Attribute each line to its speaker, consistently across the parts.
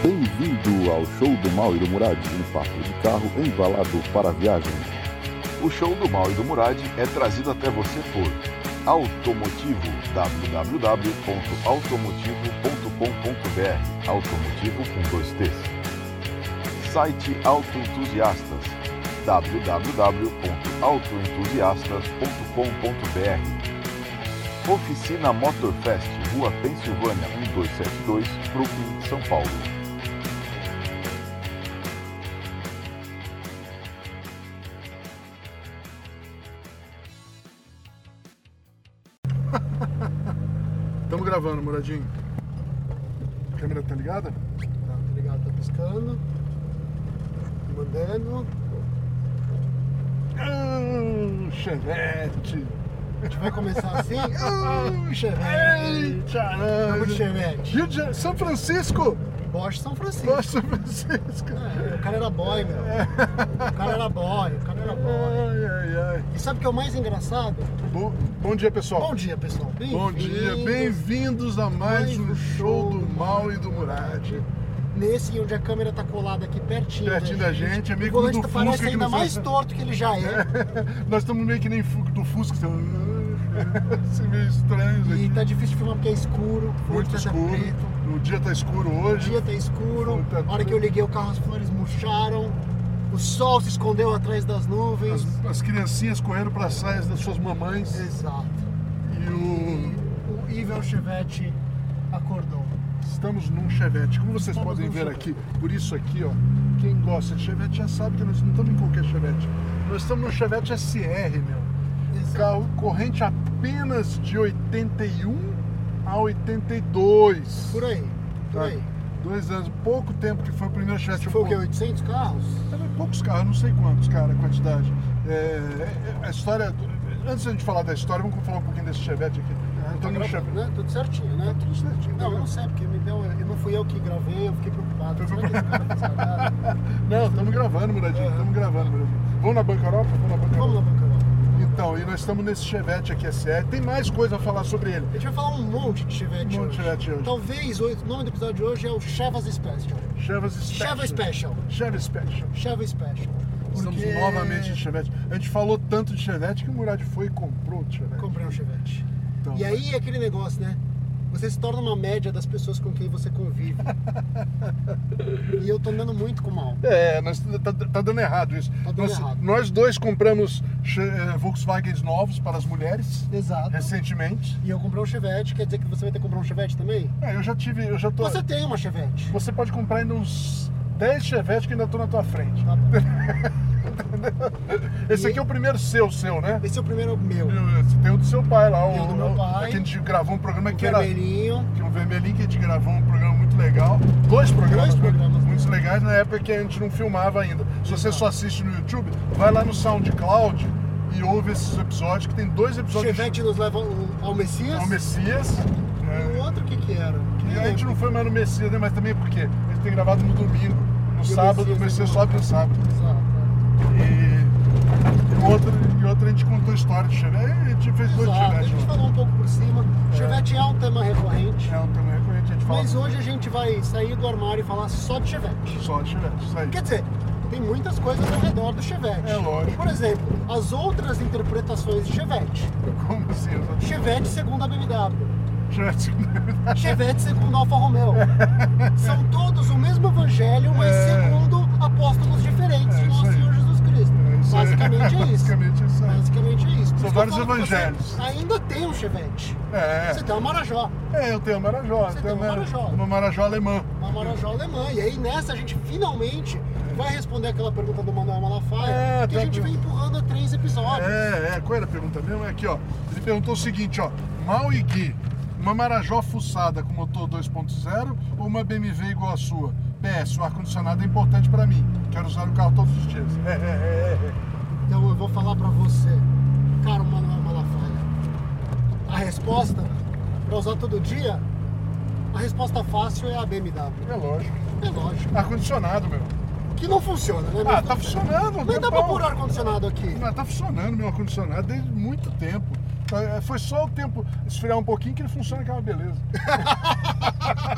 Speaker 1: bem-vindo ao show do Mal e do Murad, um papo de carro embalado para a viagem. O show do Mal e do Murad é trazido até você por Automotivo, www.automotivo.com.br, automotivo com dois T's. Site Autoentusiastas, www.autoentusiastas.com.br. Oficina Motorfest, Rua Pensilvânia 1272, Brooklyn, São Paulo.
Speaker 2: Estamos gravando, Muradinho. A câmera tá ligada?
Speaker 3: Tá, tá ligado, tá piscando. Mandando.
Speaker 2: Ah, chevette!
Speaker 3: A gente vai começar assim?
Speaker 2: Ah,
Speaker 3: Chevette! Chama de
Speaker 2: Eita!
Speaker 3: Chevette.
Speaker 2: Rio de Janeiro, São Francisco!
Speaker 3: Bosch São Francisco.
Speaker 2: Nossa, São Francisco!
Speaker 3: É, o cara era boy, meu.
Speaker 2: É.
Speaker 3: O cara era boy, o cara era boy.
Speaker 2: Ai, ai, ai.
Speaker 3: E sabe o que é o mais engraçado?
Speaker 2: Bo- bom dia, pessoal.
Speaker 3: Bom dia, pessoal.
Speaker 2: Bom dia, bem-vindos a mais um show do Mal e do Murad.
Speaker 3: Nesse onde a câmera tá colada aqui pertinho.
Speaker 2: Pertinho da gente,
Speaker 3: O
Speaker 2: amigo
Speaker 3: volante tá
Speaker 2: do Fusca.
Speaker 3: parece
Speaker 2: que
Speaker 3: ainda
Speaker 2: não
Speaker 3: mais
Speaker 2: faz-
Speaker 3: torto que ele já é.
Speaker 2: Nós estamos meio que nem fu- do Fusca, assim, assim, meio estranhos aqui.
Speaker 3: E tá difícil de filmar porque é escuro.
Speaker 2: Muito
Speaker 3: o volante tá
Speaker 2: escuro.
Speaker 3: preto.
Speaker 2: O dia tá escuro
Speaker 3: O
Speaker 2: hoje.
Speaker 3: dia tá escuro,
Speaker 2: Puta,
Speaker 3: a hora que eu liguei o carro as flores murcharam, o sol se escondeu atrás das nuvens.
Speaker 2: As, as criancinhas correndo para saias das suas mamães.
Speaker 3: Exato.
Speaker 2: E
Speaker 3: E
Speaker 2: o.
Speaker 3: o Evil Chevette acordou.
Speaker 2: Estamos num Chevette. Como vocês
Speaker 3: Estamos
Speaker 2: podem
Speaker 3: num
Speaker 2: ver
Speaker 3: Chevette.
Speaker 2: aqui, por isso aqui, ó. Quem gosta de Chevette já sabe que nós não estamos em qualquer Chevette. Nós estamos num Chevette SR, meu. Carro corrente apenas de 81 a 82.
Speaker 3: Por aí, por
Speaker 2: Tá.
Speaker 3: aí.
Speaker 2: Dois anos. Pouco tempo que foi o primeiro Chevette.
Speaker 3: Foi o
Speaker 2: pouco-
Speaker 3: que, 800 carros?
Speaker 2: Era poucos carros, não sei quantos, cara, a quantidade. É, é, a história. Antes da gente falar da história, vamos falar um pouquinho desse Chevette aqui.
Speaker 3: Tá
Speaker 2: Então, no
Speaker 3: gravando,
Speaker 2: Chevette.
Speaker 3: né? Tudo certinho, né?
Speaker 2: Tá tudo certinho, tá
Speaker 3: Não, eu não
Speaker 2: gravando.
Speaker 3: sei, porque me deu. eu- Não fui eu que gravei, eu fiquei preocupado. Será que esse cara fez cagada?
Speaker 2: Não, estamos gravando, Muradinho.
Speaker 3: Aham.
Speaker 2: Estamos gravando, Muradinho. Vamos na Banca Europa? Vamos na Banca
Speaker 3: Ah. Vamos lá,
Speaker 2: Europa.
Speaker 3: Bancarol.
Speaker 2: Então, e nós estamos nesse Chevette aqui, SR. Tem mais coisa a falar sobre ele.
Speaker 3: A gente vai falar um monte de Chevette
Speaker 2: Um monte de
Speaker 3: hoje.
Speaker 2: Chevette hoje.
Speaker 3: Talvez o o nome do episódio de hoje é o Chevas Special.
Speaker 2: Chevas Special.
Speaker 3: Cheva Special.
Speaker 2: Cheva Special.
Speaker 3: Chevy Special.
Speaker 2: Estamos
Speaker 3: Porque
Speaker 2: novamente em Chevette. A gente falou tanto de Chevette que o Murad foi e comprou o Chevette.
Speaker 3: Comprei um Chevette.
Speaker 2: Então,
Speaker 3: E aí é aquele negócio, né? Você se torna uma média das pessoas com quem você convive. e eu tô andando muito com mal.
Speaker 2: É, nós, tá, tá dando errado isso.
Speaker 3: dando
Speaker 2: nós,
Speaker 3: errado.
Speaker 2: nós dois compramos che- eh, Volkswagens novos para as mulheres
Speaker 3: Exato.
Speaker 2: recentemente.
Speaker 3: E eu comprei um Chevette, quer dizer que você vai ter que comprar um Chevette também?
Speaker 2: É, eu já tive, eu já tô.
Speaker 3: Você tem uma Chevette.
Speaker 2: Você pode comprar ainda uns 10 Chevette que ainda estão na tua frente.
Speaker 3: Tá bom.
Speaker 2: Esse
Speaker 3: E-
Speaker 2: aqui é o primeiro seu, seu, né?
Speaker 3: Esse é o primeiro meu.
Speaker 2: Você Tem o do seu pai lá, o,
Speaker 3: Tem o do meu
Speaker 2: o-
Speaker 3: pai.
Speaker 2: é que a gente gravou um programa que era
Speaker 3: Vermelhinho.
Speaker 2: que é um vermelhinho que a gente gravou um programa muito legal. Dois programas,
Speaker 3: Dois programas.
Speaker 2: muito legais na época que a gente não filmava ainda. Se você só assiste no YouTube, vai lá no SoundCloud e ouve esses episódios, que tem dois episódios
Speaker 3: Chevette nos leva ao ao Messias.
Speaker 2: ao Messias.
Speaker 3: E
Speaker 2: né?
Speaker 3: o outro o que que era? É.
Speaker 2: E a gente não foi mais no Messias, né? mas também porque a gente tem gravado no domingo, no
Speaker 3: o
Speaker 2: sábado, o
Speaker 3: Messias
Speaker 2: Messias
Speaker 3: não.
Speaker 2: sobe no sábado. E, e outro, e outro a gente contou a história de Chevette, a gente fez dois
Speaker 3: Exato. A gente
Speaker 2: Chevette.
Speaker 3: falou um pouco por cima.
Speaker 2: É.
Speaker 3: Chevette é um tema recorrente.
Speaker 2: É um tema recorrente, a gente fala
Speaker 3: Mas hoje a gente vai sair do armário e falar só de Chevette.
Speaker 2: só de Chevette, isso aí.
Speaker 3: Quer dizer, tem muitas coisas ao redor do Chevette.
Speaker 2: É lógico.
Speaker 3: Por exemplo, as outras interpretações de Chevette.
Speaker 2: Como assim? Eu só-
Speaker 3: Chevette segundo a BMW.
Speaker 2: Chevette. né?
Speaker 3: Chevette segundo a Alfa Romeo. São todos o mesmo evangelho, mas
Speaker 2: É.
Speaker 3: segundo apóstolos diferentes
Speaker 2: É
Speaker 3: de
Speaker 2: isso
Speaker 3: nosso
Speaker 2: aí.
Speaker 3: Senhor Jesus Cristo.
Speaker 2: isso aí.
Speaker 3: Basicamente é isso.
Speaker 2: Basicamente é isso aí.
Speaker 3: Basicamente é isso.
Speaker 2: São
Speaker 3: Por isso que eu
Speaker 2: vários
Speaker 3: falo que você
Speaker 2: evangelhos.
Speaker 3: Ainda tem um Chevette.
Speaker 2: É,
Speaker 3: Você tem uma Marajó.
Speaker 2: é, eu tenho uma Marajó.
Speaker 3: Você
Speaker 2: eu
Speaker 3: tem uma Marajó.
Speaker 2: Uma Marajó alemã.
Speaker 3: Uma Marajó alemã. E aí nessa a gente finalmente vai responder aquela pergunta do Manuel Malafaia
Speaker 2: É,
Speaker 3: que
Speaker 2: tá
Speaker 3: a gente
Speaker 2: bom.
Speaker 3: vem empurrando há três episódios.
Speaker 2: É, é, qual era a pergunta mesmo? É aqui, ó. Ele perguntou o seguinte, ó. Mal e Gui, uma Marajó fuçada com motor 2.0 ou uma BMW igual a sua? PS, o ar-condicionado é importante pra mim. Quero usar o carro todos os dias. É, é, é, é.
Speaker 3: Então eu vou falar pra você, caro Manuel Malafaia. é A resposta, pra usar todo dia, a resposta fácil é a BMW.
Speaker 2: É lógico.
Speaker 3: É lógico.
Speaker 2: Ar-condicionado, meu.
Speaker 3: Que não funciona, né?
Speaker 2: Ah,
Speaker 3: Mas
Speaker 2: tá
Speaker 3: tudo bem.
Speaker 2: funcionando.
Speaker 3: Mas
Speaker 2: deu
Speaker 3: dá pra
Speaker 2: pau.
Speaker 3: pôr ar-condicionado aqui.
Speaker 2: Mas tá funcionando meu ar-condicionado desde muito tempo. Então, é, Foi só o tempo esfriar um pouquinho que ele funciona que é uma beleza.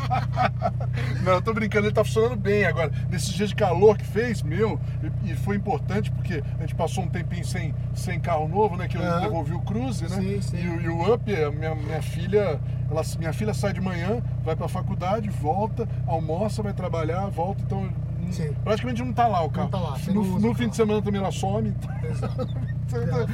Speaker 2: Não, eu tô brincando, ele tá funcionando bem agora. Nesses dias de calor que fez, meu, e, e foi importante porque a gente passou um tempinho sem, sem carro novo, né? Que eu
Speaker 3: Aham.
Speaker 2: devolvi o Cruze, né?
Speaker 3: Sim, sim.
Speaker 2: E, o- e o Up, a minha, minha filha, ela, minha filha sai de manhã, vai pra faculdade, volta, almoça, vai trabalhar, volta, então. hum,
Speaker 3: Sim.
Speaker 2: Praticamente não tá lá o carro.
Speaker 3: tá lá, você
Speaker 2: no
Speaker 3: não usa
Speaker 2: no
Speaker 3: o
Speaker 2: fim de
Speaker 3: carro.
Speaker 2: semana também ela some, então.
Speaker 3: Exato.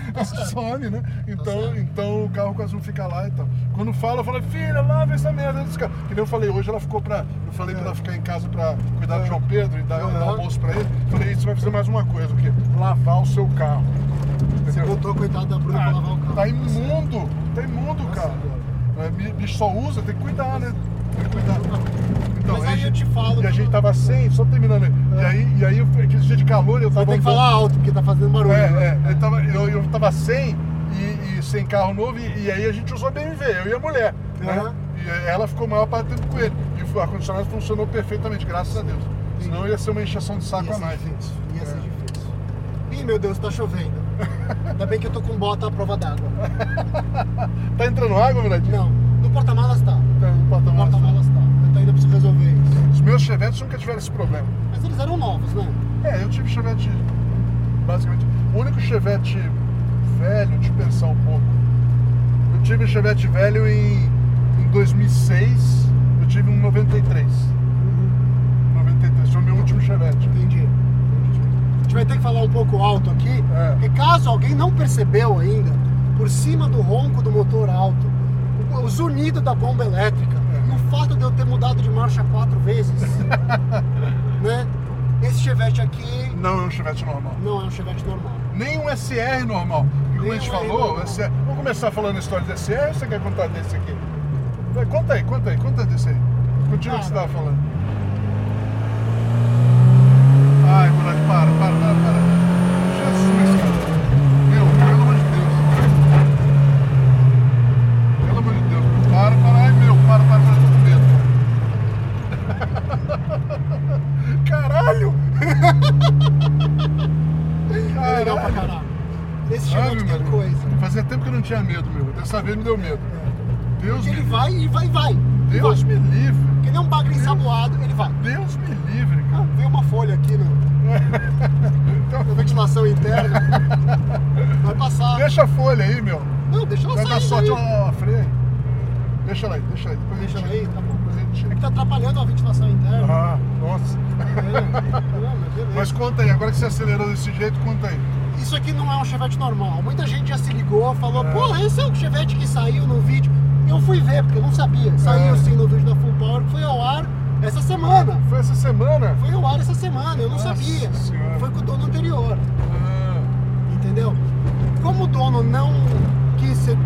Speaker 2: Então, some, né? Então,
Speaker 3: Tá certo.
Speaker 2: então o carro quase não fica lá e tal. Quando fala, fala, filha, lava essa merda desse carro. Que nem eu falei, hoje ela ficou pra. Eu falei pra ela ficar em casa pra cuidar do João Pedro e dar,
Speaker 3: É. Aham.
Speaker 2: dar almoço pra ele. Falei, isso vai fazer mais uma coisa, o quê? Lavar o seu carro.
Speaker 3: Você
Speaker 2: Entendeu?
Speaker 3: botou, coitado da Bruna, pra lavar o carro.
Speaker 2: Tá imundo, tá imundo o
Speaker 3: Nossa,
Speaker 2: carro. É, bi- Bicho só usa, tem que cuidar, né? Tem que cuidar. Então,
Speaker 3: Mas
Speaker 2: a
Speaker 3: aí eu
Speaker 2: gente-
Speaker 3: te falo.
Speaker 2: E a
Speaker 3: que-
Speaker 2: gente tava sem, só terminando. aí. E aí, e aí eu- aquele dia de calor, eu tava.
Speaker 3: Você tem
Speaker 2: um
Speaker 3: que
Speaker 2: pouco-
Speaker 3: falar alto, porque tá fazendo barulho. né?
Speaker 2: é, é, eu tava, eu, eu tava sem e, e sem carro novo e, e aí a gente usou a BMW, eu e a mulher. Né?
Speaker 3: Aham.
Speaker 2: E ela ficou a maior parte do tempo com ele. E o ar-condicionado funcionou perfeitamente, graças a Deus. Senão ia ser uma encheção de saco
Speaker 3: Ia
Speaker 2: a
Speaker 3: ser
Speaker 2: é, tá mais. É.
Speaker 3: difícil. Ia ser difícil. Ih, meu Deus, tá chovendo. Ainda bem que eu tô com bota à prova d'água.
Speaker 2: Tá entrando água, Miradinho?
Speaker 3: Não, no porta-malas tá. No
Speaker 2: Tá, no porta-malas.
Speaker 3: porta-malas tá. Eu ainda preciso resolver isso.
Speaker 2: Os meus chevetes nunca tiveram esse problema.
Speaker 3: Mas eles eram novos, né?
Speaker 2: É, eu tive chevette, basicamente. O único chevette velho, de pensar um pouco. Eu tive chevette velho em, em 2006, eu tive um 93. Uhum. 93, foi o meu último chevette.
Speaker 3: Entendi. A gente vai ter que falar um pouco alto aqui,
Speaker 2: É.
Speaker 3: porque caso alguém não percebeu ainda, por cima do ronco do motor alto, o, o zunido da bomba elétrica,
Speaker 2: É.
Speaker 3: e o fato de eu ter mudado de marcha quatro vezes, né? Esse Chevette aqui
Speaker 2: Não é um chevette normal.
Speaker 3: não é um Chevette normal.
Speaker 2: Nem um SR normal. E Como a gente
Speaker 3: Nem um SR
Speaker 2: falou,
Speaker 3: normal.
Speaker 2: SR... vamos começar falando a história do SR ou você quer contar desse aqui? Vai, Conta aí, conta aí, conta desse aí. Continua o que você
Speaker 3: Cara.
Speaker 2: estava falando. Ai, Murad, para, para, para, para. Jesus, cara. Meu, pelo amor de Deus. Pelo amor de Deus. Para, para, ai meu, para, para, para, tô com medo. Caralho!
Speaker 3: É legal pra
Speaker 2: Caralho.
Speaker 3: caralho. Esse
Speaker 2: Ai,
Speaker 3: Chevette
Speaker 2: meu
Speaker 3: tem
Speaker 2: Deus.
Speaker 3: coisa.
Speaker 2: Fazia tempo que eu não tinha medo, meu. Dessa vez me deu medo. Deus,
Speaker 3: Porque ele
Speaker 2: me,
Speaker 3: vai e vai e vai. Ele vai.
Speaker 2: Deus me livre.
Speaker 3: Que nem um bagre
Speaker 2: Uhum.
Speaker 3: ensaboado, ele vai.
Speaker 2: Deus me livre,
Speaker 3: Ah,
Speaker 2: cara.
Speaker 3: veio uma folha aqui no, na ventilação interna. Vai passar.
Speaker 2: Deixa a folha aí, meu.
Speaker 3: Ah. Não, deixa ela
Speaker 2: Vai dar
Speaker 3: sair.
Speaker 2: sorte. Ó,
Speaker 3: daí.
Speaker 2: ó, ó, freia aí. Deixa ela aí, deixa ela aí. Depois a gente
Speaker 3: Deixa ela
Speaker 2: tira.
Speaker 3: aí, tá bom.
Speaker 2: Depois a gente
Speaker 3: É
Speaker 2: tira.
Speaker 3: que tá atrapalhando a ventilação interna.
Speaker 2: Ah, nossa.
Speaker 3: É, não, mas beleza.
Speaker 2: Mas conta aí, agora que você acelerou desse jeito, conta aí.
Speaker 3: Isso aqui não é um Chevette normal. Muita gente já se ligou, falou, pô, esse é o Chevette que saiu no vídeo. Eu fui ver, porque eu não sabia. Saiu
Speaker 2: É.
Speaker 3: sim no vídeo da Full Power, que foi ao ar essa semana.
Speaker 2: Foi essa semana?
Speaker 3: Foi ao ar essa semana, eu não
Speaker 2: Nossa
Speaker 3: sabia.
Speaker 2: Senhora.
Speaker 3: Foi com o dono anterior,
Speaker 2: Ah,
Speaker 3: entendeu? Como o dono não quis ser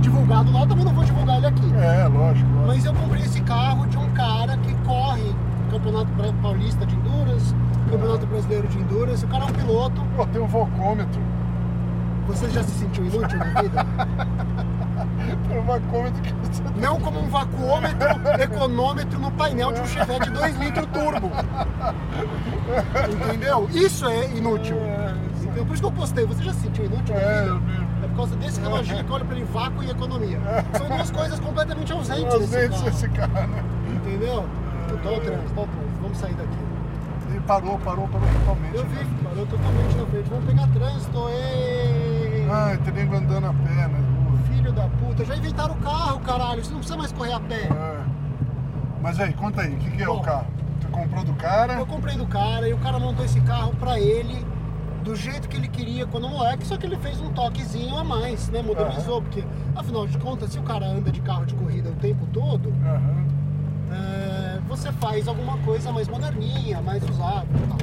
Speaker 3: divulgado lá, eu também não vou divulgar ele aqui.
Speaker 2: é, lógico, lógico.
Speaker 3: Mas eu comprei esse carro de um cara que corre Campeonato Bra- Paulista de Endurance, Campeonato Brasileiro de Endurance. O cara é um piloto.
Speaker 2: Pô, tem um volcômetro.
Speaker 3: Você já se sentiu inútil na vida?
Speaker 2: Tem um volcômetro que você
Speaker 3: Não como um vacuômetro, econômetro no painel de um Chevette 2 litros turbo. Entendeu? Isso é inútil. Então, por isso que eu postei. Você já se sentiu inútil na
Speaker 2: É,
Speaker 3: vida?
Speaker 2: eu me-
Speaker 3: É por causa desse reloginho que olha pra ele vácuo e economia. São duas coisas completamente
Speaker 2: eu
Speaker 3: ausentes
Speaker 2: usei
Speaker 3: desse
Speaker 2: esse,
Speaker 3: carro.
Speaker 2: esse cara, né?
Speaker 3: Entendeu? Tô o trânsito, tô o trânsito. Vamos sair daqui.
Speaker 2: Ele parou, parou, parou totalmente.
Speaker 3: Eu
Speaker 2: né?
Speaker 3: vi, parou totalmente na frente. Vamos pegar trânsito, ê!
Speaker 2: Ah, tem nego andando a pé, né?
Speaker 3: Filho da puta, já inventaram o carro, caralho. Você não precisa mais correr a pé.
Speaker 2: Ah. Mas aí, conta aí, o que, que é o
Speaker 3: Bom.
Speaker 2: carro? Tu comprou do cara?
Speaker 3: Eu comprei do cara e o cara montou esse carro pra ele do jeito que ele queria quando moleque, só que ele fez um toquezinho a mais, né? Modernizou, porque afinal de contas, se o cara anda de carro de corrida o tempo todo,
Speaker 2: Aham.
Speaker 3: é, você faz alguma coisa mais moderninha, mais usada e tal.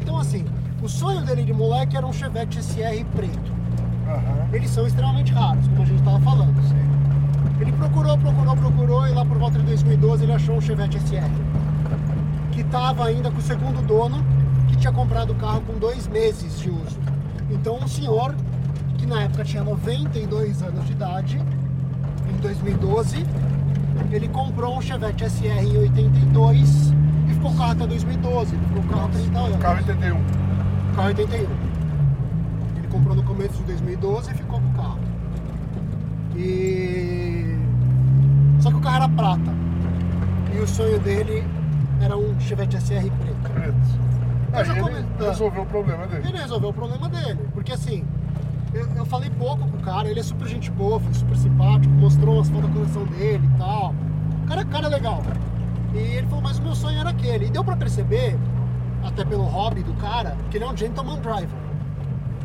Speaker 3: Então, assim, o sonho dele de moleque era um Chevette SR preto.
Speaker 2: Aham.
Speaker 3: né? Eles são extremamente raros, como a gente estava falando. assim. Ele procurou, procurou, procurou e lá por volta de 2012 ele achou um Chevette SR que estava ainda com o segundo dono que tinha comprado o carro com dois meses de uso. Então um senhor que na época tinha 92 anos de idade, em 2012, ele comprou um Chevette SR em 82 e ficou com o carro até 2012, ficou com o carro 30 anos.
Speaker 2: Carro é 81.
Speaker 3: Carro 81. Ele comprou no começo de 2012 e ficou com o carro. E. Só que o carro era prata. E o sonho dele era um Chevette SR preto.
Speaker 2: Preto.
Speaker 3: Eu
Speaker 2: Aí
Speaker 3: já
Speaker 2: ele
Speaker 3: comentei.
Speaker 2: resolveu o problema dele.
Speaker 3: Ele resolveu o problema dele, porque assim, eu, eu falei pouco com o cara, ele é super gente boa, foi super simpático, mostrou as fotos da coleção dele e tal. O cara, o cara é legal. E ele falou, mas o meu sonho era aquele. E deu pra perceber, até pelo hobby do cara, que ele é um gentleman driver.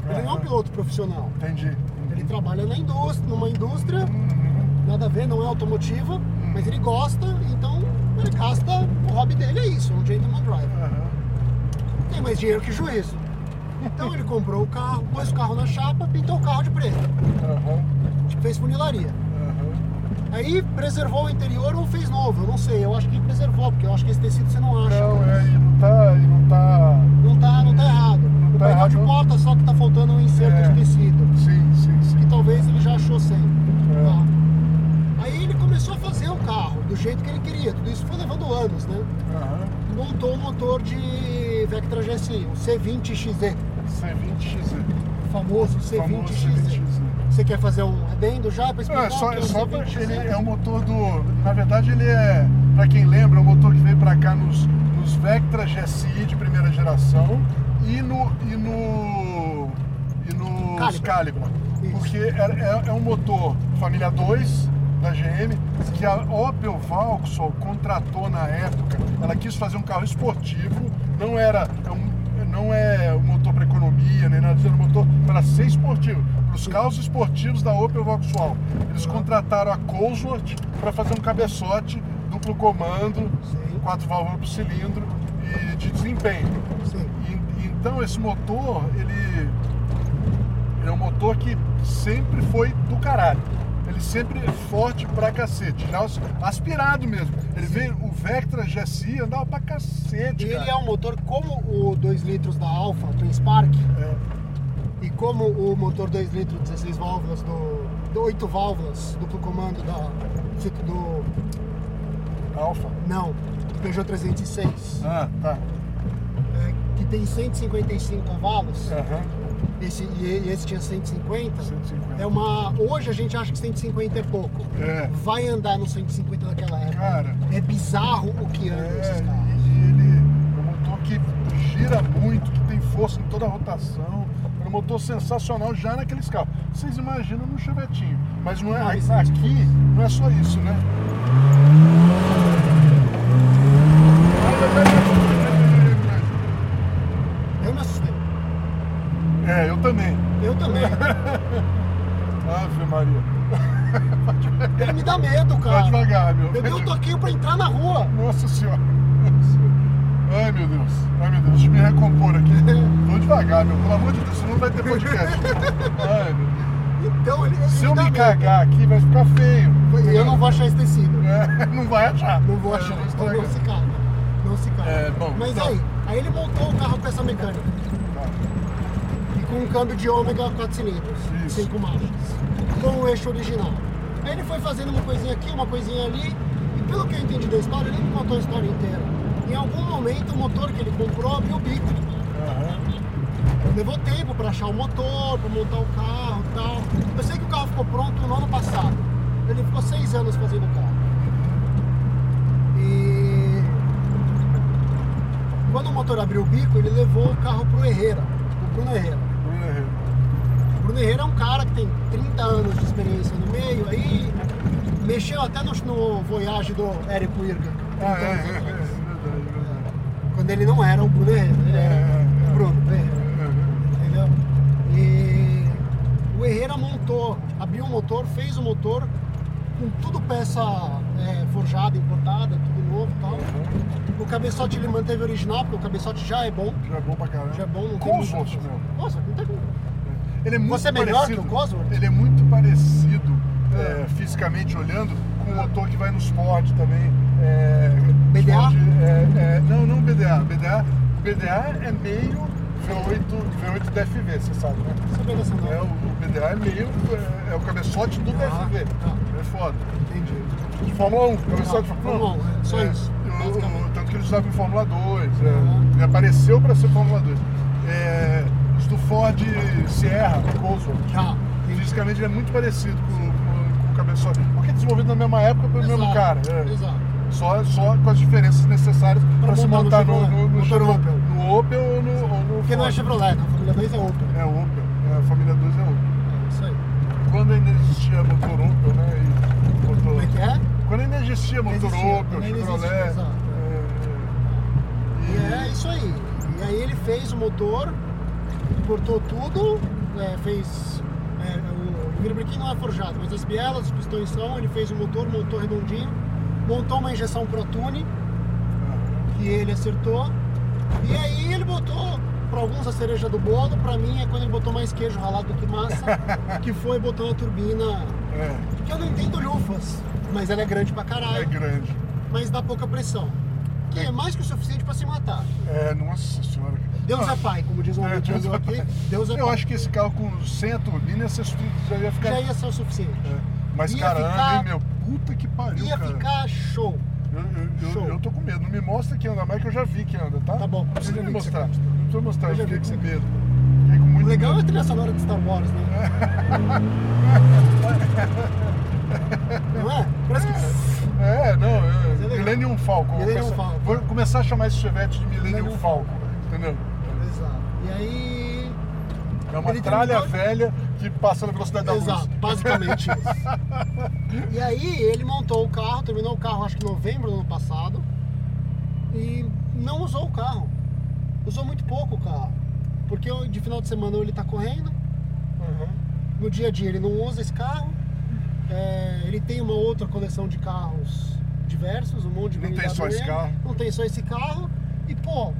Speaker 3: Ele não é um
Speaker 2: Aham.
Speaker 3: piloto profissional.
Speaker 2: Entendi.
Speaker 3: Ele trabalha na indústria, numa indústria,
Speaker 2: Uhum.
Speaker 3: nada a ver, não é automotiva, mas ele gosta, então ele gasta, o hobby dele é isso, é um gentleman driver
Speaker 2: Aham.
Speaker 3: tem mais dinheiro que juízo. Então ele comprou o carro, pôs o carro na chapa, pintou o carro de preto.
Speaker 2: Aham.
Speaker 3: Tipo, fez funilaria.
Speaker 2: Aham.
Speaker 3: Aí preservou o interior ou fez novo, eu não sei. Eu acho que preservou, porque eu acho que esse tecido você não acha.
Speaker 2: Não, é, e não tá. E não tá.
Speaker 3: Não tá, não tá errado.
Speaker 2: Não
Speaker 3: o
Speaker 2: tá
Speaker 3: painel
Speaker 2: errado,
Speaker 3: de
Speaker 2: não.
Speaker 3: porta só que tá faltando um inserto
Speaker 2: É.
Speaker 3: de tecido.
Speaker 2: Sim, sim, sim.
Speaker 3: Que talvez ele já achou sem.
Speaker 2: É.
Speaker 3: Tá. Aí ele começou a fazer o carro do jeito que ele queria. Tudo isso foi levando anos, né?
Speaker 2: Aham.
Speaker 3: Montou um motor de Vectra GSI, o C20XE,
Speaker 2: C20XE.
Speaker 3: o famoso
Speaker 2: Famoso
Speaker 3: C20XE.
Speaker 2: C20XE.
Speaker 3: Você quer fazer um adendo já pra
Speaker 2: Não,
Speaker 3: explicar?
Speaker 2: é só,
Speaker 3: o
Speaker 2: é
Speaker 3: que o
Speaker 2: só pra,
Speaker 3: C20
Speaker 2: ele
Speaker 3: é?
Speaker 2: é um motor do. Na verdade, ele é. Pra quem lembra, é um motor que veio pra cá nos, nos Vectra GSI de primeira geração e no. E no. E nos
Speaker 3: Calibre.
Speaker 2: Calibra.
Speaker 3: Isso.
Speaker 2: Porque é, é, é um motor família 2 da GM que a Opel Vauxhall contratou na época. Ela quis fazer um carro esportivo, não era. é um- não é um motor para economia, nem nada, disso, era um motor para ser esportivo, para os carros esportivos da Opel Vauxhall. Eles contrataram a Cosworth para fazer um cabeçote duplo comando,
Speaker 3: Sim.
Speaker 2: quatro válvulas por cilindro e de desempenho.
Speaker 3: Sim.
Speaker 2: E- Então esse motor, ele ele é um motor que sempre foi do caralho. Ele sempre é forte pra cacete, já as- aspirado mesmo. Ele veio, o Vectra GSI andava pra
Speaker 3: E
Speaker 2: cacete,
Speaker 3: ele
Speaker 2: cara.
Speaker 3: é um motor como o 2 litros da Alfa, o Twin Spark,
Speaker 2: É.
Speaker 3: e como o motor 2 litros, 16 válvulas, do, do 8 válvulas, duplo comando da. do.
Speaker 2: Alfa.
Speaker 3: não, do Peugeot 306,
Speaker 2: Ah, tá.
Speaker 3: é, que tem 155 cavalos,
Speaker 2: Aham. É.
Speaker 3: esse, e e esse tinha 150,
Speaker 2: 150.
Speaker 3: é uma. hoje a gente acha que 150 é pouco.
Speaker 2: É.
Speaker 3: Vai andar no 150 daquela época.
Speaker 2: Cara,
Speaker 3: É bizarro o que
Speaker 2: é,
Speaker 3: anda esses carros.
Speaker 2: e ele é um motor que gira muito, que tem força em toda a rotação. É um motor sensacional já naqueles carros. Vocês imaginam no chevetinho. Mas não é,
Speaker 3: Ah, isso é
Speaker 2: aqui não é só isso, né?
Speaker 3: Eu me assustei.
Speaker 2: É, eu também.
Speaker 3: Eu também.
Speaker 2: Ave Maria.
Speaker 3: Ele me dá medo,
Speaker 2: Vai
Speaker 3: cara.
Speaker 2: devagar, meu.
Speaker 3: Tá. Eu dei um toquinho pra entrar na rua.
Speaker 2: Nossa senhora. Ai, meu Deus. Ai, meu Deus. Deixa eu me recompor aqui. Vou devagar, meu. Pelo amor de Deus, senão não vai ter podcast. Ai, meu Deus.
Speaker 3: Então ele. ele
Speaker 2: Se eu
Speaker 3: dá
Speaker 2: me
Speaker 3: medo.
Speaker 2: cagar aqui, vai ficar feio.
Speaker 3: Eu não vou achar esse tecido.
Speaker 2: É, não vai achar.
Speaker 3: Não vou
Speaker 2: É,
Speaker 3: achar. Então
Speaker 2: estraga.
Speaker 3: não se caga. Não se caga.
Speaker 2: É, bom,
Speaker 3: Mas
Speaker 2: então.
Speaker 3: aí, aí ele montou o carro com essa mecânica. E com um câmbio de ômega 4 cilindros.
Speaker 2: Isso.
Speaker 3: 5 marchas. Com o eixo original. Aí ele foi fazendo uma coisinha aqui, uma coisinha ali. E pelo que eu entendi da história, ele não contou a história inteira. Em algum momento o motor que ele comprou abriu o bico.
Speaker 2: Aham.
Speaker 3: Levou tempo pra achar o motor, pra montar o carro e tal. Eu sei que o carro ficou pronto no ano passado. Ele ficou seis anos fazendo o carro. E quando o motor abriu o bico, ele levou o carro pro Herrera, o Bruno Herrera.
Speaker 2: Bruno Herrero.
Speaker 3: O Bruno Herrera é um cara que tem 30 anos de experiência no meio, aí mexeu até no, no Voyage do Érico Irga. 30
Speaker 2: Ah, é, é, é, é
Speaker 3: anos atrás.
Speaker 2: verdade, é verdade.
Speaker 3: Quando ele não era o Bruno Herrera, ele
Speaker 2: É, é,
Speaker 3: era
Speaker 2: é.
Speaker 3: o Bruno Herrera
Speaker 2: É,
Speaker 3: entendeu? E o Herrera montou, abriu o motor, fez o motor com tudo peça é, forjada, importada, tudo novo e tal.
Speaker 2: Uhum.
Speaker 3: O cabeçote ele manteve original, porque o cabeçote já é bom.
Speaker 2: é. Já é bom pra caramba.
Speaker 3: Já é bom, não tem muito o que
Speaker 2: Cosworth,
Speaker 3: fazer.
Speaker 2: meu.
Speaker 3: Nossa, não tem como.
Speaker 2: Ele é muito
Speaker 3: Você é melhor
Speaker 2: parecido.
Speaker 3: que o Cosworth? Ah.
Speaker 2: Ele é muito parecido, é, fisicamente olhando, com o motor que vai nos Ford também. é,
Speaker 3: BDA?
Speaker 2: Ford, é, é, não, não BDA. BDA, BDA é meio V8, V8 DFV, você sabe, né?
Speaker 3: Saber dessa não.
Speaker 2: É, o o BDA é meio. É, é o cabeçote do
Speaker 3: Ah,
Speaker 2: DFV.
Speaker 3: tá.
Speaker 2: É foda.
Speaker 3: Entendi.
Speaker 2: De Fórmula 1, cabeçote de
Speaker 3: Ah,
Speaker 2: Fórmula 1.
Speaker 3: Fórmula 1, é, só isso,
Speaker 2: eu- eu-
Speaker 3: basicamente.
Speaker 2: tanto que ele usava em Fórmula 2. é,
Speaker 3: Uhum.
Speaker 2: Ele apareceu para ser Fórmula 2. É, os do Ford Sierra, Cosworth.
Speaker 3: Já.
Speaker 2: Fisicamente ele é muito parecido com, com, cabeça. Porque desenvolvido na mesma época pelo mesmo
Speaker 3: Exato,
Speaker 2: cara. é.
Speaker 3: Exato.
Speaker 2: Só, só com as diferenças necessárias para se montar
Speaker 3: montar no
Speaker 2: no, no, no,
Speaker 3: Chevrolet,
Speaker 2: Chevrolet. No
Speaker 3: motor Opel.
Speaker 2: Opel ou no, ou no
Speaker 3: Porque não é
Speaker 2: Ford.
Speaker 3: Chevrolet, a família 2 é Opel.
Speaker 2: É Opel, é, a família 2 é Opel.
Speaker 3: É isso aí.
Speaker 2: Quando ainda existia motor Opel, né? E
Speaker 3: Como
Speaker 2: motor...
Speaker 3: é que é?
Speaker 2: Quando ainda existia motor
Speaker 3: existia,
Speaker 2: Opel,
Speaker 3: ainda
Speaker 2: Chevrolet.
Speaker 3: existia, exato.
Speaker 2: é,
Speaker 3: E é isso aí. E aí ele fez o motor, cortou tudo, é, fez. É, o o virbriquinho não é forjado, mas as bielas, os pistões são, ele fez o motor, montou redondinho, montou uma injeção ProTune, que ele acertou. E aí ele botou, para alguns, a cereja do bolo, para mim é quando ele botou mais queijo ralado do que massa, que foi botar uma turbina,
Speaker 2: é,
Speaker 3: que eu não entendo lufas, mas ela é grande pra
Speaker 2: é, é
Speaker 3: caralho,
Speaker 2: grande.
Speaker 3: mas dá pouca pressão. Que é mais que o suficiente para se matar.
Speaker 2: É, nossa senhora.
Speaker 3: Deus
Speaker 2: Não,
Speaker 3: é pai, como diz um
Speaker 2: É,
Speaker 3: amigo
Speaker 2: Deus
Speaker 3: meu
Speaker 2: é
Speaker 3: aqui.
Speaker 2: pai.
Speaker 3: Deus é
Speaker 2: Eu
Speaker 3: pai.
Speaker 2: acho que esse carro com, sem a turbina ia ser su- já ia ficar.
Speaker 3: Já ia ser o suficiente.
Speaker 2: É, Mas
Speaker 3: Ia
Speaker 2: caramba,
Speaker 3: ficar-
Speaker 2: hein, meu? Puta que pariu,
Speaker 3: Ia
Speaker 2: cara.
Speaker 3: ficar show.
Speaker 2: Eu, eu,
Speaker 3: Show.
Speaker 2: eu, eu tô com medo. Não me mostra que anda mais que eu já vi que anda, tá?
Speaker 3: Tá bom,
Speaker 2: Não
Speaker 3: precisa
Speaker 2: precisa me
Speaker 3: ver que você
Speaker 2: mostrar.
Speaker 3: gosta.
Speaker 2: Não precisa mostrar,
Speaker 3: Eu
Speaker 2: eu
Speaker 3: já
Speaker 2: fiquei
Speaker 3: vi
Speaker 2: com
Speaker 3: que você
Speaker 2: medo. Fiquei com
Speaker 3: O
Speaker 2: muito
Speaker 3: legal é a
Speaker 2: medo.
Speaker 3: trilha sonora de Star Wars, né? Não é? Parece que.
Speaker 2: É, não,
Speaker 3: é
Speaker 2: é.
Speaker 3: legal.
Speaker 2: Millennium Falcon. Vou
Speaker 3: Millennium
Speaker 2: começar-
Speaker 3: Falcon.
Speaker 2: Vou começar a chamar esse Chevette de Millennium
Speaker 3: Millennium
Speaker 2: Falcon, entendeu?
Speaker 3: Exato. E aí.
Speaker 2: É uma
Speaker 3: Ele
Speaker 2: tralha
Speaker 3: terminou-
Speaker 2: velha que passa na velocidade da
Speaker 3: Exato,
Speaker 2: luz.
Speaker 3: basicamente isso. E aí ele montou o carro, terminou o carro acho que em novembro do ano passado. E não usou o carro. Usou muito pouco o carro. Porque de final de semana ele tá correndo,
Speaker 2: Uhum.
Speaker 3: no dia a dia ele não usa esse carro. É, ele tem uma outra coleção de carros diversos, um monte de
Speaker 2: Não tem
Speaker 3: BMW
Speaker 2: só esse
Speaker 3: M,
Speaker 2: carro.
Speaker 3: Não tem só esse carro. E pô,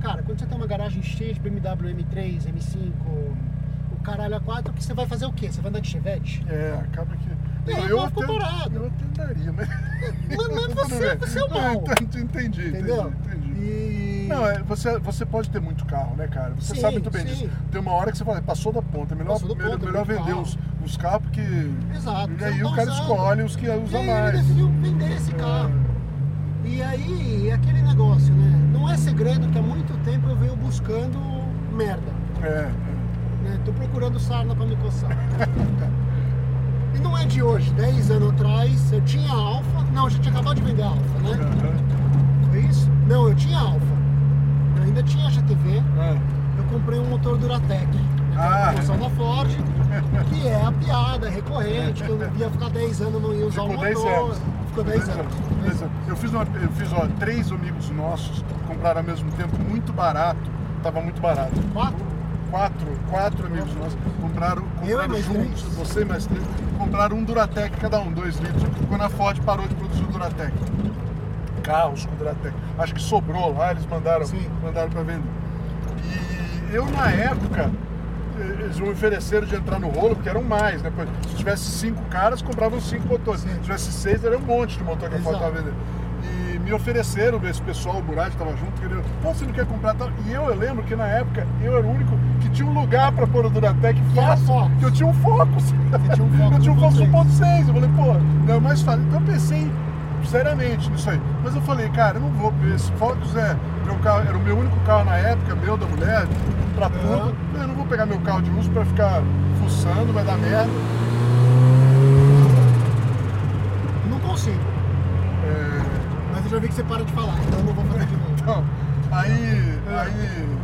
Speaker 3: cara, quando você tem uma garagem cheia de BMW M3, M5, o caralho A4, que você vai fazer o quê? Você vai andar de Chevette?
Speaker 2: É, acaba que.
Speaker 3: E aí o
Speaker 2: eu
Speaker 3: carro ficou parado.
Speaker 2: eu até daria, mas.
Speaker 3: tá Mas, mas você, você é o
Speaker 2: Não, então,
Speaker 3: mal.
Speaker 2: entendi, entendi,
Speaker 3: Entendeu?
Speaker 2: entendi.
Speaker 3: E.
Speaker 2: Não, é, você, você pode ter muito carro, né, cara? Você
Speaker 3: Sim,
Speaker 2: sabe muito bem
Speaker 3: sim.
Speaker 2: disso. Tem uma hora que você fala, passou da ponta, é melhor,
Speaker 3: Passou da
Speaker 2: melhor,
Speaker 3: ponta,
Speaker 2: melhor
Speaker 3: muito
Speaker 2: vender
Speaker 3: carro.
Speaker 2: os, os carros, porque.
Speaker 3: Exato,
Speaker 2: E
Speaker 3: você
Speaker 2: aí
Speaker 3: não
Speaker 2: o
Speaker 3: tá
Speaker 2: cara
Speaker 3: usando.
Speaker 2: escolhe os que usa
Speaker 3: e aí
Speaker 2: mais. É.
Speaker 3: ele decidiu vender esse carro. E aí, é aquele negócio, né? Não é segredo que há muito tempo eu venho buscando merda.
Speaker 2: É,
Speaker 3: né? Tô procurando sarna pra me coçar. e não é de hoje, 10 anos atrás eu tinha Alfa. Não, eu já tinha acabado de vender a Alfa,
Speaker 2: é.
Speaker 3: né?
Speaker 2: Aham.
Speaker 3: Foi isso? Não, eu tinha Alfa. Eu ainda tinha GTV.
Speaker 2: Ah,
Speaker 3: Eu comprei um motor Duratec.
Speaker 2: Ah.
Speaker 3: Ah. Promoção da Ford, que é a piada recorrente, que eu não ia ficar 10 anos não ia usar
Speaker 2: Ficou
Speaker 3: o
Speaker 2: 10
Speaker 3: motor.
Speaker 2: anos.
Speaker 3: Ficou 10 anos.
Speaker 2: Dez anos. Eu fiz, uma, eu fiz ó, três amigos nossos que compraram ao mesmo tempo, muito barato. Tava muito barato.
Speaker 3: Quatro?
Speaker 2: Quatro, quatro amigos nossos compraram,
Speaker 3: Eu e
Speaker 2: compraram
Speaker 3: mais
Speaker 2: juntos,
Speaker 3: três.
Speaker 2: você e mais três, compraram um Duratec cada um, dois litros, quando a Ford parou de produzir o Duratec. Carros com Duratec. Acho que sobrou lá, eles mandaram,
Speaker 3: Sim.
Speaker 2: mandaram para vender. E eu, na época, eh, eles me ofereceram de entrar no rolo, porque eram mais, né? Pois, Se tivesse cinco caras, compravam cinco motores. Se tivesse seis, era um monte de motor que a Ford
Speaker 3: Exato.
Speaker 2: estava vendendo. E me ofereceram, esse pessoal, o Murad estava junto, queria, pô, você não quer comprar tal? E eu, eu lembro que na época eu era o único que tinha um lugar para pôr o Duratec
Speaker 3: era
Speaker 2: fácil,
Speaker 3: Focus.
Speaker 2: que eu tinha um Focus.
Speaker 3: tinha um Focus
Speaker 2: eu tinha um Focus
Speaker 3: 1.6.
Speaker 2: 1.6. Eu falei, pô, não é mais fácil. Então eu pensei seriamente nisso aí. Mas eu falei, cara, eu não vou, porque esse Focus é meu carro, era o meu único carro na época, meu, da mulher, pra tudo. Eu não vou pegar meu carro de uso pra ficar fuçando, vai dar merda.
Speaker 3: Não consigo.
Speaker 2: É,
Speaker 3: Mas eu já vi que você para de falar, então eu não vou falar de novo.
Speaker 2: Então, aí. aí.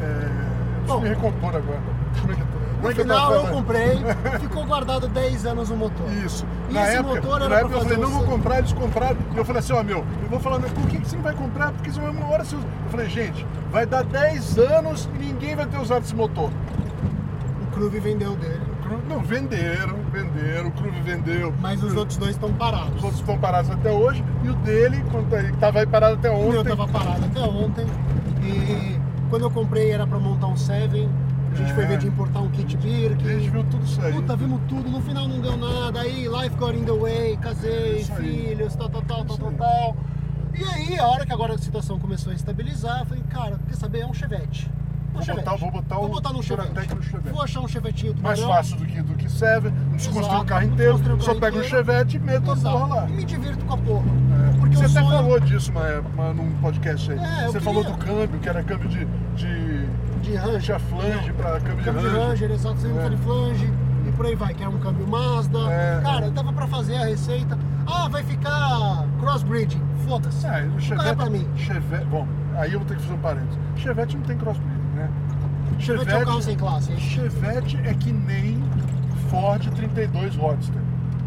Speaker 2: É, deixa eu
Speaker 3: Bom.
Speaker 2: me recompor agora. Como é que eu tô? Como
Speaker 3: No
Speaker 2: é que eu
Speaker 3: final
Speaker 2: tava
Speaker 3: eu
Speaker 2: falando?
Speaker 3: comprei, ficou guardado 10 anos o motor.
Speaker 2: Isso.
Speaker 3: E
Speaker 2: na
Speaker 3: esse
Speaker 2: época,
Speaker 3: motor
Speaker 2: na
Speaker 3: era pra
Speaker 2: época eu
Speaker 3: fazer
Speaker 2: falei, não vou
Speaker 3: você-
Speaker 2: comprar, eles compraram. E eu falei assim, ó meu, eu vou falar, por que que você não vai comprar? Porque isso é uma hora você usa. Eu falei, gente, vai dar 10 anos e ninguém vai ter usado esse motor.
Speaker 3: O Cruve vendeu dele,
Speaker 2: O Cru- Não, venderam, venderam, o Cruve vendeu.
Speaker 3: mas os outros dois estão parados.
Speaker 2: Os outros estão parados até hoje. E o dele, quando ele tava aí parado até
Speaker 3: O meu
Speaker 2: ontem.
Speaker 3: tava parado até ontem. E quando eu comprei era pra montar um Seven. A gente foi
Speaker 2: É.
Speaker 3: ver de importar um kit beer.
Speaker 2: A gente
Speaker 3: Que...
Speaker 2: viu tudo isso aí.
Speaker 3: Puta, vimos tudo, no final não deu nada. Aí, life got in the way,
Speaker 2: É
Speaker 3: casei,
Speaker 2: isso aí. É
Speaker 3: filhos, tal, tal, tal, tal,
Speaker 2: Isso
Speaker 3: tal,
Speaker 2: aí.
Speaker 3: tal. E aí, a hora que agora a situação começou a estabilizar, eu falei, cara, quer saber? É um Chevette. É um
Speaker 2: Vou
Speaker 3: Chevette.
Speaker 2: botar- vou botar
Speaker 3: vou
Speaker 2: o
Speaker 3: botar num
Speaker 2: Duratec
Speaker 3: Chevette.
Speaker 2: no Chevette.
Speaker 3: Vou achar um Chevetinho do
Speaker 2: mais fácil do que do que serve, não desconstrui o
Speaker 3: Exato,
Speaker 2: carro
Speaker 3: não
Speaker 2: inteiro,
Speaker 3: desconstrui o
Speaker 2: só
Speaker 3: carro
Speaker 2: pega o
Speaker 3: inteiro.
Speaker 2: chevette e mete a porra lá.
Speaker 3: Exato. E me divirto com a porra.
Speaker 2: É.
Speaker 3: Porque um
Speaker 2: você
Speaker 3: o
Speaker 2: até
Speaker 3: sonho-
Speaker 2: falou disso uma época num podcast aí.
Speaker 3: É, eu
Speaker 2: você
Speaker 3: queria.
Speaker 2: falou do câmbio, que era câmbio de. de...
Speaker 3: De Ranger.
Speaker 2: Tinha flange pra câmbio de
Speaker 3: Câmbio de
Speaker 2: range.
Speaker 3: Ranger, exato, sem
Speaker 2: É.
Speaker 3: é. de flange e por por aí vai, que era um câmbio Mazda.
Speaker 2: É.
Speaker 3: Cara, dava pra fazer a receita. Ah, vai ficar crossbreeding. Foda-se.
Speaker 2: Ah, o
Speaker 3: Não
Speaker 2: Chevette,
Speaker 3: é pra mim.
Speaker 2: Chevette, bom, aí eu vou ter que fazer um parênteses. Chevette não tem crossbreeding, né?
Speaker 3: Chevette é um carro sem classe.
Speaker 2: Chevette é que nem Ford 32 Roadster.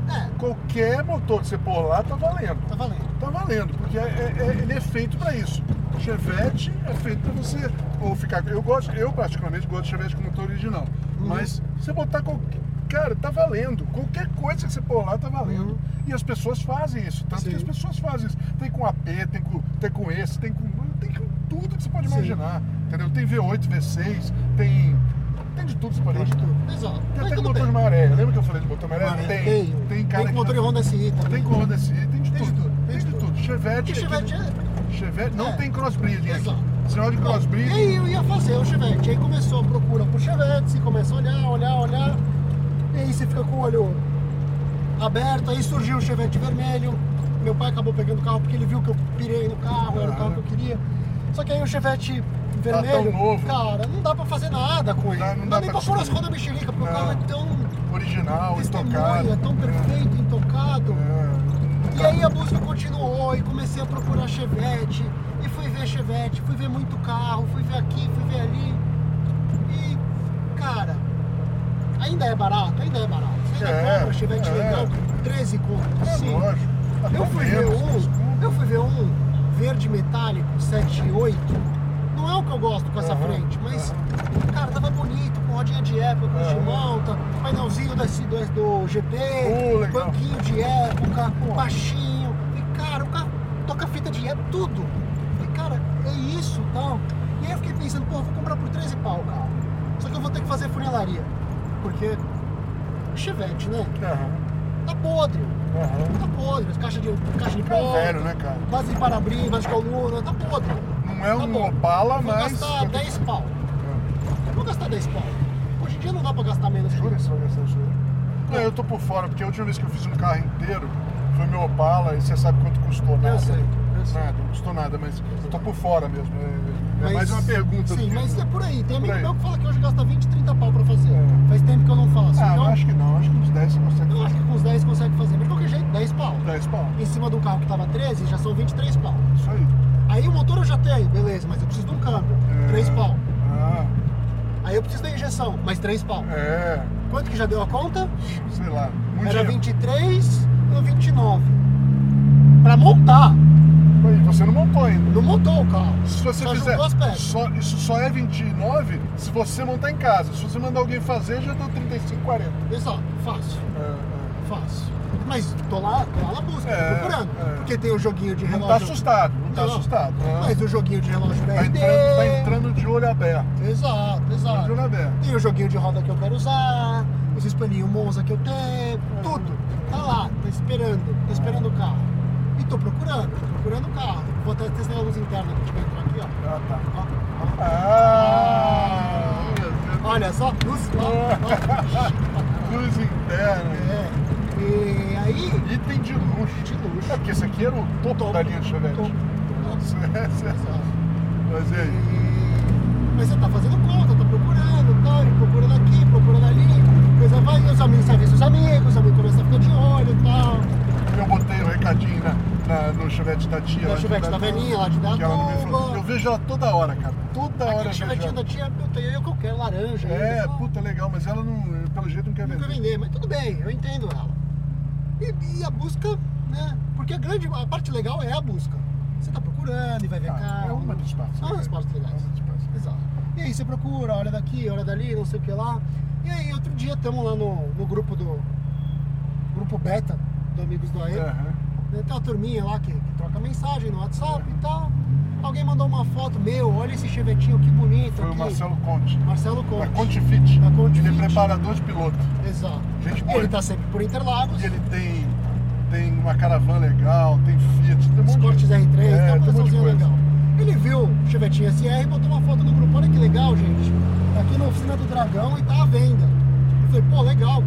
Speaker 3: É,
Speaker 2: Qualquer motor que você pôr lá tá valendo.
Speaker 3: tá valendo.
Speaker 2: Tá valendo, porque é- é- é- ele é feito pra isso. Chevette é feito pra você ou ficar. Eu gosto, eu particularmente gosto de Chevette com motor original.
Speaker 3: Uhum.
Speaker 2: Mas você botar qualquer. Cara, tá valendo. Qualquer coisa que você pôr lá tá valendo.
Speaker 3: Uhum.
Speaker 2: E as pessoas fazem isso. Tanto
Speaker 3: Sim.
Speaker 2: que as pessoas fazem isso. Tem com AP, tem com, tem com esse, tem com. Tem com tudo que você pode
Speaker 3: Sim.
Speaker 2: imaginar. Entendeu? Tem V8, V6, tem. Tem de tudo que você pode
Speaker 3: Tem de
Speaker 2: imaginar.
Speaker 3: tudo. Exato.
Speaker 2: Tem
Speaker 3: Mas
Speaker 2: até com
Speaker 3: tudo
Speaker 2: motor de
Speaker 3: bem.
Speaker 2: maré. Lembra que eu falei de motor de maré?
Speaker 3: Maré,
Speaker 2: Tem.
Speaker 3: né? tem.
Speaker 2: Tem
Speaker 3: Tem
Speaker 2: cara
Speaker 3: com
Speaker 2: que- tá-
Speaker 3: motor de Honda SI
Speaker 2: tem
Speaker 3: também.
Speaker 2: com Honda SI, tem de
Speaker 3: Tem de
Speaker 2: tudo.
Speaker 3: tudo,
Speaker 2: Tem de tudo. Chevette.
Speaker 3: Porque Chevette
Speaker 2: é.
Speaker 3: é...
Speaker 2: que- Chevette
Speaker 3: É.
Speaker 2: não tem crossbreed aqui.
Speaker 3: Exato.
Speaker 2: Sinal de
Speaker 3: E
Speaker 2: crossbreed.
Speaker 3: aí eu ia fazer o Chevette. Aí começou a procura por Chevette, e começa a olhar, olhar, olhar. E aí você fica com o olho aberto. Aí surgiu o Chevette vermelho. Meu pai acabou pegando o carro porque ele viu que eu pirei no carro, era o carro que eu queria. Só que aí o Chevette
Speaker 2: Tá tão
Speaker 3: vermelho,
Speaker 2: novo.
Speaker 3: cara, não dá pra fazer nada com
Speaker 2: Não
Speaker 3: ele.
Speaker 2: dá- não
Speaker 3: não
Speaker 2: dá
Speaker 3: dá nem
Speaker 2: pra
Speaker 3: pra pôr as
Speaker 2: construir.
Speaker 3: rodas mexerica, porque
Speaker 2: Não.
Speaker 3: o carro é tão
Speaker 2: Original,
Speaker 3: testemunha,
Speaker 2: estocado.
Speaker 3: tão perfeito, intocado.
Speaker 2: É.
Speaker 3: E aí a busca continuou e comecei a procurar Chevette e fui ver Chevette, fui ver muito carro, fui ver aqui, fui ver ali. E cara, ainda é barato, ainda é barato. Você ainda
Speaker 2: É,
Speaker 3: compra Chevette
Speaker 2: é.
Speaker 3: legal, 13 conto.
Speaker 2: É
Speaker 3: Sim.
Speaker 2: lógico. Até
Speaker 3: assim, Eu fui ver
Speaker 2: menos, mas
Speaker 3: um, eu fui ver um verde metálico 78. Não é o que eu gosto com essa
Speaker 2: Aham,
Speaker 3: frente, mas cara, tava bonito, com rodinha de época, com
Speaker 2: Aham.
Speaker 3: de monta, painelzinho da S2 do GT,
Speaker 2: Oh, legal.
Speaker 3: banquinho de época, baixinho. E cara, o carro toca fita de época, tudo. E cara, é isso e tal. E aí eu fiquei pensando, pô, eu vou comprar por 13 pau o carro. Só que eu vou ter que fazer funilaria. Porque Chevette, né?
Speaker 2: Aham,
Speaker 3: Tá podre.
Speaker 2: aham.
Speaker 3: Tá podre, as caixas de, caixa de
Speaker 2: Cara
Speaker 3: pó,
Speaker 2: velho, né, cara?
Speaker 3: base de para-brisa, base de coluna, tá podre.
Speaker 2: Não é
Speaker 3: Tá
Speaker 2: um
Speaker 3: bom.
Speaker 2: Opala,
Speaker 3: Vou
Speaker 2: mas. é.
Speaker 3: gastar 10 pau. Vou gastar 10 pau. Hoje em dia não dá pra gastar menos que
Speaker 2: Jura que
Speaker 3: isso.
Speaker 2: você vai gastar isso? Não, eu tô por fora, porque a última vez que eu fiz um carro inteiro foi meu Opala e você sabe quanto custou, né?
Speaker 3: Eu sei, eu sei.
Speaker 2: Nada, não custou nada, mas eu tô por fora mesmo. É, é
Speaker 3: Mas-
Speaker 2: mais uma pergunta. do
Speaker 3: Sim,
Speaker 2: que- um-
Speaker 3: mas é por aí. Tem amigo
Speaker 2: aí.
Speaker 3: meu que fala que hoje gasta 20, 30 pau pra fazer.
Speaker 2: É.
Speaker 3: Faz tempo que eu não faço.
Speaker 2: Ah, eu
Speaker 3: então,
Speaker 2: acho que não, acho que uns 10 você consegue
Speaker 3: eu
Speaker 2: fazer.
Speaker 3: acho que com os 10 consegue fazer. Mas de qualquer jeito, 10 pau.
Speaker 2: 10 pau.
Speaker 3: Em cima de um carro que tava 13, já são 23 pau.
Speaker 2: Isso aí.
Speaker 3: Aí o motor eu já tenho, beleza, mas eu preciso de um câmbio,
Speaker 2: É.
Speaker 3: 3 pau.
Speaker 2: Ah,
Speaker 3: Aí eu preciso da injeção, mais 3 pau.
Speaker 2: é.
Speaker 3: Quanto que já deu a conta?
Speaker 2: Sei lá. um Muito
Speaker 3: Era
Speaker 2: dinheiro.
Speaker 3: 23 ou 29. Pra montar,
Speaker 2: Aí, Você não montou ainda.
Speaker 3: não montou o carro.
Speaker 2: Se você
Speaker 3: Só
Speaker 2: fizer.
Speaker 3: juntou as peças.
Speaker 2: Só, isso só é 29 se você montar em casa. Se você mandar alguém fazer, já deu 35, 40.
Speaker 3: Exato, fácil,
Speaker 2: É,
Speaker 3: fácil. Mas tô lá, tô lá na busca,
Speaker 2: É,
Speaker 3: tô procurando.
Speaker 2: é.
Speaker 3: Porque tem o joguinho de
Speaker 2: é. Não tá
Speaker 3: relógio.
Speaker 2: assustado, não tá
Speaker 3: Não.
Speaker 2: assustado.
Speaker 3: Mas é o joguinho de relógio BRD.
Speaker 2: Tá entrando, tá entrando de olho aberto.
Speaker 3: Exato,
Speaker 2: De
Speaker 3: exato.
Speaker 2: olho aberto.
Speaker 3: Tem o joguinho de roda que eu quero usar, os espelhinhos Monza que eu tenho,
Speaker 2: É.
Speaker 3: tudo. Tá lá, tá esperando, tá esperando o carro. E tô procurando, tô procurando o carro. Vou até testar a luz interna que tiver entrar aqui, ó.
Speaker 2: Ah, tá.
Speaker 3: Ó, ó.
Speaker 2: Ah! meu Deus.
Speaker 3: Olha só, luz
Speaker 2: É.
Speaker 3: lá.
Speaker 2: Luz interna.
Speaker 3: É. E aí,
Speaker 2: Item de luxo.
Speaker 3: de luxo.
Speaker 2: É porque esse aqui era o topo,
Speaker 3: Topo.
Speaker 2: da linha de Chevette.
Speaker 3: Topo.
Speaker 2: Isso é- isso é-
Speaker 3: Exato.
Speaker 2: Mas e
Speaker 3: E-
Speaker 2: aí?
Speaker 3: Mas você tá fazendo conta, tá procurando, tá e procurando aqui, procurando ali, coisa vai, e os amigos avisam os amigos, os amigos começam a ficar de olho e tal.
Speaker 2: Eu botei o recadinho na, na- no chevette da tia.
Speaker 3: No
Speaker 2: lá de
Speaker 3: chevette da
Speaker 2: Dayatuba,
Speaker 3: velhinha, lá de
Speaker 2: que ela não me falou.
Speaker 3: Dayatuba.
Speaker 2: Eu vejo ela toda hora, cara. Toda hora
Speaker 3: Aquele
Speaker 2: eu vejo
Speaker 3: chevetinho da
Speaker 2: ela.
Speaker 3: tia, eu tenho eu que eu quero, laranja.
Speaker 2: É,
Speaker 3: ainda, tal.
Speaker 2: puta legal, mas ela não, pelo jeito não quer
Speaker 3: Nunca
Speaker 2: vender.
Speaker 3: vender, mas tudo bem, eu entendo ela. E, e a busca, né? Porque a grande, a parte legal é a busca. Você tá procurando e vai ver
Speaker 2: Ah,
Speaker 3: carro.
Speaker 2: é uma das partes
Speaker 3: São
Speaker 2: legais.
Speaker 3: as partes legais.
Speaker 2: É uma das partes.
Speaker 3: Exato. E aí você procura, olha daqui, olha dali, não sei o que lá. E aí outro dia estamos lá no, no grupo do. Grupo Beta, do Amigos do AE.
Speaker 2: Aham.
Speaker 3: Né, Tem uma turminha lá que, que troca mensagem no WhatsApp e tal. Alguém mandou uma foto, meu, olha esse chevetinho, que bonito.
Speaker 2: Foi o
Speaker 3: aqui.
Speaker 2: Marcelo Conte.
Speaker 3: Marcelo
Speaker 2: Da
Speaker 3: Conte.
Speaker 2: Conte Fit.
Speaker 3: Da Conte
Speaker 2: ele
Speaker 3: Fit.
Speaker 2: é preparador de piloto.
Speaker 3: Exato.
Speaker 2: Gente boa.
Speaker 3: Ele tá sempre por Interlagos.
Speaker 2: E ele tem, tem uma caravana legal, tem Fiat, tem um
Speaker 3: Os
Speaker 2: monte
Speaker 3: cortes
Speaker 2: de
Speaker 3: R3,
Speaker 2: É,
Speaker 3: tem uma
Speaker 2: tem um monte de
Speaker 3: coleçãozinha
Speaker 2: coisa.
Speaker 3: legal. Ele viu o Chevetinho SR e botou uma foto no grupo. Olha que legal, gente. Tá aqui na oficina do Dragão e tá à venda. Eu falei, pô, legal.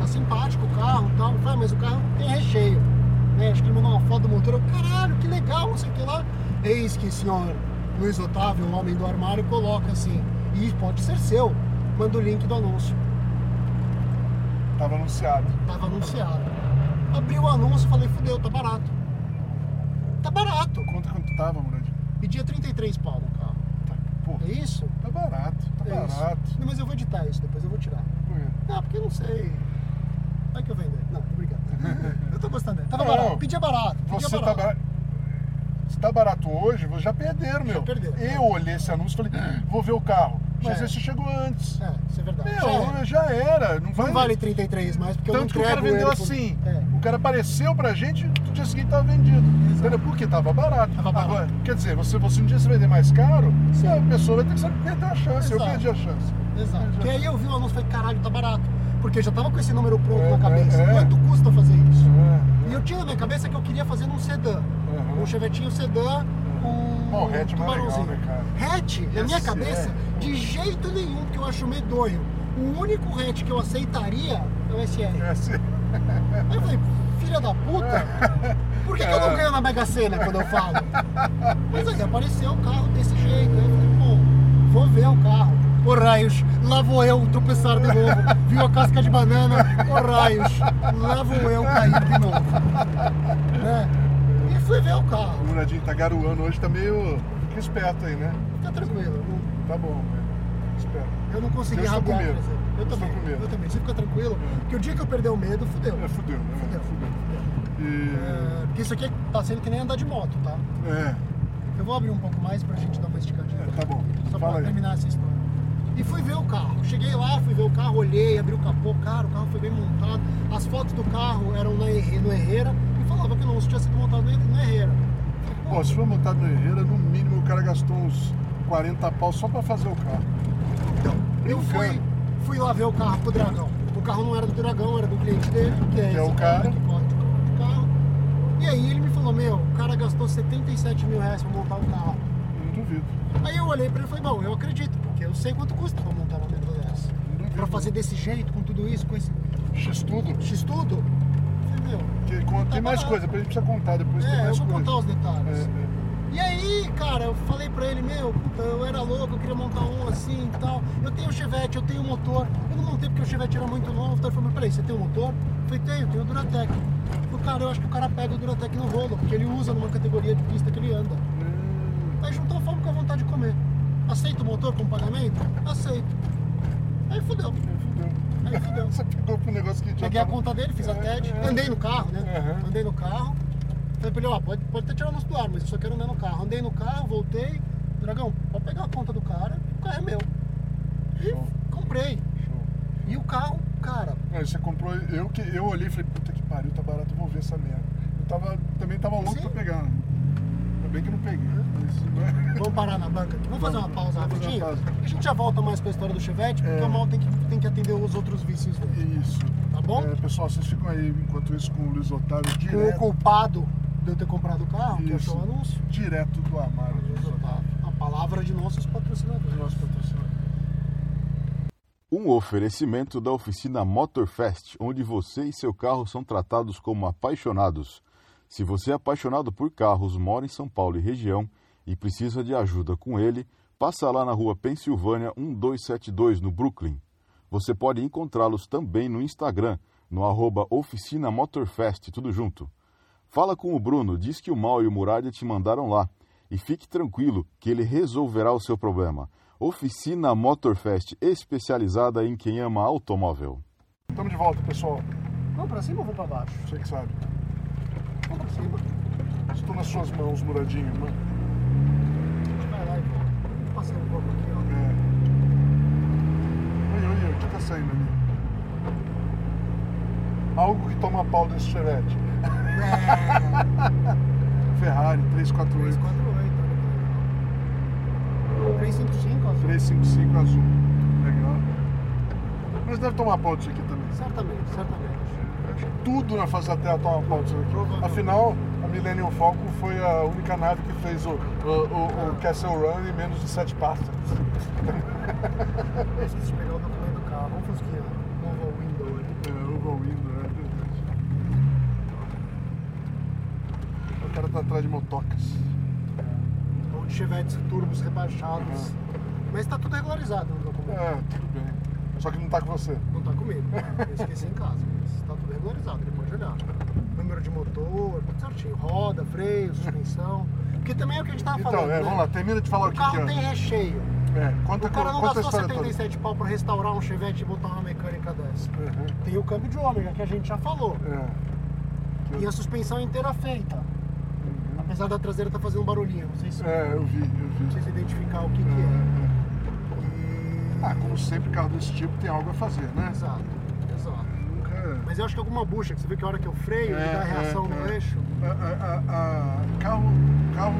Speaker 3: Tá simpático o carro e tal. Eu falei, "Ah, mas o carro tem recheio. Né? Acho que ele mandou uma foto do motor. Eu, caralho, que legal, não sei o que lá. Eis que o senhor Luiz Otávio, o homem do armário, coloca assim. E pode ser seu. Manda o link do anúncio.
Speaker 2: Tava anunciado.
Speaker 3: Tava anunciado. Abri o anúncio e falei, fudeu, tá barato. Tá barato.
Speaker 2: Conta quanto tava, Murad.
Speaker 3: Pedia 33 pau no carro.
Speaker 2: Tá, pô,
Speaker 3: É isso?
Speaker 2: tá barato, tá
Speaker 3: É isso.
Speaker 2: barato.
Speaker 3: Não, mas eu vou editar isso depois, eu vou tirar.
Speaker 2: Por quê?
Speaker 3: Ah, porque eu não sei. Vai que eu vender. Não, obrigado. eu tô gostando dele. Tava
Speaker 2: Não,
Speaker 3: barato. Pedia barato. Pedia
Speaker 2: Você tá
Speaker 3: barato.
Speaker 2: barato. Se tá barato hoje, vocês já perderam, meu.
Speaker 3: perderam. né?
Speaker 2: Eu olhei esse anúncio e falei, "Ah, vou ver o carro. Mas
Speaker 3: Já
Speaker 2: esse chegou antes.
Speaker 3: É, isso é verdade. Já
Speaker 2: Meu,
Speaker 3: era.
Speaker 2: já, era. Não
Speaker 3: Não vale 33 mais, porque eu não
Speaker 2: Tanto que o cara
Speaker 3: entrego
Speaker 2: vendeu
Speaker 3: ele por-
Speaker 2: assim.
Speaker 3: É.
Speaker 2: O cara apareceu pra gente no dia seguinte tava vendido. Entendeu? Porque tava barato.
Speaker 3: Tava barato.
Speaker 2: Agora, quer dizer, você, você um dia se vender mais caro,
Speaker 3: Sim.
Speaker 2: a pessoa vai ter que saber perder a chance. Eu
Speaker 3: Exato.
Speaker 2: perdi a chance.
Speaker 3: Exato.
Speaker 2: Exato.
Speaker 3: Porque aí eu vi o anúncio e falei, caralho, tá barato. Porque eu já tava com esse número pronto
Speaker 2: É,
Speaker 3: na cabeça.
Speaker 2: é, é.
Speaker 3: Quanto custa fazer isso?
Speaker 2: É,
Speaker 3: E eu tinha na minha cabeça que eu queria fazer num sedã.
Speaker 2: Uhum.
Speaker 3: Um chevetinho sedã, um.
Speaker 2: Bom, hatch é mais legal, né, cara?
Speaker 3: Hatch, na minha
Speaker 2: Esse
Speaker 3: cabeça,
Speaker 2: é.
Speaker 3: de jeito nenhum, porque eu acho medonho. O único hatch que eu aceitaria é o SR.
Speaker 2: é. Esse-
Speaker 3: Aí eu falei, filha da puta, por que, que eu não ganho na Mega Sena quando eu falo? Mas aí apareceu o carro desse jeito. Aí eu falei, pô, vou ver o carro. Ô raios, lá vou eu tropeçar de novo. Viu a casca de banana? Ô raios, lá vou eu cair de novo. Né? E fui ver o
Speaker 2: O
Speaker 3: carro.
Speaker 2: Muradinho tá garoando hoje, tá meio fica esperto aí, né?
Speaker 3: Fica tranquilo. não-
Speaker 2: Tá bom, velho. Esperto.
Speaker 3: Eu não consegui
Speaker 2: Eu estou com
Speaker 3: rabiar,
Speaker 2: medo.
Speaker 3: por exemplo. Eu
Speaker 2: Eu estou
Speaker 3: também.
Speaker 2: com medo.
Speaker 3: Eu também. Você fica tranquilo, porque o dia que eu perder o medo, fudeu.
Speaker 2: É, fudeu, né?
Speaker 3: Fudeu.
Speaker 2: Fudeu. E...
Speaker 3: É, porque isso aqui tá sendo que nem andar de moto, tá?
Speaker 2: É.
Speaker 3: Eu vou abrir um pouco mais pra gente dar uma esticadinha.
Speaker 2: É, tá bom.
Speaker 3: Só
Speaker 2: Fala
Speaker 3: pra
Speaker 2: aí.
Speaker 3: terminar essa história. E fui ver o carro. Cheguei lá, fui ver o carro, olhei, abri o capô, cara, o carro foi bem montado. As fotos do carro eram na Herre- no Herreira e falava que o anúncio tinha sido montado na na Herreira.
Speaker 2: Pô, se for montado no Herreira, no mínimo o cara gastou uns 40 pau só pra fazer o carro.
Speaker 3: Então, eu
Speaker 2: brincando.
Speaker 3: fui, fui lá ver o carro com o Dragão. O carro não era do Dragão, era do cliente dele, que é,
Speaker 2: Que é
Speaker 3: esse
Speaker 2: o cara.
Speaker 3: que corre o carro. E aí ele me falou, meu, o cara gastou 77 mil reais pra montar o carro.
Speaker 2: Não duvido.
Speaker 3: Aí eu olhei pra ele e falei, bom, eu acredito, porque eu sei quanto custa pra montar uma merda dessa.
Speaker 2: Não duvido.
Speaker 3: Pra fazer desse jeito, com tudo isso, com esse
Speaker 2: X tudo.
Speaker 3: X tudo, falei, meu,
Speaker 2: Que conta- Tem
Speaker 3: Tá
Speaker 2: mais
Speaker 3: barato.
Speaker 2: coisa, depois a gente precisa contar depois. tem
Speaker 3: é, eu
Speaker 2: mais
Speaker 3: vou
Speaker 2: coisa.
Speaker 3: contar os detalhes.
Speaker 2: É,
Speaker 3: E aí, cara, eu falei pra ele, meu, puta, eu era louco, eu queria montar um assim e tal. Eu tenho Chevette, eu tenho um motor. Eu não montei porque o Chevette era muito novo. Então ele falou, mas peraí, você tem um motor? Eu falei, tenho, tenho o Duratec. Eu falei, cara, eu acho que o cara pega o Duratec no rolo, porque ele usa numa categoria de pista que ele anda.
Speaker 2: é.
Speaker 3: Aí juntou a fome com a vontade de comer. Aceita o motor como pagamento? Aceito. Aí fudeu,
Speaker 2: É, fudeu.
Speaker 3: aí fudeu.
Speaker 2: Você pegou pro negócio que já
Speaker 3: Peguei a
Speaker 2: tava-
Speaker 3: conta dele, fiz a TED,
Speaker 2: É, é.
Speaker 3: andei no carro, né?
Speaker 2: Aham.
Speaker 3: Andei no carro. Falei pra ele, ó, pode, pode até tirar o nosso do ar, mas eu só quero andar no carro. Andei no carro, voltei. Dragão, pode pegar a conta do cara, o carro é meu. E
Speaker 2: Show.
Speaker 3: comprei.
Speaker 2: Show.
Speaker 3: E o carro, cara,
Speaker 2: Não, você comprou, eu que eu olhei e falei, puta que pariu, tá barato, eu vou ver essa merda. Eu tava, também tava louco
Speaker 3: Sim.
Speaker 2: pra pegar. né? Ainda bem que eu não peguei, né? Mas, né?
Speaker 3: vamos parar na banca aqui. Vamos fazer uma pausa
Speaker 2: Vamos fazer
Speaker 3: rapidinho?
Speaker 2: uma pausa.
Speaker 3: E a gente já volta mais com a história do Chevette, porque
Speaker 2: É.
Speaker 3: o mal tem que, tem que atender os outros vícios dele.
Speaker 2: Isso.
Speaker 3: Tá bom?
Speaker 2: É, pessoal, vocês ficam aí enquanto isso com o Luiz Otávio
Speaker 3: O
Speaker 2: direto,
Speaker 3: culpado de eu ter comprado o carro, que
Speaker 2: Isso.
Speaker 3: achou o anúncio,
Speaker 2: direto do armário do Luiz Otávio.
Speaker 3: a palavra de nossos patrocinadores.
Speaker 2: do Nosso patrocinador.
Speaker 1: Um oferecimento da oficina Motorfest, onde você e seu carro são tratados como apaixonados. Se você é apaixonado por carros, mora em São Paulo e região e precisa de ajuda com ele, passa lá na rua Pensilvânia 1272, no Brooklyn. Você pode encontrá-los também no Instagram, no arroba Oficina Motorfest, tudo junto. Fala com o Bruno, diz que o Mal e o Muralha te mandaram lá. E fique tranquilo que ele resolverá o seu problema. Oficina Motorfest, especializada em quem ama automóvel.
Speaker 2: Estamos de volta, pessoal.
Speaker 3: Vamos pra cima ou vou pra baixo?
Speaker 2: Você que sabe.
Speaker 3: Vamos pra cima.
Speaker 2: Estou nas suas mãos, Muradinho. mano.
Speaker 3: Vai lá e volta. Passei um pouco aqui, ó.
Speaker 2: É. Oi, oi, oi, o que tá saindo ali? Algo que toma pau desse Chevette.
Speaker 3: É,
Speaker 2: Ferrari 348.
Speaker 3: 348. 355, ó.
Speaker 2: 355 azul. Legal. Mas deve tomar pau disso aqui também.
Speaker 3: Certamente, certamente.
Speaker 2: Acho que Tudo na face da Terra toma pau disso aqui.
Speaker 3: Provavelmente.
Speaker 2: Afinal, a Millennium Falcon foi a única nave que fez o, o, o, o Castle Run em menos de 7 passos.
Speaker 3: Eu esqueci de pegar o documento do carro. Vamos fusquinha. Nova window ali.
Speaker 2: É, overwind, é verdade. O cara tá atrás de motocas.
Speaker 3: Ou de chevetes e turbos rebaixados. Mas tá tudo regularizado no documento.
Speaker 2: É, tudo bem. Só que não tá com você.
Speaker 3: Não tá comigo. Eu esqueci em casa, mas tá tudo regularizado, ele pode olhar. Número de motor, tudo certinho. Roda, freio, suspensão. Porque também é o que a gente tava
Speaker 2: Então,
Speaker 3: falando.
Speaker 2: é,
Speaker 3: né?
Speaker 2: vamos lá, termina de falar o,
Speaker 3: O
Speaker 2: que,
Speaker 3: carro
Speaker 2: que
Speaker 3: tem
Speaker 2: é.
Speaker 3: recheio.
Speaker 2: é. Conta,
Speaker 3: O cara não
Speaker 2: conta a
Speaker 3: gastou
Speaker 2: história toda.
Speaker 3: 77 pau pra restaurar um Chevette e botar uma mecânica dessa.
Speaker 2: Uhum.
Speaker 3: Tem o câmbio de ômega, que a gente já falou.
Speaker 2: É.
Speaker 3: E a suspensão inteira feita.
Speaker 2: Uhum.
Speaker 3: Apesar da traseira tá fazendo um barulhinho. Não sei se
Speaker 2: É, eu vi, eu vi.
Speaker 3: vocês identificar o que,
Speaker 2: É,
Speaker 3: que é.
Speaker 2: é.
Speaker 3: E-
Speaker 2: Ah, como sempre, carro desse tipo tem algo a fazer, né?
Speaker 3: Exato, exato.
Speaker 2: Nunca.
Speaker 3: Mas eu acho que alguma bucha, que você vê que a hora que eu freio, ele
Speaker 2: É,
Speaker 3: dá a reação
Speaker 2: é,
Speaker 3: no
Speaker 2: é.
Speaker 3: eixo.
Speaker 2: A, a- a- a- carro, carro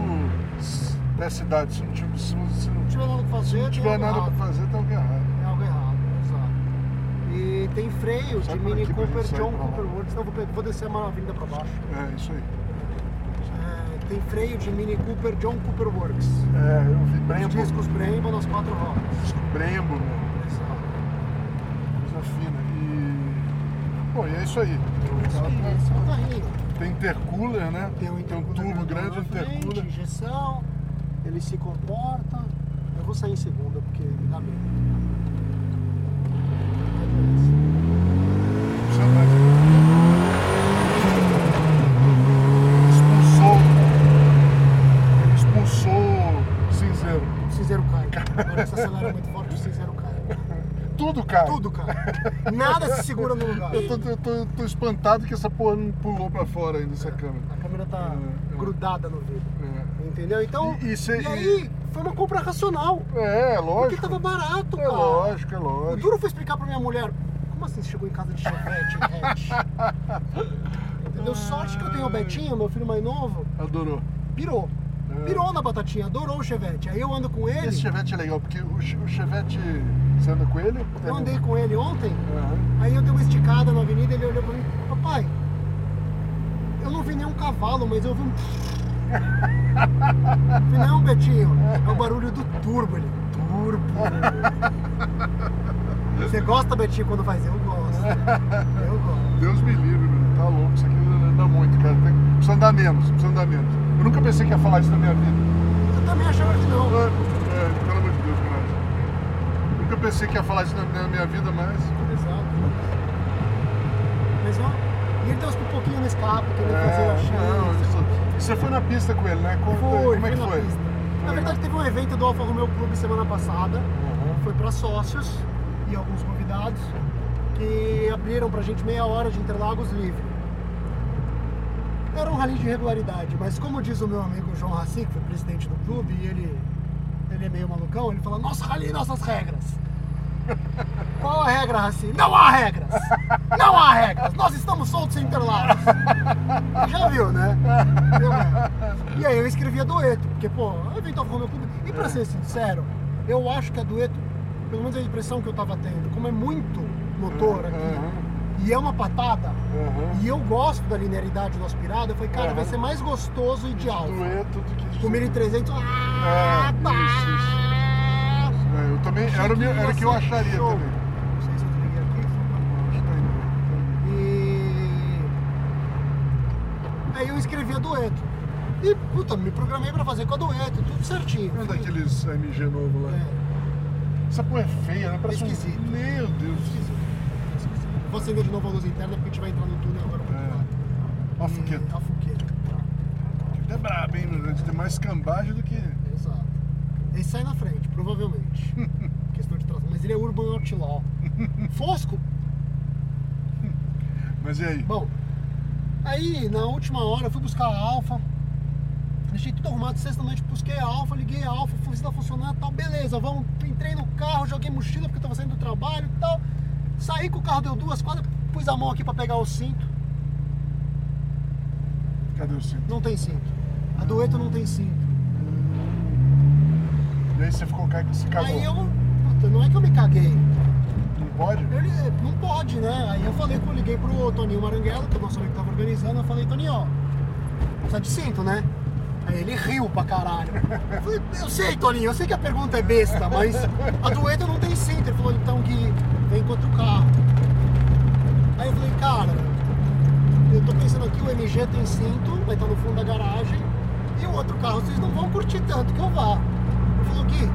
Speaker 2: s- dessa idade, se não tiver, se não- se não
Speaker 3: Se tiver nada pra fazer, tem
Speaker 2: tiver
Speaker 3: algo
Speaker 2: nada
Speaker 3: errado.
Speaker 2: pra fazer, tá algo errado.
Speaker 3: É algo errado, exato. E tem freio
Speaker 2: Sai
Speaker 3: de
Speaker 2: por
Speaker 3: Mini
Speaker 2: aqui pra
Speaker 3: Cooper,
Speaker 2: gente sair
Speaker 3: John
Speaker 2: pra lá.
Speaker 3: Cooper Works. Não, vou, pe- vou descer a avenida pra baixo.
Speaker 2: É, isso aí.
Speaker 3: É, tem freio de Mini Cooper, John Cooper Works.
Speaker 2: É, eu vi
Speaker 3: Os
Speaker 2: Brembo,
Speaker 3: discos Brembo nas quatro rodas.
Speaker 2: Brembo, meu,
Speaker 3: Exato.
Speaker 2: coisa fina. E. Bom, e é isso aí. O carro tá-
Speaker 3: Esse é o carrinho.
Speaker 2: Tem intercooler, né?
Speaker 3: Tem um,
Speaker 2: um turbo grande,
Speaker 3: na frente,
Speaker 2: intercooler.
Speaker 3: injeção, ele se comporta. Eu vou sair em segunda porque me dá medo.
Speaker 2: Deixa eu ver. Expulsou. Ele expulsou o cinzeiro.
Speaker 3: O cinzeiro cai. Na hora que você acelera muito forte, o cinzeiro cai.
Speaker 2: Tudo, cara.
Speaker 3: Tudo cai. Nada se segura no lugar.
Speaker 2: Eu tô, eu tô- eu tô espantado que essa porra não pulou pra fora ainda,
Speaker 3: É.
Speaker 2: essa câmera.
Speaker 3: A câmera tá
Speaker 2: É, é.
Speaker 3: grudada no vidro.
Speaker 2: É.
Speaker 3: Entendeu? Então,
Speaker 2: E- e cê-
Speaker 3: e aí, foi uma compra racional.
Speaker 2: É,
Speaker 3: Porque
Speaker 2: lógico.
Speaker 3: tava barato,
Speaker 2: É
Speaker 3: cara.
Speaker 2: lógico, é
Speaker 3: O
Speaker 2: lógico.
Speaker 3: duro foi explicar pra minha mulher, como assim você chegou em casa de chevette, um hatch? Entendeu? Sorte que eu tenho o Betinho, meu filho mais novo,
Speaker 2: Adorou.
Speaker 3: pirou.
Speaker 2: É.
Speaker 3: Pirou na batatinha, adorou o chevette. Aí eu ando com ele,
Speaker 2: Esse chevette é legal, porque o, che- o chevette. Você anda com ele?
Speaker 3: eu andei com ele ontem,
Speaker 2: Aham.
Speaker 3: aí eu dei uma esticada na avenida, ele olhou pra mim, papai, eu não vi nenhum cavalo, mas eu vi um... Eu Falei, não, Betinho, é o barulho do turbo, ele, turbo. Você gosta, Betinho, quando faz? Eu gosto, eu gosto.
Speaker 2: Deus me livre, mano. Tá louco. Isso aqui anda muito, cara. Tem- Precisa andar menos, precisa andar menos. Eu nunca pensei que ia falar isso na minha vida.
Speaker 3: Eu também achava que
Speaker 2: Ah,
Speaker 3: não.
Speaker 2: é, pelo amor de Deus, cara. Nunca pensei que ia falar isso na, na minha vida, mas.
Speaker 3: Exato. Mas ó, e ele deu um pouquinho no escape, que ele fazia a
Speaker 2: é, não,
Speaker 3: chance.
Speaker 2: isso- Você foi na pista com ele, né? Como,
Speaker 3: Fui,
Speaker 2: como é
Speaker 3: fui
Speaker 2: que
Speaker 3: na
Speaker 2: foi?
Speaker 3: pista. Na verdade, teve um evento do Alfa Romeo Clube semana passada.
Speaker 2: Aham.
Speaker 3: Foi para sócios e alguns convidados que abriram pra gente meia hora de Interlagos livre. Era um rally de regularidade, mas como diz o meu amigo João Racin, que foi presidente do clube, e ele, ele é meio malucão, ele fala, nossa rally, nossas regras. Qual a regra, Racin? Não há regras! Não há regras! Nós estamos soltos em Interlagos! Já viu, né?
Speaker 2: É.
Speaker 3: Viu, né? E aí eu escrevi a dueto, porque, pô, eu vim tocar meu clube. E
Speaker 2: É.
Speaker 3: pra ser sincero, eu acho que a dueto, pelo menos a impressão que eu tava tendo, como é muito motor aqui,
Speaker 2: Aham,
Speaker 3: e é uma patada,
Speaker 2: aham.
Speaker 3: e eu gosto da linearidade do aspirado, eu falei, cara, vai
Speaker 2: Aham.
Speaker 3: ser mais gostoso e de alfa.
Speaker 2: Dueto do é, que.
Speaker 3: Com 1300, ah,
Speaker 2: É,
Speaker 3: tá!
Speaker 2: É, eu também. Era o meu- era o que eu acharia
Speaker 3: Show.
Speaker 2: também.
Speaker 3: Não sei se eu peguei aqui.
Speaker 2: Acho que tá indo.
Speaker 3: E aí eu escrevi a dueto. E puta, me programei pra fazer com a dueto, tudo certinho.
Speaker 2: Um daqueles MG novo lá.
Speaker 3: É,
Speaker 2: Essa porra é feia, né? Parece
Speaker 3: Esquisito.
Speaker 2: um... Meu Deus.
Speaker 3: vou acender de novo a luz interna porque a gente vai entrar no túnel agora pra
Speaker 2: É.
Speaker 3: lá.
Speaker 2: Ó, porque
Speaker 3: E- A fogueta.
Speaker 2: é brabo, hein, meu? Tem mais cambagem do que...
Speaker 3: Exato. Ele sai na frente, provavelmente. Questão de tração. Mas ele é Urban Outlaw. Fosco?
Speaker 2: Mas e aí?
Speaker 3: Bom, aí na última hora eu fui buscar a Alfa. Deixei tudo arrumado sexta-noite, busquei a Alfa, liguei a Alfa, fiz ela funcionar tá e tal, beleza, vamos, entrei no carro, joguei mochila porque eu tava saindo do trabalho e tal. Saí com o carro, deu duas quadras, pus a mão aqui pra pegar o cinto.
Speaker 2: Cadê o cinto?
Speaker 3: Não tem cinto. A dueto não tem cinto.
Speaker 2: E aí você ficou... ca- Se cagou?
Speaker 3: Aí eu. Puta, não é que eu me caguei.
Speaker 2: Não pode?
Speaker 3: Ele eh, não pode, né? Aí eu falei, eu liguei pro Toninho Maranguelo, que é o nosso amigo que tava organizando, eu falei, Toninho, ó, precisa de cinto, né? Aí ele riu pra caralho. Eu falei, eu sei, Toninho, eu sei que a pergunta é besta, mas a doeta não tem cinto. Ele falou, então Gui, vem com outro carro. Aí eu falei, cara, eu tô pensando aqui, o MG tem cinto, vai estar no fundo da garagem, e o outro carro vocês não vão curtir tanto que eu vá. Ele falou, Gui,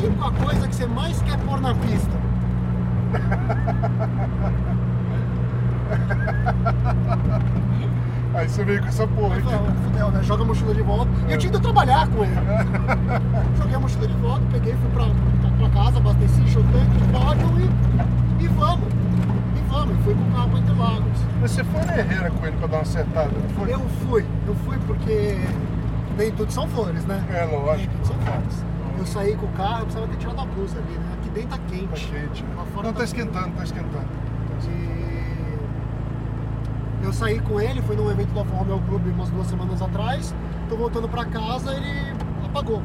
Speaker 3: vem com a coisa que você mais quer pôr na pista.
Speaker 2: Aí você veio com essa porra
Speaker 3: Aí
Speaker 2: aqui.
Speaker 3: falei, ah, Fudeu, né? Joga a mochila de volta. E eu tinha ido trabalhar com ele. Joguei a mochila de volta, peguei, fui pra, pra, pra casa, abasteci, enchi o tanque de pódio e, e vamos. E vamos. E fui com o carro pra Interlagos.
Speaker 2: Mas você foi na Herrera com ele pra dar uma acertada, não foi?
Speaker 3: Eu fui. Eu fui porque nem tudo são flores, né?
Speaker 2: É, lógico.
Speaker 3: Nem tudo são flores. Eu saí com o carro, eu precisava ter tirado a blusa ali, né? Aqui dentro tá quente.
Speaker 2: Tá quente. né?
Speaker 3: Lá fora
Speaker 2: Não, tá
Speaker 3: tá
Speaker 2: esquentando, tá esquentando.
Speaker 3: E Eu saí com ele, fui num evento da Formel Clube umas duas semanas atrás. Tô voltando pra casa, ele apagou.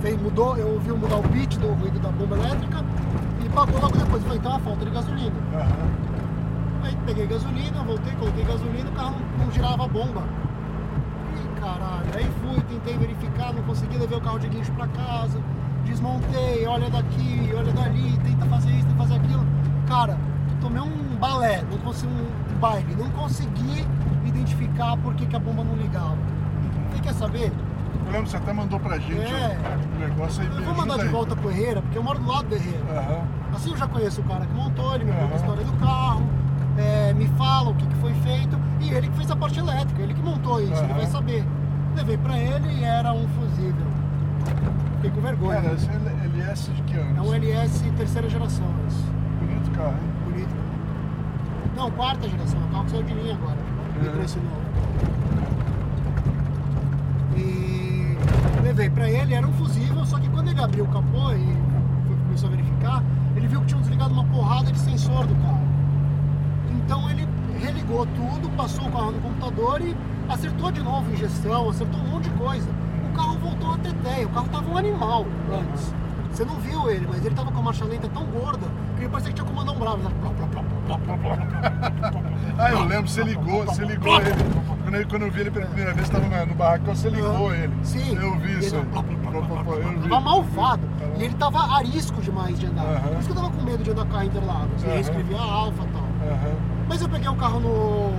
Speaker 3: Fez, mudou, eu ouvi mudar o pitch do ruído da bomba elétrica e apagou logo depois. Eu falei, então é uma falta de gasolina.
Speaker 2: Aham.
Speaker 3: Aí peguei gasolina, voltei, coloquei gasolina, o carro não, não girava a bomba. Ih, caralho. Aí fui, tentei verificar, não consegui, levei o carro de guincho pra casa, desmontei, olha daqui, olha dali, tenta fazer isso, tenta fazer aquilo. Cara, tomei um balé, não consegui um baile, não consegui identificar por que, que a bomba não ligava. Você quer saber?
Speaker 2: Eu lembro, você até mandou pra gente
Speaker 3: É.
Speaker 2: o negócio aí.
Speaker 3: Eu
Speaker 2: me
Speaker 3: vou mandar
Speaker 2: ajuda
Speaker 3: de
Speaker 2: aí.
Speaker 3: volta pro Herrera, porque eu moro do lado do Herrera.
Speaker 2: Aham.
Speaker 3: Assim eu já conheço o cara que montou, ele me conta
Speaker 2: Aham.
Speaker 3: a história do carro, é, me fala o que, que foi feito, e ele que fez a parte elétrica, ele que montou isso, ele
Speaker 2: Aham.
Speaker 3: vai saber. Levei pra ele e era um fusível. Fiquei com vergonha.
Speaker 2: Cara, É, esse L- LS de que ano?
Speaker 3: É um LS terceira geração, isso.
Speaker 2: Bonito carro, hein?
Speaker 3: Bonito. Não, quarta geração, o carro que saiu de linha agora.
Speaker 2: Uhum.
Speaker 3: Me trouxe novo. E levei pra ele, era um fusível, só que quando ele abriu o capô e foi- começou a verificar, ele viu que tinham desligado uma porrada de sensor do carro. Então ele religou tudo, passou o carro no computador e acertou de novo injeção, acertou um monte de coisa. O carro voltou a teteia, o carro tava um animal antes. Você não viu ele, mas ele tava com a marcha lenta tão gorda que ele parecia que tinha comandão bravo. Ele tava plá, plá, plá, plá, plá, plá, plá, plá, plá.
Speaker 2: Ah, eu lembro, você ligou, você ligou ele. Quando eu, quando eu vi ele pela primeira vez, tava na- no barracão, você ligou
Speaker 3: Aham.
Speaker 2: ele.
Speaker 3: Ah, Sim.
Speaker 2: Eu vi
Speaker 3: Ele
Speaker 2: isso. aí.
Speaker 3: tava-
Speaker 2: Eu vi.
Speaker 3: Tava malvado.
Speaker 2: Tava-
Speaker 3: E ele tava arisco demais de andar.
Speaker 2: Aham.
Speaker 3: Por isso que eu tava com medo de andar com a Interlagos. E
Speaker 2: Aham.
Speaker 3: aí escrevi a Alfa e tal.
Speaker 2: Aham.
Speaker 3: Mas eu peguei o carro no,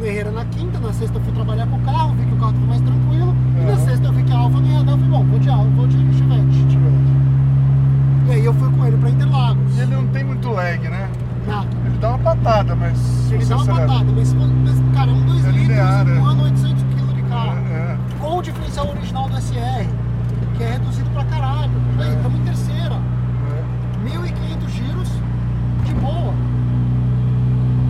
Speaker 3: no Herrera na quinta, na sexta eu fui trabalhar com o carro, vi que o carro tava mais tranquilo. E na
Speaker 2: Aham.
Speaker 3: sexta eu vi que a Alfa não ia andar, eu falei, bom, vou de Alfa, vou de Chevette. E aí eu fui com ele pra Interlagos.
Speaker 2: E ele não tem muito lag, né?
Speaker 3: Nada.
Speaker 2: Ele dá uma patada, mas. se
Speaker 3: Ele
Speaker 2: você
Speaker 3: dá uma
Speaker 2: acelerar-
Speaker 3: patada, mas, mas cara, é um 2
Speaker 2: É
Speaker 3: litros,
Speaker 2: linear, é.
Speaker 3: empurrando 800 kg de carro.
Speaker 2: É, é.
Speaker 3: com o diferencial original do SR, que é reduzido pra caralho. Aí, estamos em terceira.
Speaker 2: é,
Speaker 3: 1.500 giros de boa.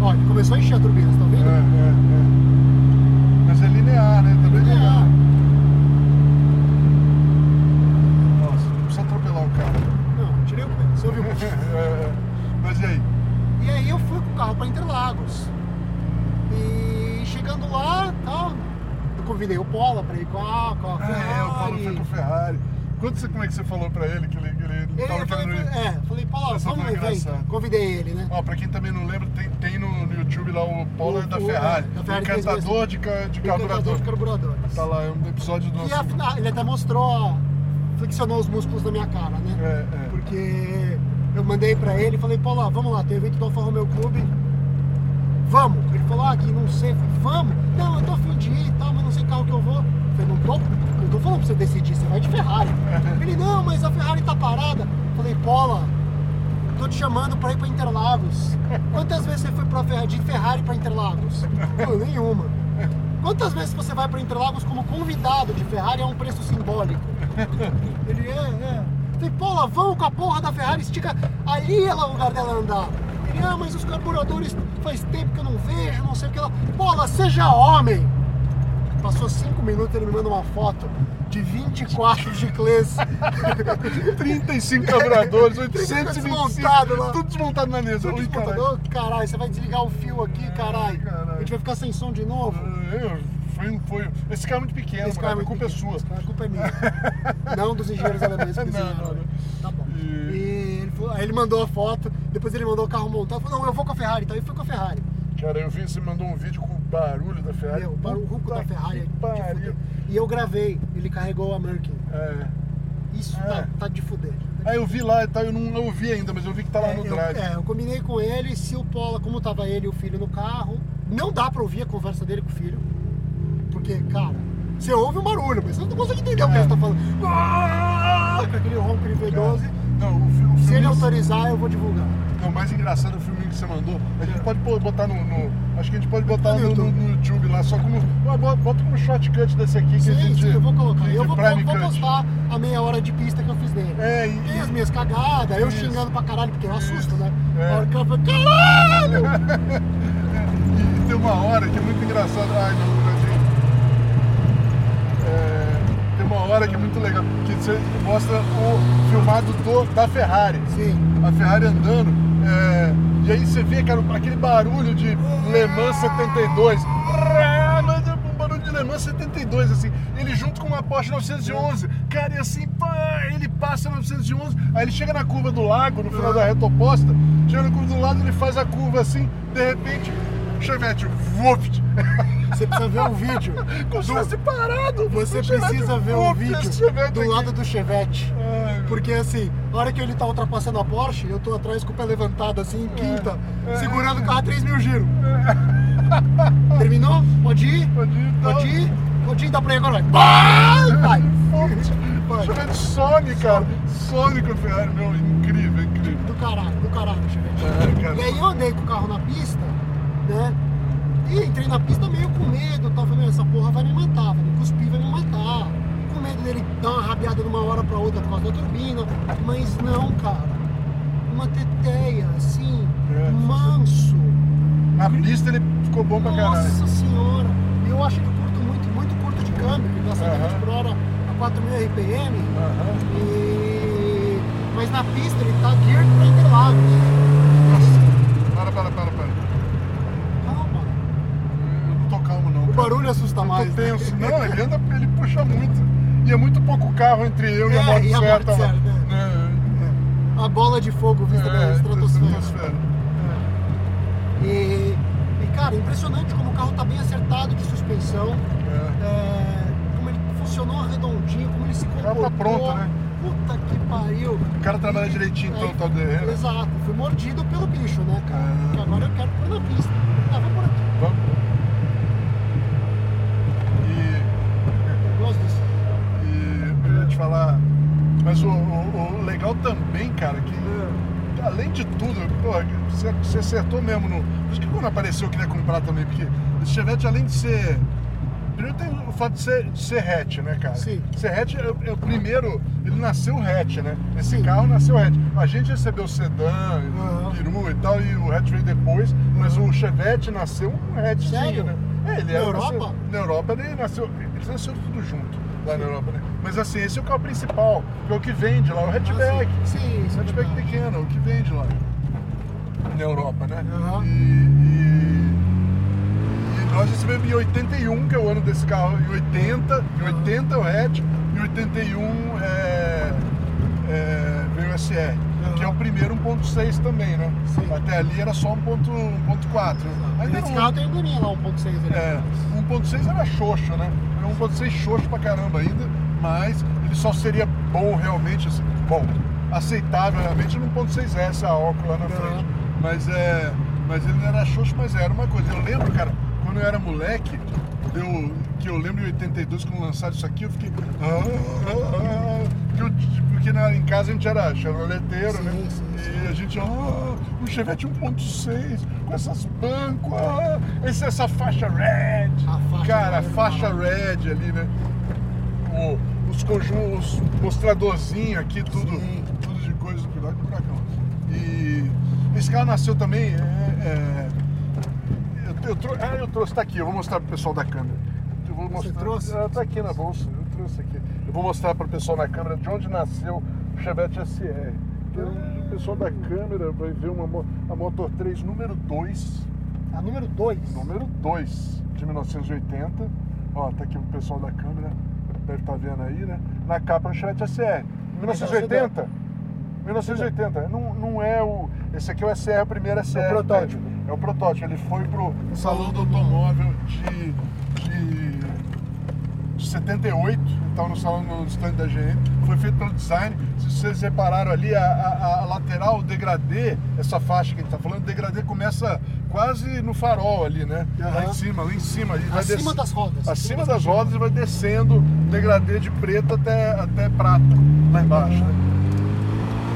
Speaker 3: Olha, começou a encher a turbina, você tá
Speaker 2: É, é,
Speaker 3: vendo?
Speaker 2: é. Mas é linear, né? Também é linear.
Speaker 3: É,
Speaker 2: Nossa, não precisa atropelar o carro.
Speaker 3: não, tirei o pé, você ouviu?
Speaker 2: É, é. Mas e aí?
Speaker 3: e aí eu fui com o carro pra Interlagos. E chegando lá, tal, eu convidei o Pola pra ir com a, com a
Speaker 2: Ah, é, o Paulo foi
Speaker 3: Ferrari.
Speaker 2: com o Ferrari. Quanto você, como é que você falou pra ele que ele, que ele
Speaker 3: Ele,
Speaker 2: tava
Speaker 3: eu falei,
Speaker 2: querendo ir?
Speaker 3: pra- é, falei, Paula,
Speaker 2: Essa
Speaker 3: vamos no
Speaker 2: foi Tá engraçada.
Speaker 3: evento. Convidei ele, né?
Speaker 2: Ó, pra quem também não lembra, tem, tem no, no YouTube lá o Paulo é da
Speaker 3: O- o-
Speaker 2: Ferrari.
Speaker 3: da Ferrari
Speaker 2: encantador de, ca- de
Speaker 3: Encantador
Speaker 2: carburador.
Speaker 3: de é carburadores.
Speaker 2: Tá lá, é um episódio do nosso.
Speaker 3: E afinal, ele até mostrou, flexionou os músculos da minha cara,
Speaker 2: É,
Speaker 3: né?
Speaker 2: é.
Speaker 3: Porque eu mandei pra ele, falei, Paula, vamos lá, tem evento do Alfa Romeo Clube, vamos. Ele falou, ah, Gui, não sei, Eu falei, vamos. Não, eu tô afim de ir e tal, mas não sei que carro que eu vou. Eu falei, não tô, não tô falando pra você decidir, você vai de Ferrari. Ele, não, mas a Ferrari tá parada. Eu falei, Paula, tô te chamando pra ir pra Interlagos. Quantas vezes você foi pra Ferrari, de Ferrari pra Interlagos? Pô, nenhuma. Quantas vezes você vai para Interlagos como convidado de Ferrari a um preço simbólico? Ele é, é. Falei, Paula, vamos com a porra da Ferrari, estica ali ela, o lugar dela andar. Ele, ah, mas os carburadores faz tempo que eu não vejo, não sei o que lá. Paula, seja homem! Passou cinco minutos, ele me manda uma foto de 24 giclês.
Speaker 2: é, 35 carburadores, 825.
Speaker 3: desmontado lá.
Speaker 2: Tudo desmontado na mesa. Ui, caralho.
Speaker 3: Computador, caralho, você vai desligar o fio aqui, caralho.
Speaker 2: caralho.
Speaker 3: A gente vai ficar sem som de novo.
Speaker 2: Eu- Foi, um- foi, esse carro é muito pequeno,
Speaker 3: Esse cara
Speaker 2: cara,
Speaker 3: é
Speaker 2: a culpa
Speaker 3: muito
Speaker 2: é
Speaker 3: pequeno.
Speaker 2: sua.
Speaker 3: A culpa é minha. não dos engenheiros alemães
Speaker 2: Não,
Speaker 3: que
Speaker 2: não,
Speaker 3: desenharam.
Speaker 2: não.
Speaker 3: Tá bom.
Speaker 2: E-
Speaker 3: E ele falou- aí ele mandou a foto, depois ele mandou o carro montado. Falou, não, eu vou com a Ferrari. Então ele foi com a Ferrari.
Speaker 2: Cara, eu vi, você mandou um vídeo com o barulho da Ferrari.
Speaker 3: Meu, para o ronco da
Speaker 2: Puta
Speaker 3: Ferrari. é
Speaker 2: que
Speaker 3: de
Speaker 2: Pariu.
Speaker 3: fuder. E eu gravei, ele carregou a Merkin.
Speaker 2: É.
Speaker 3: Isso
Speaker 2: É.
Speaker 3: tá, tá de fuder.
Speaker 2: Aí eu vi lá e tal, eu não ouvi ainda, mas eu vi que tá lá no
Speaker 3: eu,
Speaker 2: drive.
Speaker 3: é, eu combinei com ele, se o Pola, como tava ele e o filho no carro, não dá pra ouvir a conversa dele com o filho. Porque, cara, você ouve um barulho, mas você não consegue entender o que
Speaker 2: É.
Speaker 3: ele tá falando. Ah, Com aquele ronco de V12.
Speaker 2: Não, o, fi- o
Speaker 3: Se ele
Speaker 2: filminho-
Speaker 3: autorizar, eu vou divulgar.
Speaker 2: Não, o mais engraçado é o filminho que você mandou. A
Speaker 3: É.
Speaker 2: gente pode pô- botar no, no- Acho que a gente pode botar
Speaker 3: Tá no
Speaker 2: no, no-
Speaker 3: YouTube.
Speaker 2: no YouTube lá, só como. Ué, bota- Bota como short cut desse aqui que a
Speaker 3: Sim,
Speaker 2: gente.
Speaker 3: sim, eu vou colocar.
Speaker 2: de-
Speaker 3: Eu
Speaker 2: de
Speaker 3: vou,
Speaker 2: prime
Speaker 3: vou
Speaker 2: cut.
Speaker 3: postar a meia hora de pista que eu fiz dele.
Speaker 2: É, e-
Speaker 3: E as minhas cagadas, eu
Speaker 2: Isso.
Speaker 3: xingando pra caralho, porque eu assusto, né?
Speaker 2: É.
Speaker 3: A hora que ela fala, caralho!
Speaker 2: E tem uma hora que é muito engraçado. Ai, não, Brasil. É, tem uma hora que é muito legal. Que você mostra o filmado do, da Ferrari.
Speaker 3: Sim.
Speaker 2: A Ferrari andando. é, e aí você vê, cara, aquele barulho de Le Mans 72. Um barulho de Le Mans 72, assim. Ele junto com uma Porsche 911. Cara, e assim, pá, ele passa a 911. Aí ele chega na curva do lago, no final da reta oposta. Chega na curva do lado, ele faz a curva assim. De repente, Chevette, vupt.
Speaker 3: Você precisa ver um vídeo.
Speaker 2: Como se fosse parado.
Speaker 3: Você
Speaker 2: o Chevette
Speaker 3: precisa ver um
Speaker 2: vupt,
Speaker 3: vídeo
Speaker 2: esse Chevette
Speaker 3: do
Speaker 2: aqui. É.
Speaker 3: lado do Chevette.
Speaker 2: Ai, meu
Speaker 3: Porque assim, na hora que ele tá ultrapassando a Porsche, eu tô atrás com o pé levantado assim, em quinta,
Speaker 2: É.
Speaker 3: segurando o carro a 3 mil giros. Terminou? Pode ir?
Speaker 2: Pode ir, então.
Speaker 3: Pode ir? Pode ir, dá play agora, vai. Vai! vai.
Speaker 2: Vai. Chama de Sony, cara. Sony com a Ferrari, meu, incrível, incrível.
Speaker 3: Do caralho, do caralho, Chevette.
Speaker 2: É,
Speaker 3: E aí
Speaker 2: cara.
Speaker 3: eu andei com o carro na pista, né? E entrei na pista meio com medo, tal, falei, "Meu, essa porra vai me matar, vai me cuspir, vai me matar. Com medo dele dar uma rabiada de uma hora pra outra por causa da turbina. Mas não, cara. Uma teteia, assim,
Speaker 2: É.
Speaker 3: manso.
Speaker 2: Na pista ele ficou bom pra caralho.
Speaker 3: Nossa senhora! E eu acho que eu curto muito, muito curto de câmbio, que dá 120
Speaker 2: Aham.
Speaker 3: por hora a 4000 RPM.
Speaker 2: Aham.
Speaker 3: E... Mas na pista ele tá geared pra Interlagos.
Speaker 2: Para, para, para, para.
Speaker 3: Calma.
Speaker 2: Eu não tô calmo, não.
Speaker 3: O
Speaker 2: cara.
Speaker 3: barulho assusta
Speaker 2: Eu
Speaker 3: mais.
Speaker 2: tô
Speaker 3: né?
Speaker 2: tenso. Não, ele anda, ele puxa muito. E é muito pouco carro entre eu e a
Speaker 3: É, e a
Speaker 2: motocicleta. lá.
Speaker 3: motocicleta,
Speaker 2: Né?
Speaker 3: A bola de fogo vista da
Speaker 2: É,
Speaker 3: estratosfera.
Speaker 2: estratosfera. é,
Speaker 3: E, e, cara, impressionante como o carro tá bem acertado de suspensão.
Speaker 2: É.
Speaker 3: é, como ele funcionou redondinho, como ele se
Speaker 2: carro
Speaker 3: comportou.
Speaker 2: tá pronto, né?
Speaker 3: Puta que pariu.
Speaker 2: O cara trabalha direitinho, então,
Speaker 3: Aí,
Speaker 2: tá derrendo.
Speaker 3: Exato. Fui mordido pelo bicho, né, cara?
Speaker 2: Ah.
Speaker 3: Que agora eu quero pôr na pista. Tava por aqui.
Speaker 2: Vamos. E.
Speaker 3: Eu gosto disso.
Speaker 2: E eu ia te falar. Mas o, o- o legal também, cara, é que
Speaker 3: É.
Speaker 2: além de tudo, porra, você, você acertou mesmo no. Por isso que quando apareceu eu queria comprar também, porque esse Chevette, além de ser. Primeiro tem o fato de ser, de ser hatch, né, cara?
Speaker 3: Sim.
Speaker 2: Ser hatch é, o- é o primeiro. Ele nasceu hatch, né? Esse
Speaker 3: Sim.
Speaker 2: carro nasceu hatch. A gente recebeu o sedã,
Speaker 3: Aham.
Speaker 2: o peru e tal, e o hatch veio depois, mas o Chevette nasceu um hatchzinho,
Speaker 3: Sério?
Speaker 2: né? É, ele
Speaker 3: Na
Speaker 2: era-
Speaker 3: Europa?
Speaker 2: na Europa ele nasceu, eles nasceram tudo junto lá na Europa, né? Mas assim, esse é o carro principal, que é o que vende lá, o hatchback.
Speaker 3: Ah, sim. Sim,
Speaker 2: o
Speaker 3: isso é
Speaker 2: hatchback
Speaker 3: verdade.
Speaker 2: pequeno, o que vende lá na Europa, né?
Speaker 3: Aham.
Speaker 2: E, e, e nós recebemos em 81, que é o ano desse carro, em 80, em 80 o hatch, em 81 é, é, veio o SR,
Speaker 3: Aham.
Speaker 2: que é o primeiro 1.6 também, né?
Speaker 3: Sim.
Speaker 2: Até ali era só 1.4. 1.4. Ainda
Speaker 3: Esse
Speaker 2: não-
Speaker 3: carro tem um probleminha lá, 1.6 ali.
Speaker 2: é, 1.6 era xoxo, né? Era 1.6 xoxo pra caramba ainda, mas ele só seria bom realmente, assim, bom, aceitável realmente no 1.6S, a óculos lá na
Speaker 3: Aham.
Speaker 2: frente. Mas é. Mas ele não era xoxo, mas era uma coisa. Eu lembro, cara, quando eu era moleque, eu, que eu lembro em 82, quando lançaram isso aqui, eu fiquei. "Ah, ah, ah", porque eu- porque na, em casa a gente era charolateiro,
Speaker 3: Sim,
Speaker 2: né?
Speaker 3: sim,
Speaker 2: E
Speaker 3: sim.
Speaker 2: e a gente, ó, um Chevette 1.6, com essas bancos, ah, esse- essa faixa red.
Speaker 3: A faixa tá
Speaker 2: Cara, a
Speaker 3: red,
Speaker 2: faixa
Speaker 3: mano.
Speaker 2: red ali, né? O- os conjuntos, os mostradorzinhos aqui, tudo,
Speaker 3: Sim.
Speaker 2: tudo de coisa, cuidado com o buracão. E esse carro nasceu também, é, é, eu, eu, trou- ah, eu trouxe, tá aqui, eu vou mostrar pro pessoal da câmera. Eu vou mostrar,
Speaker 3: trouxe?
Speaker 2: Ah, tá aqui na bolsa, eu trouxe aqui. Eu vou mostrar pro pessoal na câmera de onde nasceu o Chevette SR. Então, O pessoal da câmera vai ver uma, mo- a Motor 3 número 2,
Speaker 3: A número 2.
Speaker 2: número 2 de 1980. Ó, tá aqui o pessoal da câmera, deve estar vendo aí, né? Na capa é o Chevette SR. 1980? 1980. Não, não é o. Esse aqui é o SR, o primeiro SR. né?
Speaker 3: protótipo.
Speaker 2: É o protótipo. Ele foi pro Salão do Automóvel de. de 78, então no salão no stand da GM, foi feito pelo design. Se vocês repararam ali, a, a- a lateral, o degradê, essa faixa que a gente tá falando, o degradê começa quase no farol ali, né? Lá em
Speaker 3: Aham.
Speaker 2: cima, lá em cima. E vai
Speaker 3: Acima
Speaker 2: desce-
Speaker 3: das rodas.
Speaker 2: Acima das rodas e vai descendo degradê de preto até, até prata lá embaixo. Né?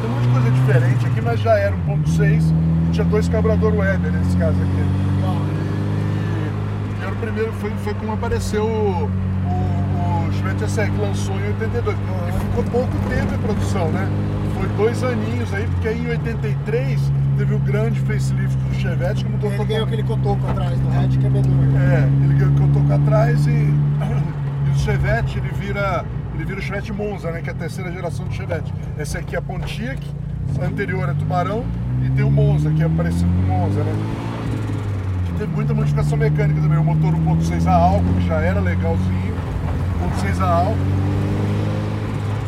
Speaker 2: Tem um monte de coisa diferente aqui, mas já era 1.6 e tinha dois carburador Weber nesse caso aqui. E era o primeiro, foi, foi como apareceu o, o, o Schmidt SE, que lançou em 82. E ficou pouco tempo em produção, né? Foi dois aninhos aí, porque aí em 83 teve o grande facelift do Chevette que mudou
Speaker 3: Ele ganhou
Speaker 2: totalmente.
Speaker 3: É, aquele cotoco atrás do Red, que é medonho.
Speaker 2: É, ele ganhou que eu toco atrás e, e o Chevette ele vira, ele vira o Chevette Monza, né? Que é a terceira geração do Chevette. Essa aqui é a Pontiac, a anterior é Tubarão e tem o Monza, que é parecido com o Monza, né? Que teve muita modificação mecânica também. O motor 1.6 a álcool, que já era legalzinho, 1.6 a álcool,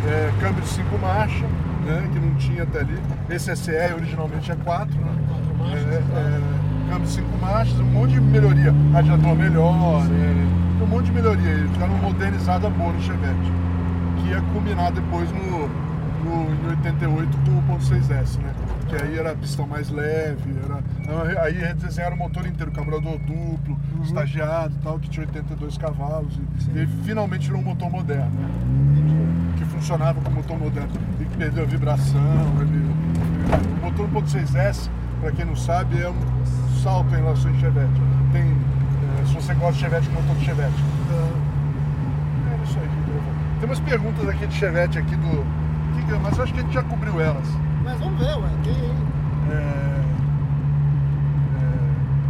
Speaker 2: é, câmbio de 5 marchas, né? Que não tinha até ali. Esse SR originalmente é 4, né?
Speaker 3: Quatro
Speaker 2: É,
Speaker 3: marchas, né?
Speaker 2: é, câmbio 5 marchas, um monte de melhoria. Radiador melhor, é, um monte de melhoria. Eles fizeram uma modernizada boa no Chevette. Que ia culminar depois no, no- em 88 com o 1.6S, né? Que aí era a pistão mais leve, era, aí redesenharam o motor inteiro, carburador duplo, estagiado e tal, que tinha 82 cavalos. E, e aí finalmente virou um motor moderno, né? que funcionava como motor moderno e que perdeu a vibração. Ele, ele- o motor 1.6S, para quem não sabe, é um salto em relação ao Chevette. Tem, eh, se você gosta de Chevette, motor de Chevette. É isso aí. que eu vou- Tem umas perguntas aqui de Chevette aqui do. Diga, Mas eu acho que a gente já cobriu elas.
Speaker 3: Mas vamos ver, ué. tem-
Speaker 2: É,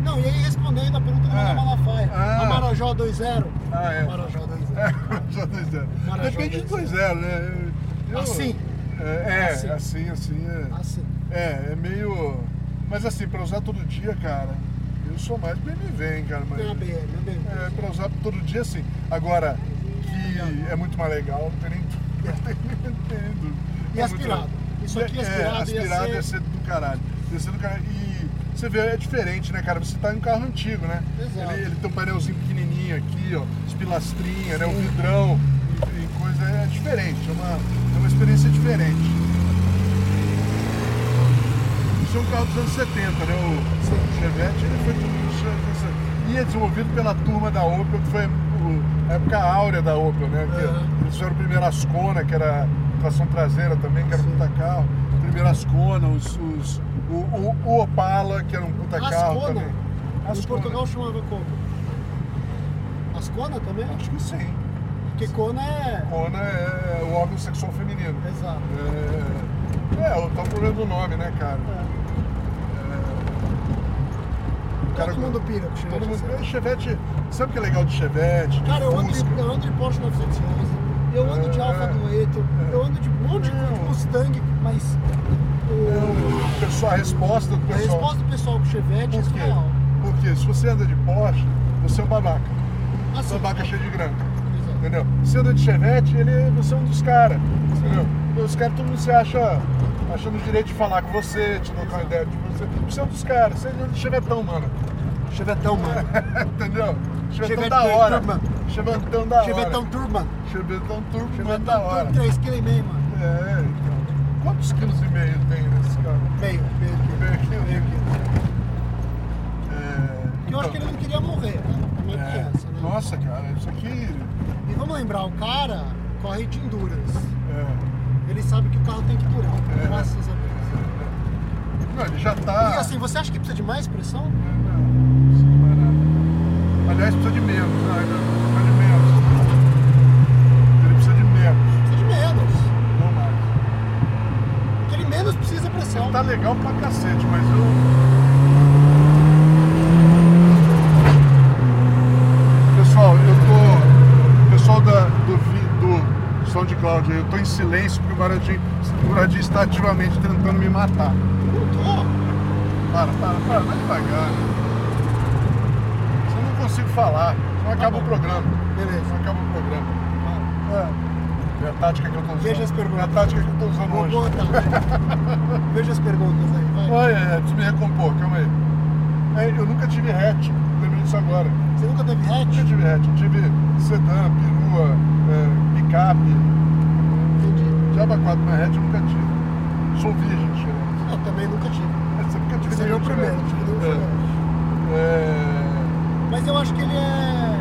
Speaker 3: Não, e aí respondendo a pergunta do
Speaker 2: Ah.
Speaker 3: Manuel Malafaia.
Speaker 2: Ah.
Speaker 3: A Marajó 2.0.
Speaker 2: Ah, é.
Speaker 3: Marajó 2.0.
Speaker 2: é, Marajó 2.0.
Speaker 3: Marajó
Speaker 2: Depende do
Speaker 3: 2.0.
Speaker 2: 2.0, né? Eu-
Speaker 3: Assim.
Speaker 2: É,
Speaker 3: Assim.
Speaker 2: é, assim, assim. É.
Speaker 3: Assim.
Speaker 2: É, é meio. Mas assim, pra usar todo dia, cara, eu sou mais BMW, hein, cara. Mas,
Speaker 3: Meu bem, meu bem.
Speaker 2: é, pra usar todo dia, assim. Agora, que é muito mais legal, não tem nem, não tem nem- não tem nem dúvida.
Speaker 3: E
Speaker 2: É
Speaker 3: aspirado.
Speaker 2: muito-
Speaker 3: Isso aqui
Speaker 2: É,
Speaker 3: aspirado, ia
Speaker 2: aspirado
Speaker 3: ser-
Speaker 2: ia ser do caralho. Ia ser do caralho. E você vê, é diferente, né, cara? Você tá em um carro antigo, né?
Speaker 3: Exato.
Speaker 2: Ele, ele tem um painelzinho pequenininho aqui, ó, as pilastrinhas, né, o vidrão e, e coisa. É diferente, é uma, é uma experiência diferente. Isso é um carro dos anos 70, né? O
Speaker 3: Sim.
Speaker 2: Chevette ele foi tudo isso, isso- e é desenvolvido pela turma da Opel, que foi o- a época áurea da Opel, né? Que
Speaker 3: Aham.
Speaker 2: Eles fizeram primeiro as Ascona, que era tração traseira também, que era um
Speaker 3: Sim.
Speaker 2: puta carro. Primeiro as Ascona, os, os- o, o- o Opala, que era um puta carro
Speaker 3: Ascona?
Speaker 2: também.
Speaker 3: Em Portugal chamava como? Ascona também?
Speaker 2: Acho que sim.
Speaker 3: Porque Kona é.
Speaker 2: Ascona é o órgão sexual feminino.
Speaker 3: Exato.
Speaker 2: É, é o tal problema do nome, né, cara?
Speaker 3: É.
Speaker 2: O cara
Speaker 3: Todo mundo pira com Chevette.
Speaker 2: Todo mundo-
Speaker 3: assim.
Speaker 2: é, Chevette, sabe o que é legal de Chevette? de
Speaker 3: Cara, é eu ando,
Speaker 2: Fusca?
Speaker 3: de, eu ando de Porsche 911, eu ando de
Speaker 2: É.
Speaker 3: Alfa Dueto, eu ando de um monte de coisa, de
Speaker 2: Não.
Speaker 3: Mustang, mas o,
Speaker 2: O pessoal, a resposta do
Speaker 3: a
Speaker 2: pessoal.
Speaker 3: resposta do pessoal com Chevette é
Speaker 2: Por quê?
Speaker 3: surreal.
Speaker 2: Porque se você anda de Porsche, você é um babaca. Um
Speaker 3: Assim,
Speaker 2: babaca cheio de grana.
Speaker 3: exato.
Speaker 2: Entendeu? Você anda de Chevette, ele, é- você é um dos caras. Entendeu? Os caras, todo mundo se acha achando o direito de falar com você, te trocar uma ideia de você. Você é um dos caras, você anda de Chevetão, mano.
Speaker 3: Chevetão, mano.
Speaker 2: Entendeu? Chevetão da
Speaker 3: Chevetão
Speaker 2: hora.
Speaker 3: turma.
Speaker 2: Chevetão da hora.
Speaker 3: Chevetão Turma.
Speaker 2: Chevetão turbo, Chevetão da
Speaker 3: Chevetão
Speaker 2: hora.
Speaker 3: Turbo 3,5 kg, mano.
Speaker 2: É, então. Quantos quilos e meio tem nesse cara?
Speaker 3: Meio, meio quilo.
Speaker 2: Meio quilo.
Speaker 3: Meio quilo.
Speaker 2: É,
Speaker 3: Porque eu acho que ele não queria morrer, né? Também tem essa, né?
Speaker 2: é, nossa, cara, isso aqui.
Speaker 3: E vamos lembrar, o cara corre de Endurance.
Speaker 2: É,
Speaker 3: Ele sabe que o carro tem que durar,
Speaker 2: É.
Speaker 3: graças a Deus.
Speaker 2: não, ele já tá.
Speaker 3: E assim, você acha que precisa de mais pressão?
Speaker 2: Não, não é nada. Aliás, precisa de menos, né? Precisa de menos. Ele precisa de menos,
Speaker 3: Precisa de menos.
Speaker 2: não mais.
Speaker 3: Porque ele menos precisa de pressão.
Speaker 2: Tá legal pra cacete, mas eu. Pessoal, eu tô. Pessoal da, do, vi- do SoundCloud, eu tô em silêncio porque o Guaradi, o Guaradi está ativamente tentando me matar.
Speaker 3: Não tô.
Speaker 2: Para, para, para, vai devagar. Senão Eu não consigo falar, senão acaba o programa.
Speaker 3: Tá Beleza.
Speaker 2: Senão acaba o programa. É, é a tática que eu tô usando.
Speaker 3: Veja as perguntas.
Speaker 2: É a tática que eu tô usando
Speaker 3: Vou
Speaker 2: hoje.
Speaker 3: botar. Veja as perguntas aí, vai.
Speaker 2: Olha, é, preciso me recompor, calma aí. É, eu nunca tive hatch, lembrei disso agora.
Speaker 3: Você nunca teve
Speaker 2: Nunca
Speaker 3: hatch?
Speaker 2: tive hatch, eu tive sedã, perua, é, picape,
Speaker 3: Entendi.
Speaker 2: diaba 4, mas hatch eu nunca tive. Sou virgem, chefe.
Speaker 3: Eu Ah, também nunca tive.
Speaker 2: Você nunca tive
Speaker 3: Você é
Speaker 2: nenhum
Speaker 3: o primeiro.
Speaker 2: hatch.
Speaker 3: tive nenhum primeiro.
Speaker 2: É, é,
Speaker 3: Mas eu acho que ele é...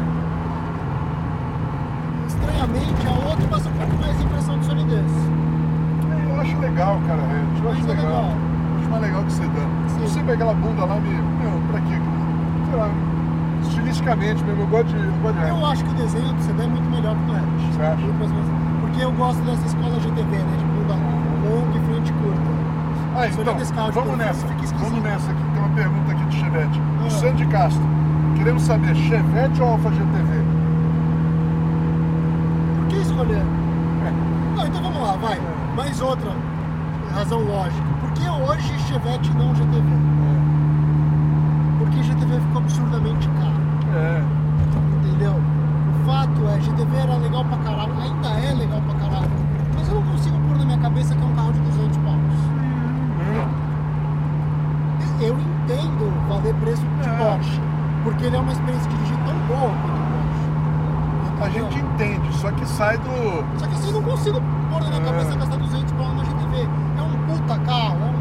Speaker 3: Estranhamente, a outro passa um pouco mais impressão de solidez.
Speaker 2: eu acho legal legal, cara. É, eu acho
Speaker 3: Isso é
Speaker 2: legal.
Speaker 3: legal.
Speaker 2: Eu acho mais legal que sedã.
Speaker 3: Sim.
Speaker 2: Se você pegar aquela bunda lá, me. Meu, pra quê? Sei lá. Estilisticamente mesmo, eu gosto de. Eu gosto de hatch.
Speaker 3: Eu acho que o desenho do CD é muito melhor que o do Hatch.
Speaker 2: Você acha?
Speaker 3: Muito mais bonito. Porque eu gosto dessa escola GTV, né? De bunda longa e frente curta.
Speaker 2: Ah,
Speaker 3: Sou
Speaker 2: então,
Speaker 3: desse carro de
Speaker 2: vamos
Speaker 3: perfil,
Speaker 2: nessa.
Speaker 3: fica esquisito.
Speaker 2: Vamos nessa aqui. Tem uma pergunta aqui do Chevette.
Speaker 3: Ah.
Speaker 2: O Sandy Castro. Queremos saber, Chevette ou Alfa GTV?
Speaker 3: Por que escolher?
Speaker 2: É.
Speaker 3: Não, então vamos lá, vai. Mais outra razão lógica. Por que hoje Chevette e não GTV? É. Porque GTV ficou absurdamente caro,
Speaker 2: É.
Speaker 3: entendeu? O fato é, GTV era legal pra caralho, ainda é legal pra caralho, mas eu não consigo pôr na minha cabeça que é um carro de 200 paus. É. Eu entendo valer preço de
Speaker 2: É.
Speaker 3: Porsche, porque ele é uma experiência de dirigir tão boa quanto o Porsche.
Speaker 2: A
Speaker 3: Entendeu?
Speaker 2: gente entende, só que sai do.
Speaker 3: Só que assim, eu não consigo pôr na minha
Speaker 2: É.
Speaker 3: cabeça gastar 200 pau na GTV. É um puta carro, é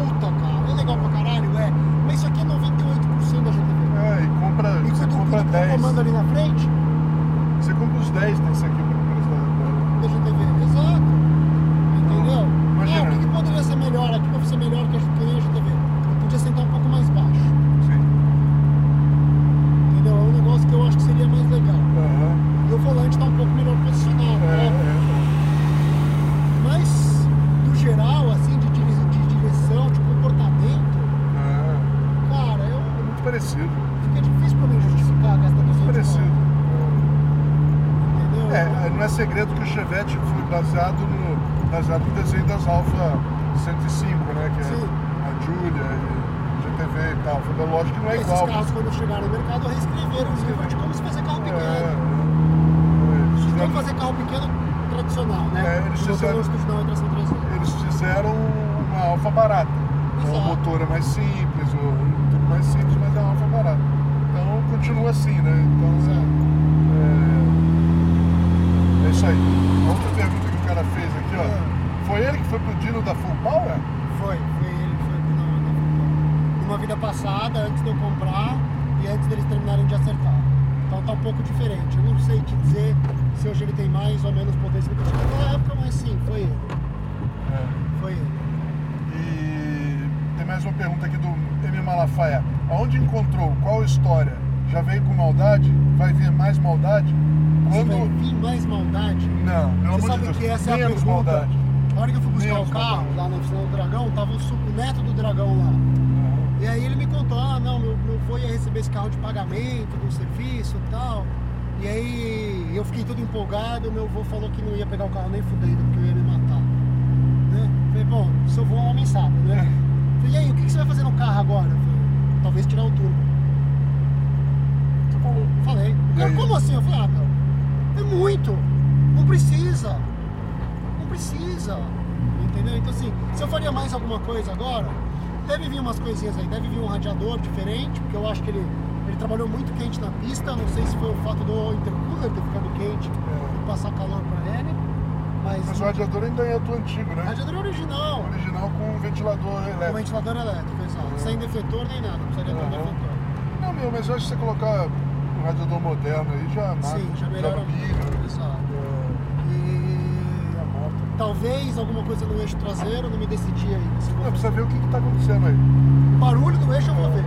Speaker 3: um puta carro. É legal pra caralho, é. Mas isso aqui é 98% da GTV.
Speaker 2: É, e compra.
Speaker 3: E
Speaker 2: você
Speaker 3: quando
Speaker 2: compra
Speaker 3: quando tem o
Speaker 2: 10.
Speaker 3: comando ali na frente,
Speaker 2: Você compra os 10 nesse aqui pra preço da-
Speaker 3: da GTV. Exato. Entendeu?
Speaker 2: imagina.
Speaker 3: Ah, o que, que poderia ser melhor aqui pra ser melhor que a que nem a GTV? Eu podia sentar um pouco mais baixo.
Speaker 2: da. Sim.
Speaker 3: Entendeu? É um negócio que eu acho que seria mais legal.
Speaker 2: Aham.
Speaker 3: E o volante tá um pouco melhor posicionado.
Speaker 2: É,
Speaker 3: né?
Speaker 2: é.
Speaker 3: Mas, no geral, assim, de, dire- de direção, de comportamento,
Speaker 2: É.
Speaker 3: cara, eu.
Speaker 2: É Muito parecido.
Speaker 3: Fica difícil pra mim justificar gastar 200
Speaker 2: Muito parecido.
Speaker 3: Entendeu? Então,
Speaker 2: É, não é segredo que o Chevette foi baseado no, baseado no desenho das Alfa 105, né? Que é
Speaker 3: Sim.
Speaker 2: a Julia e GTV e tal. Foi lógico que não é
Speaker 3: Esses
Speaker 2: igual.
Speaker 3: carros, quando chegaram no mercado, reescreveram os livros de como se fazer carro
Speaker 2: É,
Speaker 3: pequeno.
Speaker 2: é, eles,
Speaker 3: De como
Speaker 2: fizeram,
Speaker 3: fazer carro pequeno tradicional, né?
Speaker 2: É, eles
Speaker 3: De motor
Speaker 2: fizeram-
Speaker 3: longitudinal e tração traseira.
Speaker 2: eles fizeram uma Alfa barata. Então o
Speaker 3: Exato.
Speaker 2: motor é mais simples, o, tudo mais simples, mas é uma Alfa barata. Então continua assim, né? Então
Speaker 3: Exato.
Speaker 2: é, é isso aí. A outra pergunta que o cara fez aqui, ó.
Speaker 3: É.
Speaker 2: Foi ele que foi pro Dino da Full Power?
Speaker 3: Foi, foi ele, foi o Bruno, né? Numa vida passada, antes de eu comprar e antes deles terminarem de acertar. Então tá um pouco diferente. Eu não sei te dizer se hoje ele tem mais ou menos potência do que tinha naquela época, mas sim, foi ele.
Speaker 2: É.
Speaker 3: Foi ele.
Speaker 2: E tem mais uma pergunta aqui do M. Malafaia. Aonde encontrou? Qual história? Já veio com maldade? Vai vir mais maldade?
Speaker 3: Vai
Speaker 2: Quando.
Speaker 3: vir mais maldade?
Speaker 2: Não, pelo
Speaker 3: Você
Speaker 2: amor de
Speaker 3: sabe
Speaker 2: Deus.
Speaker 3: que essa é a
Speaker 2: menos
Speaker 3: pergunta.
Speaker 2: maldade.
Speaker 3: A hora que eu fui buscar
Speaker 2: Menos
Speaker 3: o carro
Speaker 2: maldade.
Speaker 3: lá na oficina do Dragão, tava o, su- o neto do Dragão
Speaker 2: É.
Speaker 3: lá. E aí ele me contou, ah não, meu, meu avô ia receber esse carro de pagamento, de um serviço e tal. E aí eu fiquei todo empolgado, meu avô falou que não ia pegar o carro nem fudendo, porque eu ia me matar. Né? Falei, bom, seu avô é um homem sábio, né?
Speaker 2: É.
Speaker 3: Falei, e aí, o que que você vai fazer no carro agora? Falei, talvez tirar o turbo.
Speaker 2: Você falou.
Speaker 3: Falei.
Speaker 2: E
Speaker 3: Cara,
Speaker 2: aí?
Speaker 3: como assim? Eu falei, ah, meu, é muito. Não precisa. Não precisa. Entendeu? Então, assim, se eu faria mais alguma coisa agora, deve vir umas coisinhas aí. Deve vir um radiador diferente, porque eu acho que ele, ele trabalhou muito quente na pista. Não sei se foi o fato do intercooler ter ficado quente
Speaker 2: É.
Speaker 3: e passar calor pra ele. Mas,
Speaker 2: Mas o radiador ainda é do antigo, né?
Speaker 3: radiador é original.
Speaker 2: Original com um ventilador
Speaker 3: Com
Speaker 2: É elétrico. É.
Speaker 3: ventilador é elétrico, exato. Sem defletor nem nada. Não precisaria ter um
Speaker 2: Uhum.
Speaker 3: defletor.
Speaker 2: Não, meu, mas eu acho que você colocar um radiador moderno aí já mata.
Speaker 3: Sim, já melhora muito.
Speaker 2: pilha.
Speaker 3: Exato.
Speaker 2: É,
Speaker 3: E
Speaker 2: já mata.
Speaker 3: Talvez alguma coisa no eixo traseiro, não me decidi ainda. se eu vou
Speaker 2: Não, É. precisa ver
Speaker 3: fazer.
Speaker 2: o que, que tá acontecendo aí.
Speaker 3: O barulho do eixo eu vou ver.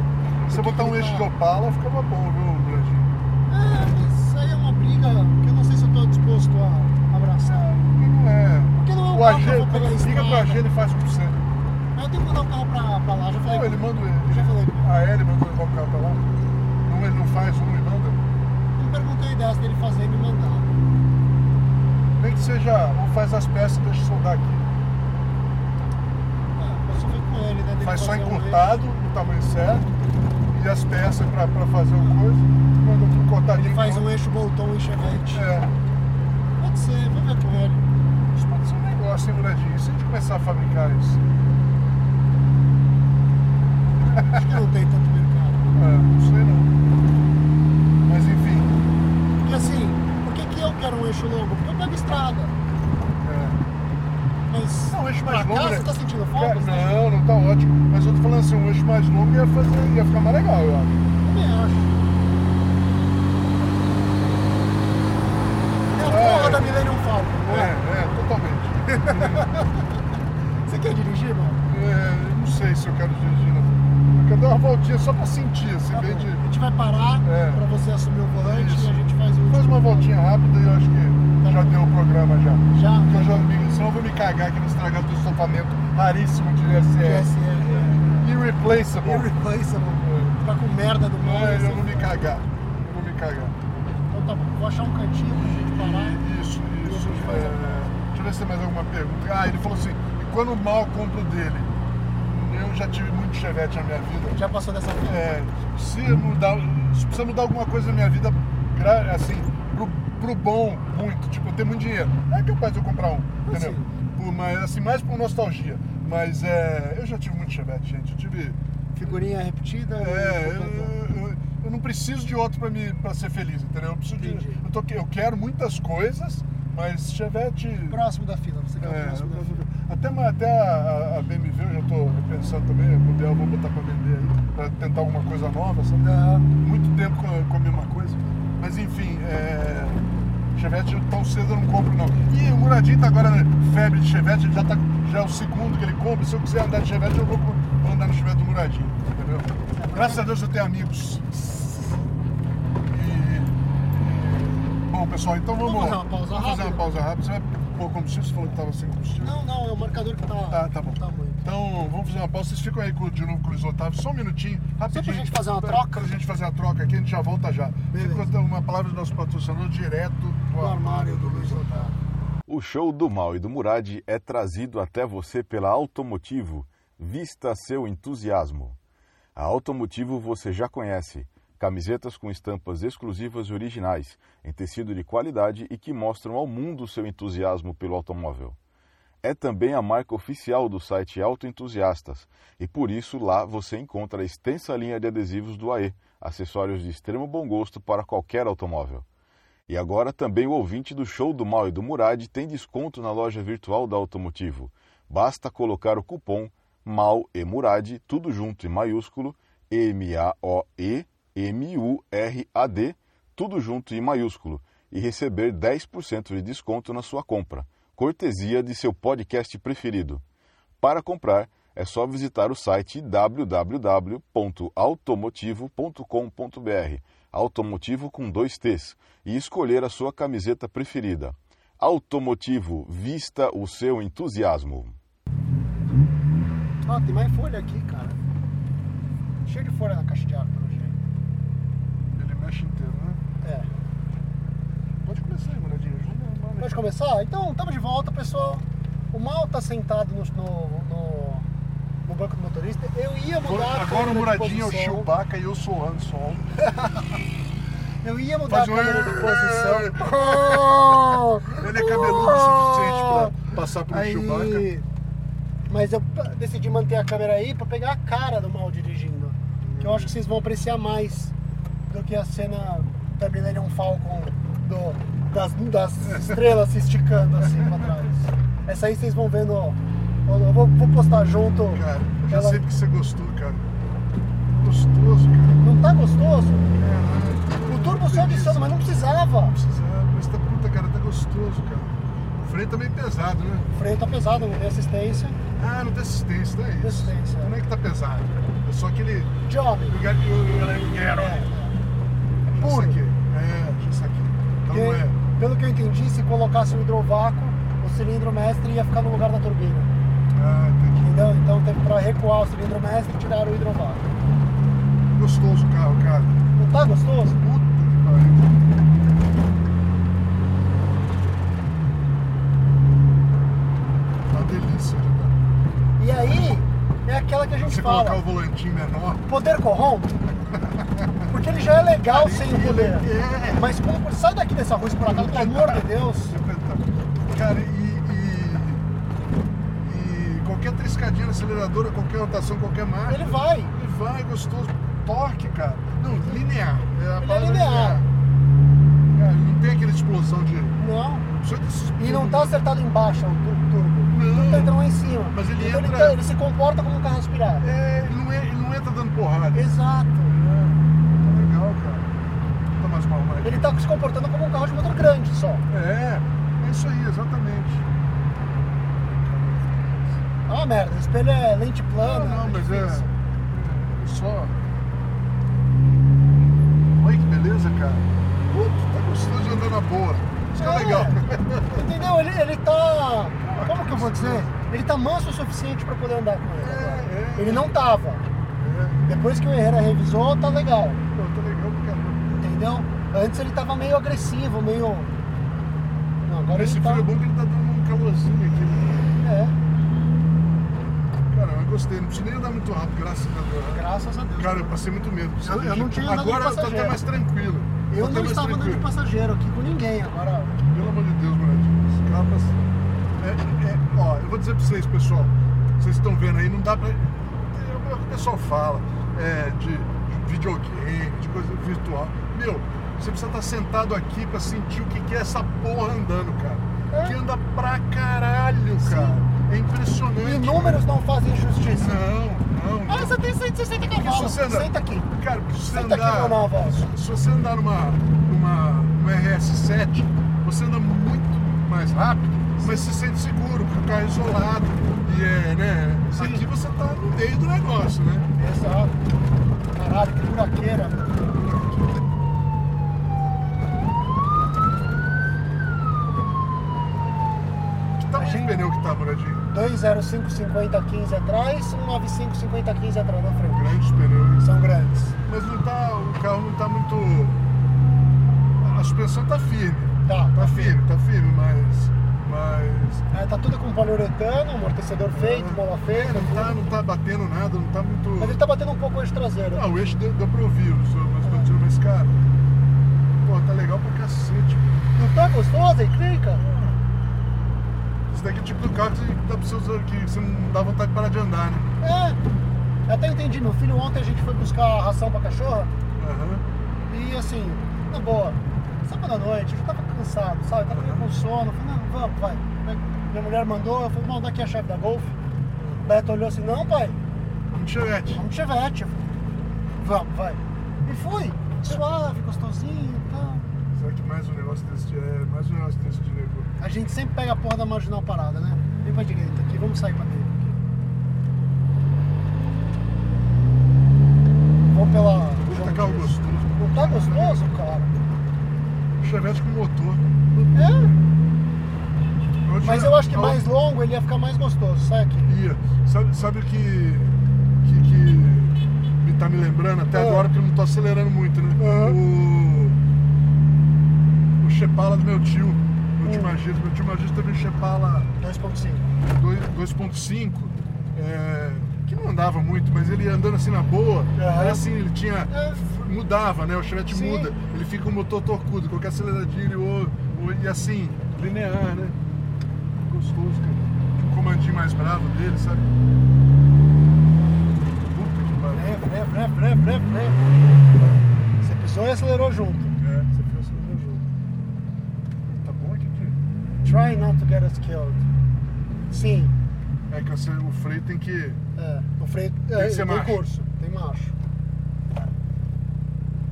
Speaker 2: Se você
Speaker 3: O que
Speaker 2: botar
Speaker 3: que
Speaker 2: um
Speaker 3: ele
Speaker 2: eixo de
Speaker 3: tá-
Speaker 2: opala, ficava bom, viu, Brandinho?
Speaker 3: É, mas isso aí é uma briga que eu não sei se eu tô disposto a abraçar.
Speaker 2: Não é.
Speaker 3: Porque não é um
Speaker 2: O
Speaker 3: carro
Speaker 2: AG,
Speaker 3: que eu vou pegar em
Speaker 2: liga pro
Speaker 3: estrada.
Speaker 2: AG, ele faz por você.
Speaker 3: Mas Eu tenho que mandar o carro pra, pra lá, já falei.
Speaker 2: Não, ele manda ele.
Speaker 3: Eu já falei. com ele.
Speaker 2: Ah, é? ele mandou levar o carro pra lá? Não, ele não faz, não me manda.
Speaker 3: Não perguntei ideias dele fazer e me mandar.
Speaker 2: Nem que seja, ou faz as peças e deixa eu soldar aqui.
Speaker 3: É, eu só fui com ele, né? dele
Speaker 2: Faz só
Speaker 3: fazer um
Speaker 2: encurtado, no tamanho certo, e as peças pra, pra fazer uma coisa, manda tudo cortadinho.
Speaker 3: eixo. Ele faz um
Speaker 2: É,
Speaker 3: eixo bolton e chevette.
Speaker 2: isso
Speaker 3: Pode ser, vou ver com ele.
Speaker 2: é, pode ser um negócio, hein, moradinho? E se a gente começar a fabricar isso?
Speaker 3: Acho que não tem tanto mercado.
Speaker 2: É, não sei não. Mas enfim,
Speaker 3: Porque assim, por que, que eu quero um eixo longo? Porque eu pego estrada.
Speaker 2: é.
Speaker 3: Mas
Speaker 2: Não, um eixo
Speaker 3: pra
Speaker 2: mais longo,
Speaker 3: cá
Speaker 2: né?
Speaker 3: você tá sentindo falta?
Speaker 2: Cara,
Speaker 3: Você tá
Speaker 2: não, não tá ótimo. Mas eu tô falando assim, um eixo mais longo ia, fazer, ia ficar mais legal, eu acho.
Speaker 3: Também acho. É a
Speaker 2: É.
Speaker 3: porra da Millennium Falcon,
Speaker 2: É,
Speaker 3: né?
Speaker 2: é, totalmente.
Speaker 3: Você quer dirigir, mano?
Speaker 2: É, eu não sei se eu quero dirigir, não. Eu quero dar uma voltinha só pra sentir, assim,
Speaker 3: Tá
Speaker 2: bem
Speaker 3: bom.
Speaker 2: de.
Speaker 3: A gente vai parar
Speaker 2: É.
Speaker 3: pra você assumir o volante
Speaker 2: Isso.
Speaker 3: e a gente faz um o.
Speaker 2: Faz uma voltinha rápida e eu acho que já deu o programa já.
Speaker 3: Já?
Speaker 2: Porque eu já me, senão eu vou me cagar aqui no estragado do estofamento raríssimo de
Speaker 3: é
Speaker 2: SR.
Speaker 3: GSR.
Speaker 2: Irreplaceable.
Speaker 3: Irreplaceable. Tá com merda do mundo.
Speaker 2: É. Não, eu vou me cagar. Eu vou me cagar.
Speaker 3: Então tá bom, vou achar um cantinho pra gente parar.
Speaker 2: Isso, isso. É... Deixa eu ver se tem mais alguma pergunta. Ah, ele falou assim, e quando o mal compro dele? Eu já tive muito chevette na minha vida.
Speaker 3: Já passou dessa fila?
Speaker 2: É, se, mudar, se precisa mudar alguma coisa na minha vida, gra- assim, pro, pro bom, muito, tipo, eu tenho muito dinheiro. É capaz de eu comprar um, entendeu?
Speaker 3: Ah, sim.
Speaker 2: Por, mas, assim, mais por nostalgia. Mas é, eu já tive muito chevette, gente. Eu tive.
Speaker 3: Figurinha repetida.
Speaker 2: É,
Speaker 3: e-
Speaker 2: eu, eu- eu não preciso de outro pra, me, pra ser feliz, entendeu? Eu, preciso de,
Speaker 3: Entendi.
Speaker 2: eu, tô, eu quero muitas coisas, mas chevette.
Speaker 3: Próximo da fila, você quer o
Speaker 2: É,
Speaker 3: próximo né? da fila.
Speaker 2: até ma- até a, a- a BMW eu já tô pensando também, o modelo eu vou botar pra vender aí, pra tentar alguma coisa nova, sabe? Muito tempo com a, com a mesma coisa. Mas enfim, é... Chevette eu tão cedo eu não compro não. E o Muradinho tá agora na febre de Chevette, ele já, tá, já é o segundo que ele compra. Se eu quiser andar de Chevette, eu vou, com- vou andar no Chevette do Muradinho, entendeu? Graças a Deus eu tenho amigos. E- e- Bom, pessoal, então vamos,
Speaker 3: Vamos fazer uma pausa
Speaker 2: vamos fazer uma
Speaker 3: rápida?
Speaker 2: pausa rápida. Você vai pôr combustível? Você falou que tava sem combustível?
Speaker 3: Não, não, é o marcador que tá.
Speaker 2: Tá, tá bom.
Speaker 3: Tá muito.
Speaker 2: Então, vamos fazer uma pausa. Vocês ficam aí com- de novo com o Luiz Otávio, só um minutinho, rapidinho.
Speaker 3: gente fazer uma
Speaker 2: pra-
Speaker 3: troca?
Speaker 2: Pra gente fazer a troca aqui, a gente já volta já.
Speaker 3: Beleza.
Speaker 2: Ficou então, uma palavra do nosso patrocinador direto do
Speaker 3: O armário do Luiz
Speaker 2: Luiz Otávio.
Speaker 3: Otávio.
Speaker 1: O show do Mal e do Murad é trazido até você pela Automotivo. Vista seu entusiasmo. A Automotivo você já conhece. Camisetas com estampas exclusivas e originais, em tecido de qualidade e que mostram ao mundo seu entusiasmo pelo automóvel. É também a marca oficial do site Autoentusiastas e por isso lá você encontra a extensa linha de adesivos do AE, acessórios de extremo bom gosto para qualquer automóvel. E agora também o ouvinte do show do Mal e do Murad tem desconto na loja virtual da Automotivo. Basta colocar o cupom MAL e Murad, tudo junto em maiúsculo, M-A-O-E-M-U-R-A-D, tudo junto em maiúsculo, e receber 10% de desconto na sua compra, cortesia de seu podcast preferido. Para comprar, é só visitar o site www.automotivo.com.br, automotivo com dois T's, e escolher a sua camiseta preferida. Automotivo, vista o seu entusiasmo.
Speaker 3: Ó, tem mais folha aqui, cara. Cheio de folha na caixa de ar, pelo jeito.
Speaker 2: Ele mexe inteiro, né?
Speaker 3: É.
Speaker 2: Pode começar aí, Muradinho. Ajuda, mano.
Speaker 3: Pode começar? Então, estamos de volta, pessoal. O Mal tá sentado no, no, no- no banco do motorista. Eu ia
Speaker 2: Agora,
Speaker 3: mudar a
Speaker 2: agora o
Speaker 3: câmera de
Speaker 2: Muradinho é o
Speaker 3: posição.
Speaker 2: Chewbacca e eu sou o Han Solo.
Speaker 3: Eu ia mudar
Speaker 2: Faz
Speaker 3: a
Speaker 2: um-
Speaker 3: câmera de posição.
Speaker 2: Ele é cabeludo o suficiente pra passar pelo
Speaker 3: Aí,
Speaker 2: Chewbacca.
Speaker 3: Mas eu p- decidi manter a câmera aí pra pegar a cara do mal dirigindo. Que eu acho que vocês vão apreciar mais do que a cena da Millennium Falcon do- das, das estrelas se esticando assim pra trás. Essa aí vocês vão vendo. ó. Eu vou, vou postar junto.
Speaker 2: Cara, eu já
Speaker 3: Ela-
Speaker 2: sei porque você gostou, cara. Gostoso, cara. É, né?
Speaker 3: Não tá gostoso?
Speaker 2: Caralho.
Speaker 3: O turbo só adiciona, mas não precisava.
Speaker 2: precisava, mas tá puta, cara, tá gostoso, cara. O freio tá meio pesado, né?
Speaker 3: O freio tá pesado, não tem assistência.
Speaker 2: Ah, não tem assistência, não é isso.
Speaker 3: Assistência.
Speaker 2: Então não é que tá pesado. É só aquele.
Speaker 3: Johnny.
Speaker 2: Eu quero.
Speaker 3: É.
Speaker 2: Por quê? É, deixa eu saquei. Então não é.
Speaker 3: Porque, pelo que eu entendi, se colocasse o hidrovácuo, o cilindro mestre ia ficar no lugar da turbina.
Speaker 2: Ah, entendi.
Speaker 3: Entendeu? Então teve para recuar o cilindro mestre e tirar o hidrovácuo.
Speaker 2: Gostoso o carro, cara.
Speaker 3: Não tá gostoso?
Speaker 2: Puta que pariu. Tá uma delícia, né, cara?
Speaker 3: E aí, é aquela que a gente
Speaker 2: Você
Speaker 3: fala,
Speaker 2: colocar o volantinho menor.
Speaker 3: poder corrompe. Porque ele já é legal sem o poder.
Speaker 2: É.
Speaker 3: Mas como, sai daqui dessa rua esburacada, pelo amor de Deus.
Speaker 2: Tá. Cara, e, e- e qualquer triscadinha na aceleradora, qualquer rotação, qualquer marcha,
Speaker 3: Ele vai.
Speaker 2: ele vai é gostoso. Torque, cara. Não, linear. a
Speaker 3: Ele é
Speaker 2: palavra
Speaker 3: linear.
Speaker 2: Cara, não tem aquela explosão de.
Speaker 3: Não.
Speaker 2: Só desses-
Speaker 3: E não tá acertado embaixo o tur- turbo.
Speaker 2: Não.
Speaker 3: Tudo tá entrando lá em cima.
Speaker 2: Mas ele
Speaker 3: então
Speaker 2: entra-
Speaker 3: tá- ele se comporta como um carro aspirado.
Speaker 2: É, ele não, é, ele não entra dando porrada.
Speaker 3: Exato.
Speaker 2: Tá legal, cara. Tá mais mal, mas...
Speaker 3: Ele tá se comportando como um carro de motor grande só. É
Speaker 2: É, é isso aí, exatamente.
Speaker 3: Ah, uma merda. O espelho é lente plana.
Speaker 2: Não, não, mas é.
Speaker 3: difícil.
Speaker 2: é Só. Olha que beleza, cara. Puta, tá gostoso de andar na boa. Isso que é
Speaker 3: É.
Speaker 2: legal.
Speaker 3: Entendeu? Ele, ele tá. Como que eu vou dizer? Ele tá manso o suficiente pra poder andar com ele. agora.
Speaker 2: É, é.
Speaker 3: Ele não tava.
Speaker 2: É,
Speaker 3: Depois que o Herrera revisou, tá legal.
Speaker 2: pô, tá legal pra caramba.
Speaker 3: Entendeu? Antes ele tava meio agressivo, meio. Não, agora
Speaker 2: Esse
Speaker 3: ele tá.
Speaker 2: frio é bom que ele tá dando um calorzinho aqui. né?
Speaker 3: É,
Speaker 2: Cara, eu gostei. Não precisa nem andar muito rápido, graças a Deus.
Speaker 3: graças a Deus.
Speaker 2: Cara, eu passei muito medo.
Speaker 3: Eu- eu não tinha andado de
Speaker 2: Agora eu tô até
Speaker 3: passageiro.
Speaker 2: mais tranquilo. Tô
Speaker 3: eu
Speaker 2: até
Speaker 3: não
Speaker 2: tá mais
Speaker 3: estava andando de
Speaker 2: tranquilo.
Speaker 3: passageiro aqui com ninguém agora.
Speaker 2: Pelo amor de Deus, Moraes. Os caras. É, é, ó, eu vou dizer pra vocês, pessoal. Vocês estão vendo aí, não dá pra. É, o que o pessoal fala é, de videogame, de coisa virtual. Meu, você precisa estar sentado aqui pra sentir o que que é essa porra andando, cara.
Speaker 3: É.
Speaker 2: Que anda pra caralho, cara. É é. impressionante.
Speaker 3: E números não fazem justiça.
Speaker 2: Não, não.
Speaker 3: Ah, você tem 160 cavalos.
Speaker 2: Isso, Sandra.
Speaker 3: Senta aqui.
Speaker 2: Cara, pra você
Speaker 3: Senta aqui, meu
Speaker 2: andar.
Speaker 3: nova.
Speaker 2: Se você andar numa, numa, numa RS7, você anda muito mais rápido, mas se sente seguro, porque o carro é isolado. E é, né?
Speaker 3: Sim.
Speaker 2: Aqui você tá no meio do negócio, né?
Speaker 3: Exato. Caralho, que buraqueira.
Speaker 2: Que tamanho de
Speaker 3: Achei.
Speaker 2: pneu que tá, Moradinho?
Speaker 3: 2055015 atrás, 1955015 atrás na frente.
Speaker 2: Grandes pneus.
Speaker 3: São grandes.
Speaker 2: Mas não tá, o carro não tá muito. A suspensão tá firme.
Speaker 3: Tá.
Speaker 2: Tá firme, tá firme, mas. Mas.
Speaker 3: É, tá tudo com poliuretano, amortecedor feito, mola feita.
Speaker 2: Não tá, não tá batendo nada, não tá muito.
Speaker 3: Mas ele tá batendo um pouco o eixo traseiro.
Speaker 2: Ah, o eixo deu, deu pra ouvir, o senhor, mas continua mais caro. Pô, tá legal pra cacete.
Speaker 3: Não tá gostoso aí, clica?
Speaker 2: Esse daqui é o tipo do carro que você, dá pra você usar, que você não dá vontade de parar de andar, né?
Speaker 3: É. Eu até entendi, meu filho ontem a gente foi buscar ração pra cachorra
Speaker 2: Aham.
Speaker 3: e assim, na boa, sábado à noite, eu já tava cansado, sabe? Eu Tava meio com sono, eu falei, não, vamos, vai. Minha mulher mandou, eu falei, mano, daqui a chave da Golf. Beto olhou assim, não, pai,
Speaker 2: Um chevette.
Speaker 3: Vamos de chevette. Eu falei, Vamos, vai. E fui. Suave, gostosinho e tal.
Speaker 2: Será que mais um negócio desse de, é, mais um negócio desse de nego?
Speaker 3: A gente sempre pega a porra da marginal parada, né? Vem pra direita aqui, vamos sair pra dentro aqui. Vamos pela.
Speaker 2: Puta
Speaker 3: João
Speaker 2: carro
Speaker 3: Dias.
Speaker 2: gostoso.
Speaker 3: Não tá gostoso, cara?
Speaker 2: Chevette com motor.
Speaker 3: É.
Speaker 2: Onde
Speaker 3: Mas
Speaker 2: é-
Speaker 3: eu acho que
Speaker 2: aonde-
Speaker 3: mais longo ele ia ficar mais gostoso. Sai aqui.
Speaker 2: Ia. Sabe, sabe o que, que, que me tá me lembrando até
Speaker 3: Ah.
Speaker 2: agora, porque eu não tô acelerando muito, né? O, o Chepala do meu tio, meu tio
Speaker 3: Hum.
Speaker 2: Magista. Meu tio Magista teve um Chepala
Speaker 3: 2.5.
Speaker 2: dois- 2.5, é, que não andava muito, mas ele ia andando assim na boa,
Speaker 3: Aham.
Speaker 2: aí assim, ele tinha...
Speaker 3: É.
Speaker 2: Mudava, né? O Chevette
Speaker 3: Sim.
Speaker 2: muda, ele fica um motor torcudo, qualquer aceleradinho ele... ou- ou- E assim, linear, né? Gostoso, cara. Tinha um comandinho mais bravo dele, sabe? Puta que pariu.
Speaker 3: Freia, freia, freia, freia, freia, freia. Você pisou e acelerou junto.
Speaker 2: É, você foi acelerando o jogo. Tá bom aqui, tio?
Speaker 3: Try not to get us killed. Sim.
Speaker 2: É que assim, o freio tem que...
Speaker 3: É, o freio
Speaker 2: que
Speaker 3: é,
Speaker 2: ser
Speaker 3: tem
Speaker 2: macho.
Speaker 3: curso, tem macho.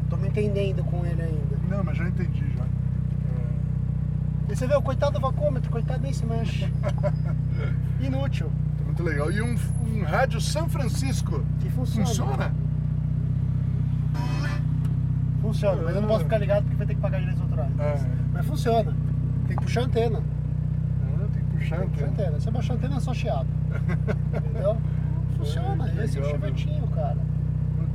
Speaker 3: Tô me entendendo com ele ainda.
Speaker 2: Não, mas já entendi, já. É,
Speaker 3: E você vê, o coitado do vacômetro, coitado nem se mexe. Inútil,
Speaker 2: tá muito legal. E um, um rádio São Francisco.
Speaker 3: que funciona.
Speaker 2: Funciona?
Speaker 3: Funciona, mas eu não posso ficar ligado porque vai ter que pagar direitos autorais.
Speaker 2: É.
Speaker 3: Mas funciona, tem que puxar a antena.
Speaker 2: Ah, tem que puxar a
Speaker 3: Tem que puxar
Speaker 2: antena.
Speaker 3: a antena, se eu baixar a antena é só chiado. Entendeu? Funciona,
Speaker 2: É, que
Speaker 3: esse é o
Speaker 2: legal,
Speaker 3: chevetinho, cara.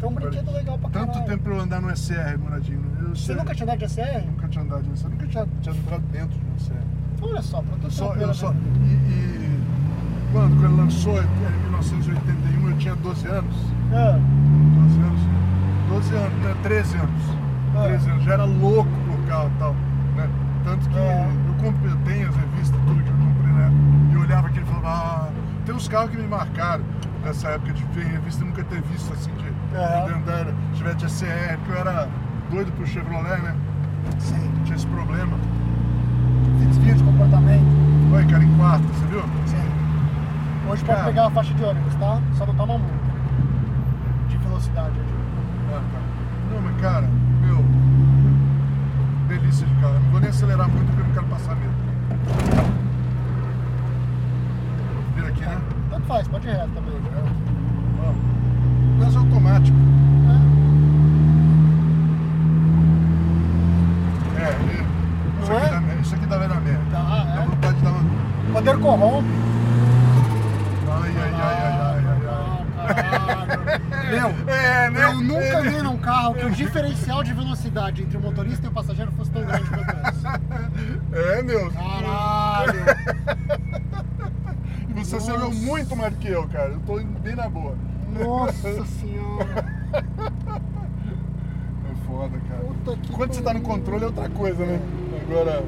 Speaker 3: É um brinquedo legal pra caralho.
Speaker 2: Tanto tempo pra eu andar no SR, Moradinho. né? Eu
Speaker 3: Você
Speaker 2: sei.
Speaker 3: nunca tinha andado de SR?
Speaker 2: Nunca tinha andado de SR. Nunca tinha, tinha entrado dentro de um SR.
Speaker 3: Olha só, pra
Speaker 2: Eu
Speaker 3: tu
Speaker 2: só,
Speaker 3: saber,
Speaker 2: eu
Speaker 3: né?
Speaker 2: só. E, e quando, quando lançou, era em 1981, eu tinha 12 anos.
Speaker 3: Ah.
Speaker 2: 12 anos. 12 anos, né? 13 anos.
Speaker 3: Ah.
Speaker 2: 13 anos. Já era louco por carro e tal. Né? Tanto que
Speaker 3: Ah.
Speaker 2: eu, comprei, eu tenho as revistas, tudo que eu comprei na época. E eu olhava aquilo e falava, ah, tem uns carros que me marcaram nessa época de ver em revista e nunca ter visto assim de,
Speaker 3: Ah.
Speaker 2: de andar. Tivete SR, porque eu era doido pro Chevrolet, né?
Speaker 3: Sim.
Speaker 2: Tinha esse problema.
Speaker 3: Desvio de comportamento.
Speaker 2: Oi, cara, em quarto, você viu?
Speaker 3: Sim. Hoje pode
Speaker 2: Cara.
Speaker 3: pegar a faixa de ônibus, tá? Só não toma muito. De velocidade hoje.
Speaker 2: Ah, tá. Não, mas cara, meu. Delícia de carro. Eu Não vou nem acelerar muito porque eu não quero passar medo. Vira aqui, né?
Speaker 3: Tanto faz, trás, pode ir reto também.
Speaker 2: É. Ó, Mas automático. É, e- isso
Speaker 3: Não
Speaker 2: aqui,
Speaker 3: é?
Speaker 2: dá, mer- isso aqui dá velha merda. Dá
Speaker 3: Tá,
Speaker 2: vontade de dar uma.
Speaker 3: é. Poder corrompe.
Speaker 2: Ai, ai, ai, ai, ai, ai,
Speaker 3: Ah,
Speaker 2: ai.
Speaker 3: Meu,
Speaker 2: é, né?
Speaker 3: Eu nunca
Speaker 2: É,
Speaker 3: vi num carro que o diferencial de velocidade entre o motorista e o passageiro fosse tão grande quanto esse.
Speaker 2: É, meu.
Speaker 3: Caralho!
Speaker 2: E você
Speaker 3: Nossa.
Speaker 2: recebeu muito mais que eu, cara. Eu tô indo bem na boa.
Speaker 3: Nossa senhora!
Speaker 2: É foda, cara.
Speaker 3: Puta que
Speaker 2: Quando você tá no controle é outra coisa, né? Agora,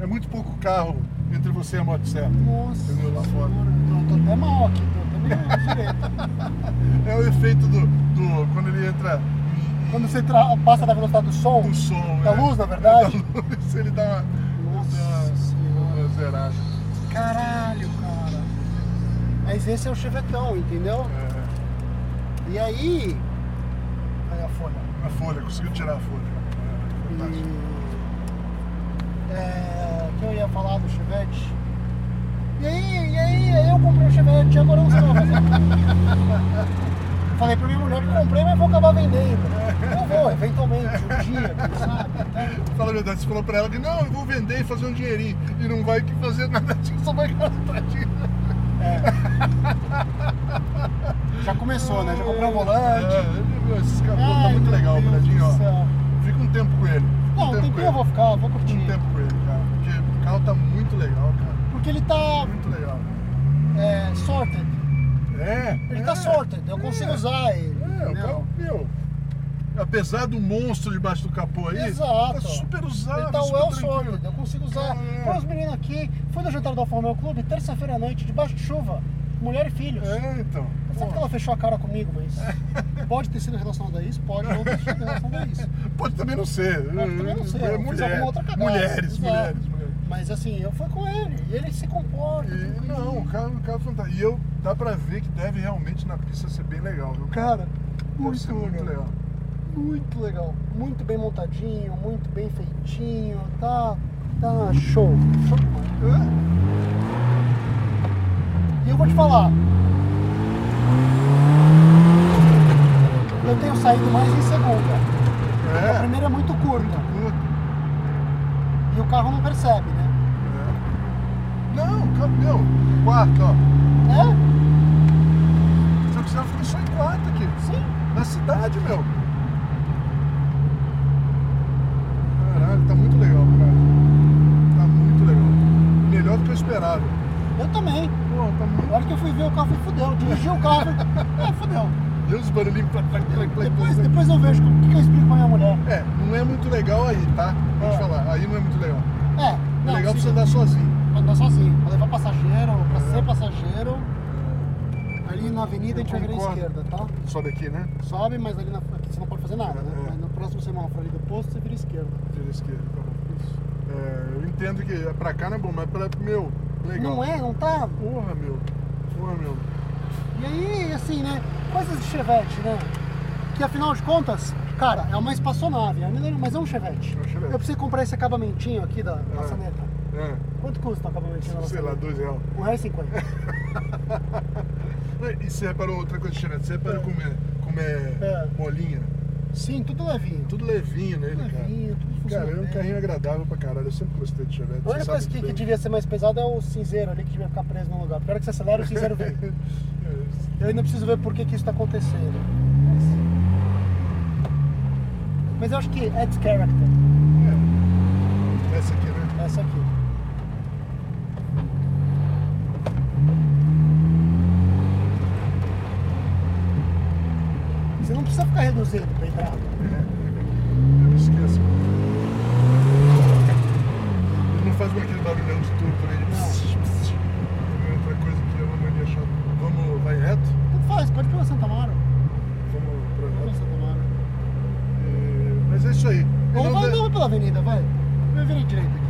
Speaker 2: é muito pouco carro entre você e a motocicleta.
Speaker 3: Nossa
Speaker 2: Entendeu? Lá fora.
Speaker 3: senhora. Então, Tô, tô até mal aqui, tô até meio direito.
Speaker 2: É o efeito do, do quando ele entra em-
Speaker 3: Quando você tra- passa da velocidade do som,
Speaker 2: em- no som.
Speaker 3: da
Speaker 2: é.
Speaker 3: luz, na verdade.
Speaker 2: Da luz, ele dá uma,
Speaker 3: Nossa
Speaker 2: dá
Speaker 3: senhora.
Speaker 2: uma zerada.
Speaker 3: Caralho, cara. Mas esse é o chevetão, entendeu?
Speaker 2: É,
Speaker 3: E aí. Olha a folha.
Speaker 2: a folha, conseguiu tirar a folha. É, fantástico.
Speaker 3: E, é, o que eu ia falar do Chevette? E aí, e aí, aí eu comprei o Chevette, agora eu não sei o que eu vou fazer. Falei pra minha mulher que comprei, mas vou acabar vendendo. Eu vou, eventualmente, um dia, quem sabe? Até...
Speaker 2: É, Fala a verdade, você falou pra ela que não, eu vou vender e fazer um dinheirinho. E não vai que fazer nada disso, só vai gastar dinheiro.
Speaker 3: Já começou, né? Já comprei um volante.
Speaker 2: É, esse capô tá
Speaker 3: Ai,
Speaker 2: muito
Speaker 3: meu
Speaker 2: legal, o
Speaker 3: Deus
Speaker 2: Bradinho,
Speaker 3: do
Speaker 2: ó.
Speaker 3: céu.
Speaker 2: Fica um tempo com ele. Fica
Speaker 3: Não,
Speaker 2: um tempo
Speaker 3: tem
Speaker 2: com
Speaker 3: que
Speaker 2: ele.
Speaker 3: eu vou ficar, vou
Speaker 2: Fica
Speaker 3: curtir.
Speaker 2: um tempo com ele, cara. Porque o carro tá muito legal, cara.
Speaker 3: Porque ele tá
Speaker 2: Muito legal.
Speaker 3: é, sorted.
Speaker 2: É.
Speaker 3: Ele
Speaker 2: é,
Speaker 3: tá sorted, eu consigo
Speaker 2: é.
Speaker 3: usar ele.
Speaker 2: É, o
Speaker 3: entendeu?
Speaker 2: carro, meu. Apesar do monstro debaixo do capô aí,
Speaker 3: Exato.
Speaker 2: tá super usável.
Speaker 3: Ele tá
Speaker 2: super
Speaker 3: well
Speaker 2: tranquilo.
Speaker 3: sorted, eu consigo usar.
Speaker 2: É.
Speaker 3: Põe os meninos aqui, fui no jantar do Alfa Romeo Clube, terça-feira à noite, debaixo de chuva, mulher e filhos.
Speaker 2: É, então.
Speaker 3: Sabe que
Speaker 2: Pô,
Speaker 3: ela fechou a cara comigo, mas pode ter sido relacionado a isso? Pode não ter sido relacionado a isso.
Speaker 2: Pode também não ser.
Speaker 3: Pode também não ser, eu fiz
Speaker 2: mulher,
Speaker 3: alguma outra cagada.
Speaker 2: mulheres,
Speaker 3: Exato.
Speaker 2: mulheres, mulheres.
Speaker 3: Mas assim, eu fui com ele, e ele se comporta. tudo
Speaker 2: E,
Speaker 3: bem.
Speaker 2: não, o carro, o carro é fantástico. E eu, dá pra ver que deve realmente na pista ser bem legal, viu?
Speaker 3: Cara,
Speaker 2: Deve ser
Speaker 3: muito,
Speaker 2: é muito
Speaker 3: legal.
Speaker 2: legal.
Speaker 3: Muito legal. Muito bem montadinho, muito bem feitinho, tá, tá show. Show de bola.
Speaker 2: Hã?
Speaker 3: E eu vou te falar. Eu tenho saído mais em segunda. A
Speaker 2: É.
Speaker 3: primeira é muito curta
Speaker 2: Puta,
Speaker 3: e o carro não percebe, né?
Speaker 2: é. Não, carro meu, quarto, ó.
Speaker 3: É?
Speaker 2: Se eu quiser, eu fico só em quarto aqui.
Speaker 3: Sim.
Speaker 2: Na cidade, meu. Caralho, tá muito legal, cara. Tá muito legal. Melhor do que eu esperava.
Speaker 3: Eu também.
Speaker 2: Pô, tá
Speaker 3: Na
Speaker 2: muito.
Speaker 3: hora que eu fui ver o carro, eu falei, fudeu. Eu Dirigi o carro. É, fudeu.
Speaker 2: Deu os barulhinhos. Plac, plac, plac, plac,
Speaker 3: Depois,
Speaker 2: plac.
Speaker 3: depois eu vejo o que que eu explico pra minha mulher.
Speaker 2: É, não é muito legal aí, tá? Vou te
Speaker 3: É.
Speaker 2: falar, aí não é muito legal.
Speaker 3: É,
Speaker 2: É
Speaker 3: não,
Speaker 2: legal pra você
Speaker 3: sim,
Speaker 2: andar sozinho.
Speaker 3: pra andar sozinho. Pra levar passageiro, pra
Speaker 2: É.
Speaker 3: ser passageiro. Ali na avenida a gente vai virar à
Speaker 2: Concordo.
Speaker 3: esquerda, tá?
Speaker 2: Sobe aqui, né?
Speaker 3: Sobe, mas ali na aqui você não pode fazer nada, né?
Speaker 2: É.
Speaker 3: Mas no próximo semáforo ali do posto você vira à esquerda.
Speaker 2: Vira à esquerda, tá bom. É, eu entendo que pra cá não é bom, mas pra. Meu, legal.
Speaker 3: Não é, não tá?
Speaker 2: Porra, meu. Porra, meu.
Speaker 3: E aí, assim, né? Coisas de chevette, né? Que afinal de contas, cara, é uma espaçonave, é um- mas é um chevette.
Speaker 2: É um chevette.
Speaker 3: Eu preciso comprar esse acabamentinho aqui da maçaneta.
Speaker 2: É,
Speaker 3: Quanto custa o acabamentinho da Um
Speaker 2: sei lá,
Speaker 3: maçaneta?
Speaker 2: dois reais.
Speaker 3: R$1,50.
Speaker 2: E você reparou outra coisa, Xana? Você reparou como é, como é
Speaker 3: É.
Speaker 2: molinha?
Speaker 3: Sim, tudo levinho. Tudo
Speaker 2: Tudo levinho nele,
Speaker 3: levinho, tudo
Speaker 2: cara. Cara,
Speaker 3: funciona.
Speaker 2: é um
Speaker 3: bem.
Speaker 2: carrinho agradável pra caralho. Eu sempre gostei de Chevette.
Speaker 3: A única coisa que, que devia ser mais pesada é o cinzeiro ali que devia ficar preso no lugar. Porque a hora que você acelera, o cinzeiro vem.
Speaker 2: É
Speaker 3: Eu ainda preciso ver por que, que isso está acontecendo. Mas- Mas eu acho que adds character,
Speaker 2: É, essa aqui, né?
Speaker 3: essa aqui. Você não precisa ficar reduzindo pra entrar.
Speaker 2: É, Eu me esqueço. Ele não faz com aquele barulhão de tudo também. de pss, pss. Também é outra coisa que eu não mania chata. Vamos, vai reto?
Speaker 3: Tanto faz, pode pela Santa Mara.
Speaker 2: Vamos pra
Speaker 3: Pela
Speaker 2: reto.
Speaker 3: Santa Mara.
Speaker 2: E- Mas é isso aí. Ele
Speaker 3: Ou
Speaker 2: não
Speaker 3: vai,
Speaker 2: deve-
Speaker 3: não, vai pela avenida, vai. Vai virar direita aqui.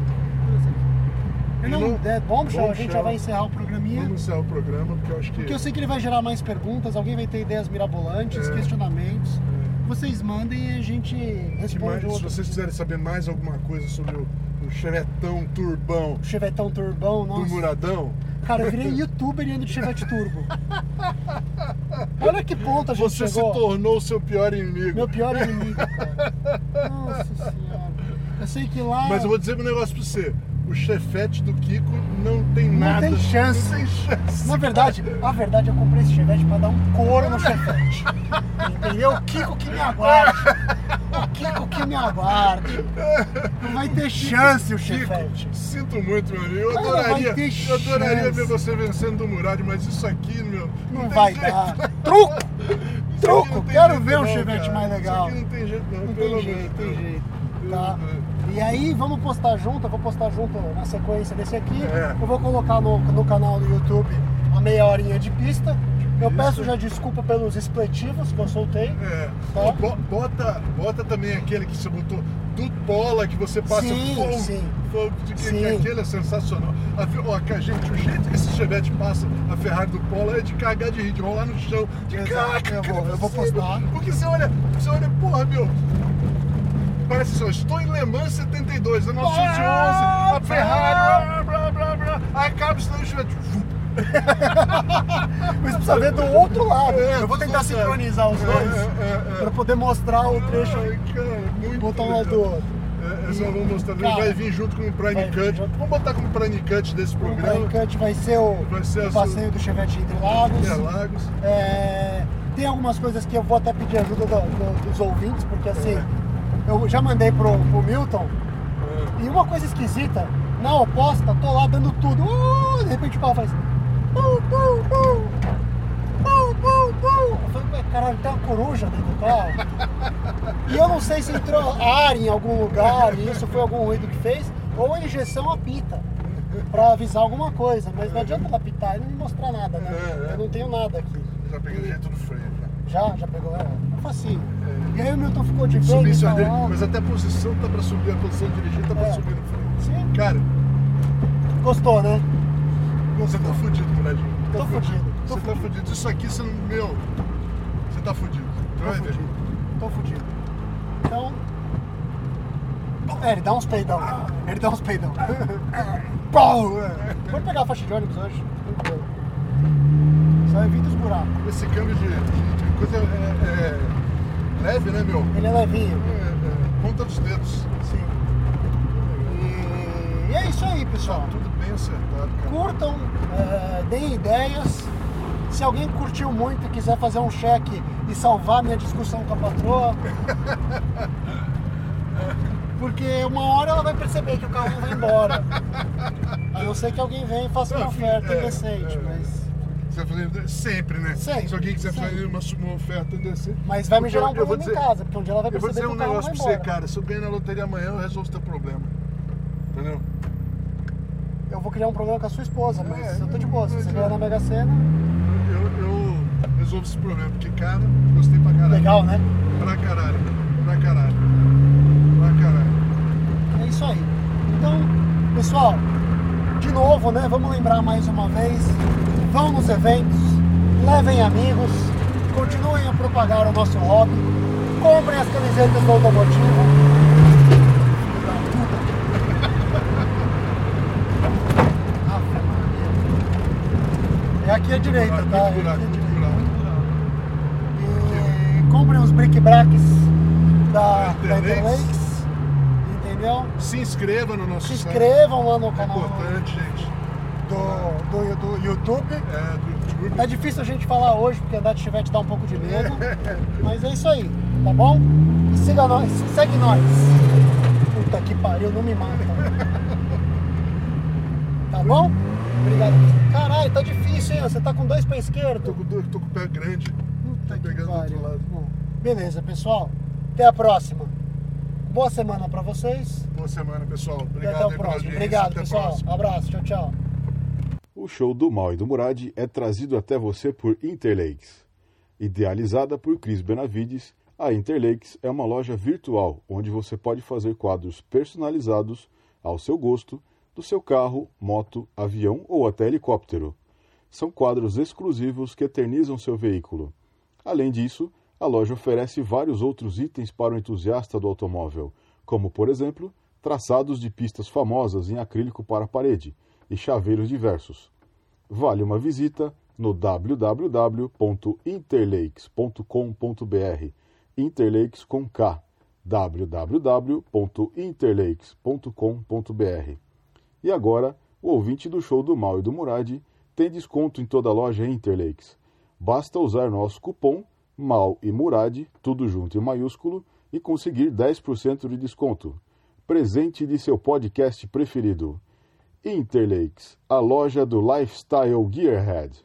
Speaker 3: Por exemplo.
Speaker 2: Ele
Speaker 3: Não,
Speaker 2: não-
Speaker 3: é bombshell, a gente já
Speaker 2: Bombshell.
Speaker 3: vai encerrar o programinha.
Speaker 2: Vamos encerrar o programa, porque eu acho que.
Speaker 3: Porque eu sei que ele vai gerar mais perguntas, alguém vai ter ideias mirabolantes,
Speaker 2: É.
Speaker 3: questionamentos.
Speaker 2: É.
Speaker 3: Vocês mandem e a gente
Speaker 2: Que
Speaker 3: responde
Speaker 2: mais- se
Speaker 3: outro.
Speaker 2: vocês quiserem saber mais alguma coisa sobre o, o chevetão turbão
Speaker 3: O chevetão turbão,
Speaker 2: do
Speaker 3: nossa.
Speaker 2: Muradão,
Speaker 3: Cara, eu virei youtuber indo de Chevette Turbo. Olha que ponto a gente
Speaker 2: Você se
Speaker 3: chegou.
Speaker 2: tornou o seu pior inimigo.
Speaker 3: Meu pior inimigo, cara. Nossa senhora. Eu sei que lá.
Speaker 2: Mas eu vou dizer um negócio pra você. O chefete do Kiko não tem nada.
Speaker 3: tem chance.
Speaker 2: Não tem chance.
Speaker 3: Na verdade, a verdade, eu comprei esse Chevette pra dar um couro no Chevette. Entendeu? O Kiko que me aguarde. O Kiko que me aguarde. Não vai ter chance o Chevette.
Speaker 2: Kiko, sinto muito, meu amigo. Eu
Speaker 3: Cara,
Speaker 2: adoraria,
Speaker 3: vai ter
Speaker 2: eu adoraria
Speaker 3: chance.
Speaker 2: ver você vencendo o Murad, mas isso aqui, meu. Não, tem
Speaker 3: Não vai
Speaker 2: jeito.
Speaker 3: dar. Truco!
Speaker 2: Isso aqui não
Speaker 3: Truco!
Speaker 2: tem
Speaker 3: Quero
Speaker 2: jeito
Speaker 3: ver um
Speaker 2: não,
Speaker 3: Chevette
Speaker 2: cara.
Speaker 3: mais legal.
Speaker 2: Isso aqui não tem jeito, né? não.
Speaker 3: Não
Speaker 2: pelo
Speaker 3: tem jeito,
Speaker 2: amor de
Speaker 3: tem
Speaker 2: Deus.
Speaker 3: jeito.
Speaker 2: Pelo
Speaker 3: Tá?
Speaker 2: amor de Deus.
Speaker 3: E aí vamos postar junto, eu vou postar junto na sequência desse aqui.
Speaker 2: É.
Speaker 3: Eu vou colocar no, no canal do YouTube a meia horinha de pista. Eu
Speaker 2: pista.
Speaker 3: peço já desculpa pelos expletivos que eu soltei.
Speaker 2: É.
Speaker 3: Tá?
Speaker 2: Bo- Bota, bota também aquele que você botou do Tola, que você passa
Speaker 3: Sim,
Speaker 2: fogo.
Speaker 3: sim.
Speaker 2: fogo de que, que
Speaker 3: Sim.
Speaker 2: aquele é sensacional. A, Fe- ó, que a gente, o jeito que esse Chevette passa a Ferrari do Polo é de cagar de rir, de rolar no chão. De
Speaker 3: Exato,
Speaker 2: caraca,
Speaker 3: eu
Speaker 2: cara,
Speaker 3: vou- eu vou
Speaker 2: possível.
Speaker 3: postar.
Speaker 2: Porque você olha, você olha, porra, meu. Parece assim, ó, estou em Le Mans 72, a 911, a Ferrari, blá, blá, blá, blá. Aí acaba isso daí, o Chevette. vup.
Speaker 3: Mas precisa ver do outro lado.
Speaker 2: É,
Speaker 3: eu vou tentar
Speaker 2: precisa-
Speaker 3: sincronizar os
Speaker 2: É,
Speaker 3: dois
Speaker 2: é, é.
Speaker 3: para poder mostrar
Speaker 2: um
Speaker 3: o trecho.
Speaker 2: Ai, cara, muito
Speaker 3: Botar um lado
Speaker 2: legal.
Speaker 3: do outro.
Speaker 2: É, essa eu vou mostrar.
Speaker 3: Cara,
Speaker 2: vai vir junto com o Prime
Speaker 3: vai vir
Speaker 2: Cut.
Speaker 3: junto.
Speaker 2: Vamos botar como Prime Cut desse
Speaker 3: O
Speaker 2: programa.
Speaker 3: Brancante vai ser o,
Speaker 2: Vai ser a
Speaker 3: o passeio do Chevette entre lagos.
Speaker 2: Interlagos.
Speaker 3: É, tem algumas coisas que eu vou até pedir ajuda do- do- dos ouvintes, porque assim, eu já mandei pro, pro Milton. E uma coisa esquisita, na oposta, tô lá dando tudo. Uh, de repente o pau faz. "Uh, Pum, pum, pum. Pum, pum, pum. Eu falei, "Ué, caralho, tem uma coruja dentro do carro. e eu não sei se entrou ar em algum lugar, e isso foi algum ruído que fez, ou a injeção apita. Pra avisar alguma coisa, mas não adianta ela apitar e não me mostrar nada, né?
Speaker 2: É, é.
Speaker 3: Eu não tenho nada aqui.
Speaker 2: Já peguei o jeito do freio. já.
Speaker 3: Já, já pegou ela? Facinho.
Speaker 2: É.
Speaker 3: E aí o Milton ficou de bem,
Speaker 2: Subir
Speaker 3: ele
Speaker 2: só
Speaker 3: tá
Speaker 2: dele,
Speaker 3: lá.
Speaker 2: mas até a posição tá pra subir, a posição de dirigir tá pra
Speaker 3: É.
Speaker 2: subir no freio.
Speaker 3: Sim.
Speaker 2: Cara,
Speaker 3: Gostou, né?
Speaker 2: você tá fudido, Bradinho. Tá
Speaker 3: Tô fudido, tô
Speaker 2: Você tá fudido. Isso aqui, você não. Meu. Você tá fudido. Você
Speaker 3: Tô
Speaker 2: vai ver.
Speaker 3: fudido. Tô fudido. Então. É, ele dá uns peidão. Ele dá uns peidão. Pau! é. Pode pegar a faixa de ônibus hoje. Tranquilo. Só evita os buracos.
Speaker 2: Esse câmbio de, de- de coisa é, é leve, né, meu?
Speaker 3: Ele é levinho.
Speaker 2: É, é, ponta dos dedos.
Speaker 3: Sim. E, e é isso aí, pessoal.
Speaker 2: Tudo bem acertado, cara.
Speaker 3: curtam, eh, deem ideias. Se alguém curtiu muito e quiser fazer um cheque e salvar minha discussão com a patroa. Porque uma hora ela vai perceber que o carro não vai embora. A não ser que alguém venha e faça uma
Speaker 2: Não, enfim,
Speaker 3: oferta
Speaker 2: é,
Speaker 3: decente,
Speaker 2: é.
Speaker 3: mas.
Speaker 2: Você vai fazer sempre, né?
Speaker 3: Sempre,
Speaker 2: Se alguém quiser
Speaker 3: sempre.
Speaker 2: fazer uma, uma oferta decente.
Speaker 3: Mas vai me
Speaker 2: Porque eu-
Speaker 3: gerar um
Speaker 2: eu vou
Speaker 3: problema em
Speaker 2: dizer-
Speaker 3: casa, porque um dia ela vai
Speaker 2: Eu vou
Speaker 3: perceber
Speaker 2: dizer
Speaker 3: que
Speaker 2: um
Speaker 3: o carro não
Speaker 2: negócio
Speaker 3: vai
Speaker 2: pra você,
Speaker 3: embora.
Speaker 2: cara. Se eu ganhar na loteria amanhã, eu resolvo teu problema. Entendeu?
Speaker 3: Eu vou criar um problema com a sua esposa, mas
Speaker 2: É,
Speaker 3: eu tô de boa. Se
Speaker 2: não
Speaker 3: você ganhar
Speaker 2: adianta.
Speaker 3: na Mega Sena,
Speaker 2: Eu, eu resolvo esse problema, porque, cara, gostei pra caralho.
Speaker 3: legal, né?
Speaker 2: Pra caralho. Pra caralho. Pra caralho.
Speaker 3: É isso aí. Então, pessoal, de novo, né? Vamos lembrar mais uma vez. Vão nos eventos, levem amigos, continuem a propagar o nosso hobby, comprem as camisetas do automotivo. Filho da puta. Ave Maria. É aqui à direita,
Speaker 2: Aqui
Speaker 3: tá?
Speaker 2: no
Speaker 3: É
Speaker 2: buraco,
Speaker 3: aqui à
Speaker 2: no
Speaker 3: direita.
Speaker 2: buraco.
Speaker 3: E comprem os bric-bracs da, da
Speaker 2: Da Interlakes.
Speaker 3: Interlakes, entendeu?
Speaker 2: Se inscreva no nosso
Speaker 3: Se
Speaker 2: site.
Speaker 3: inscrevam lá no
Speaker 2: É
Speaker 3: canal
Speaker 2: importante, gente.
Speaker 3: do, do, do YouTube.
Speaker 2: É, do YouTube.
Speaker 3: Tá difícil a gente falar hoje, porque andar de chivete dá um pouco de medo. Mas é isso aí, tá bom? E siga nós, segue nós. Puta que pariu, não me mata. Tá bom? Obrigado. Caralho, tá difícil, hein? Você tá com dois pés
Speaker 2: Tô
Speaker 3: esquerdo.
Speaker 2: com, dor, tô com o pé grande.
Speaker 3: Puta
Speaker 2: Tá
Speaker 3: que
Speaker 2: pegando do outro
Speaker 3: pariu.
Speaker 2: lado.
Speaker 3: Bom, Beleza, pessoal. Até a próxima. Boa semana pra vocês.
Speaker 2: Boa semana, pessoal.
Speaker 3: E
Speaker 2: Obrigado
Speaker 3: até o
Speaker 2: aí pela
Speaker 3: próximo.
Speaker 2: audiência.
Speaker 3: Obrigado,
Speaker 2: Até a
Speaker 3: pessoal.
Speaker 2: próxima.
Speaker 3: Abraço, tchau, tchau.
Speaker 1: O show do Mal e do Murad é trazido até você por Interlakes. Idealizada por Cris Benavides, a Interlakes é uma loja virtual onde você pode fazer quadros personalizados ao seu gosto do seu carro, moto, avião ou até helicóptero. São quadros exclusivos que eternizam seu veículo. Além disso, a loja oferece vários outros itens para o entusiasta do automóvel, como, por exemplo, traçados de pistas famosas em acrílico para a parede e chaveiros diversos. vale uma visita no www.interlakes.com.br. Interlakes com K. www.interlakes.com.br. E agora, o ouvinte do show do Mal e do Murad tem desconto em toda a loja Interlakes. Basta usar nosso cupom MAL e Murad, tudo junto em maiúsculo, e conseguir 10% de desconto. Presente de seu podcast preferido. Interlakes, a loja do Lifestyle Gearhead.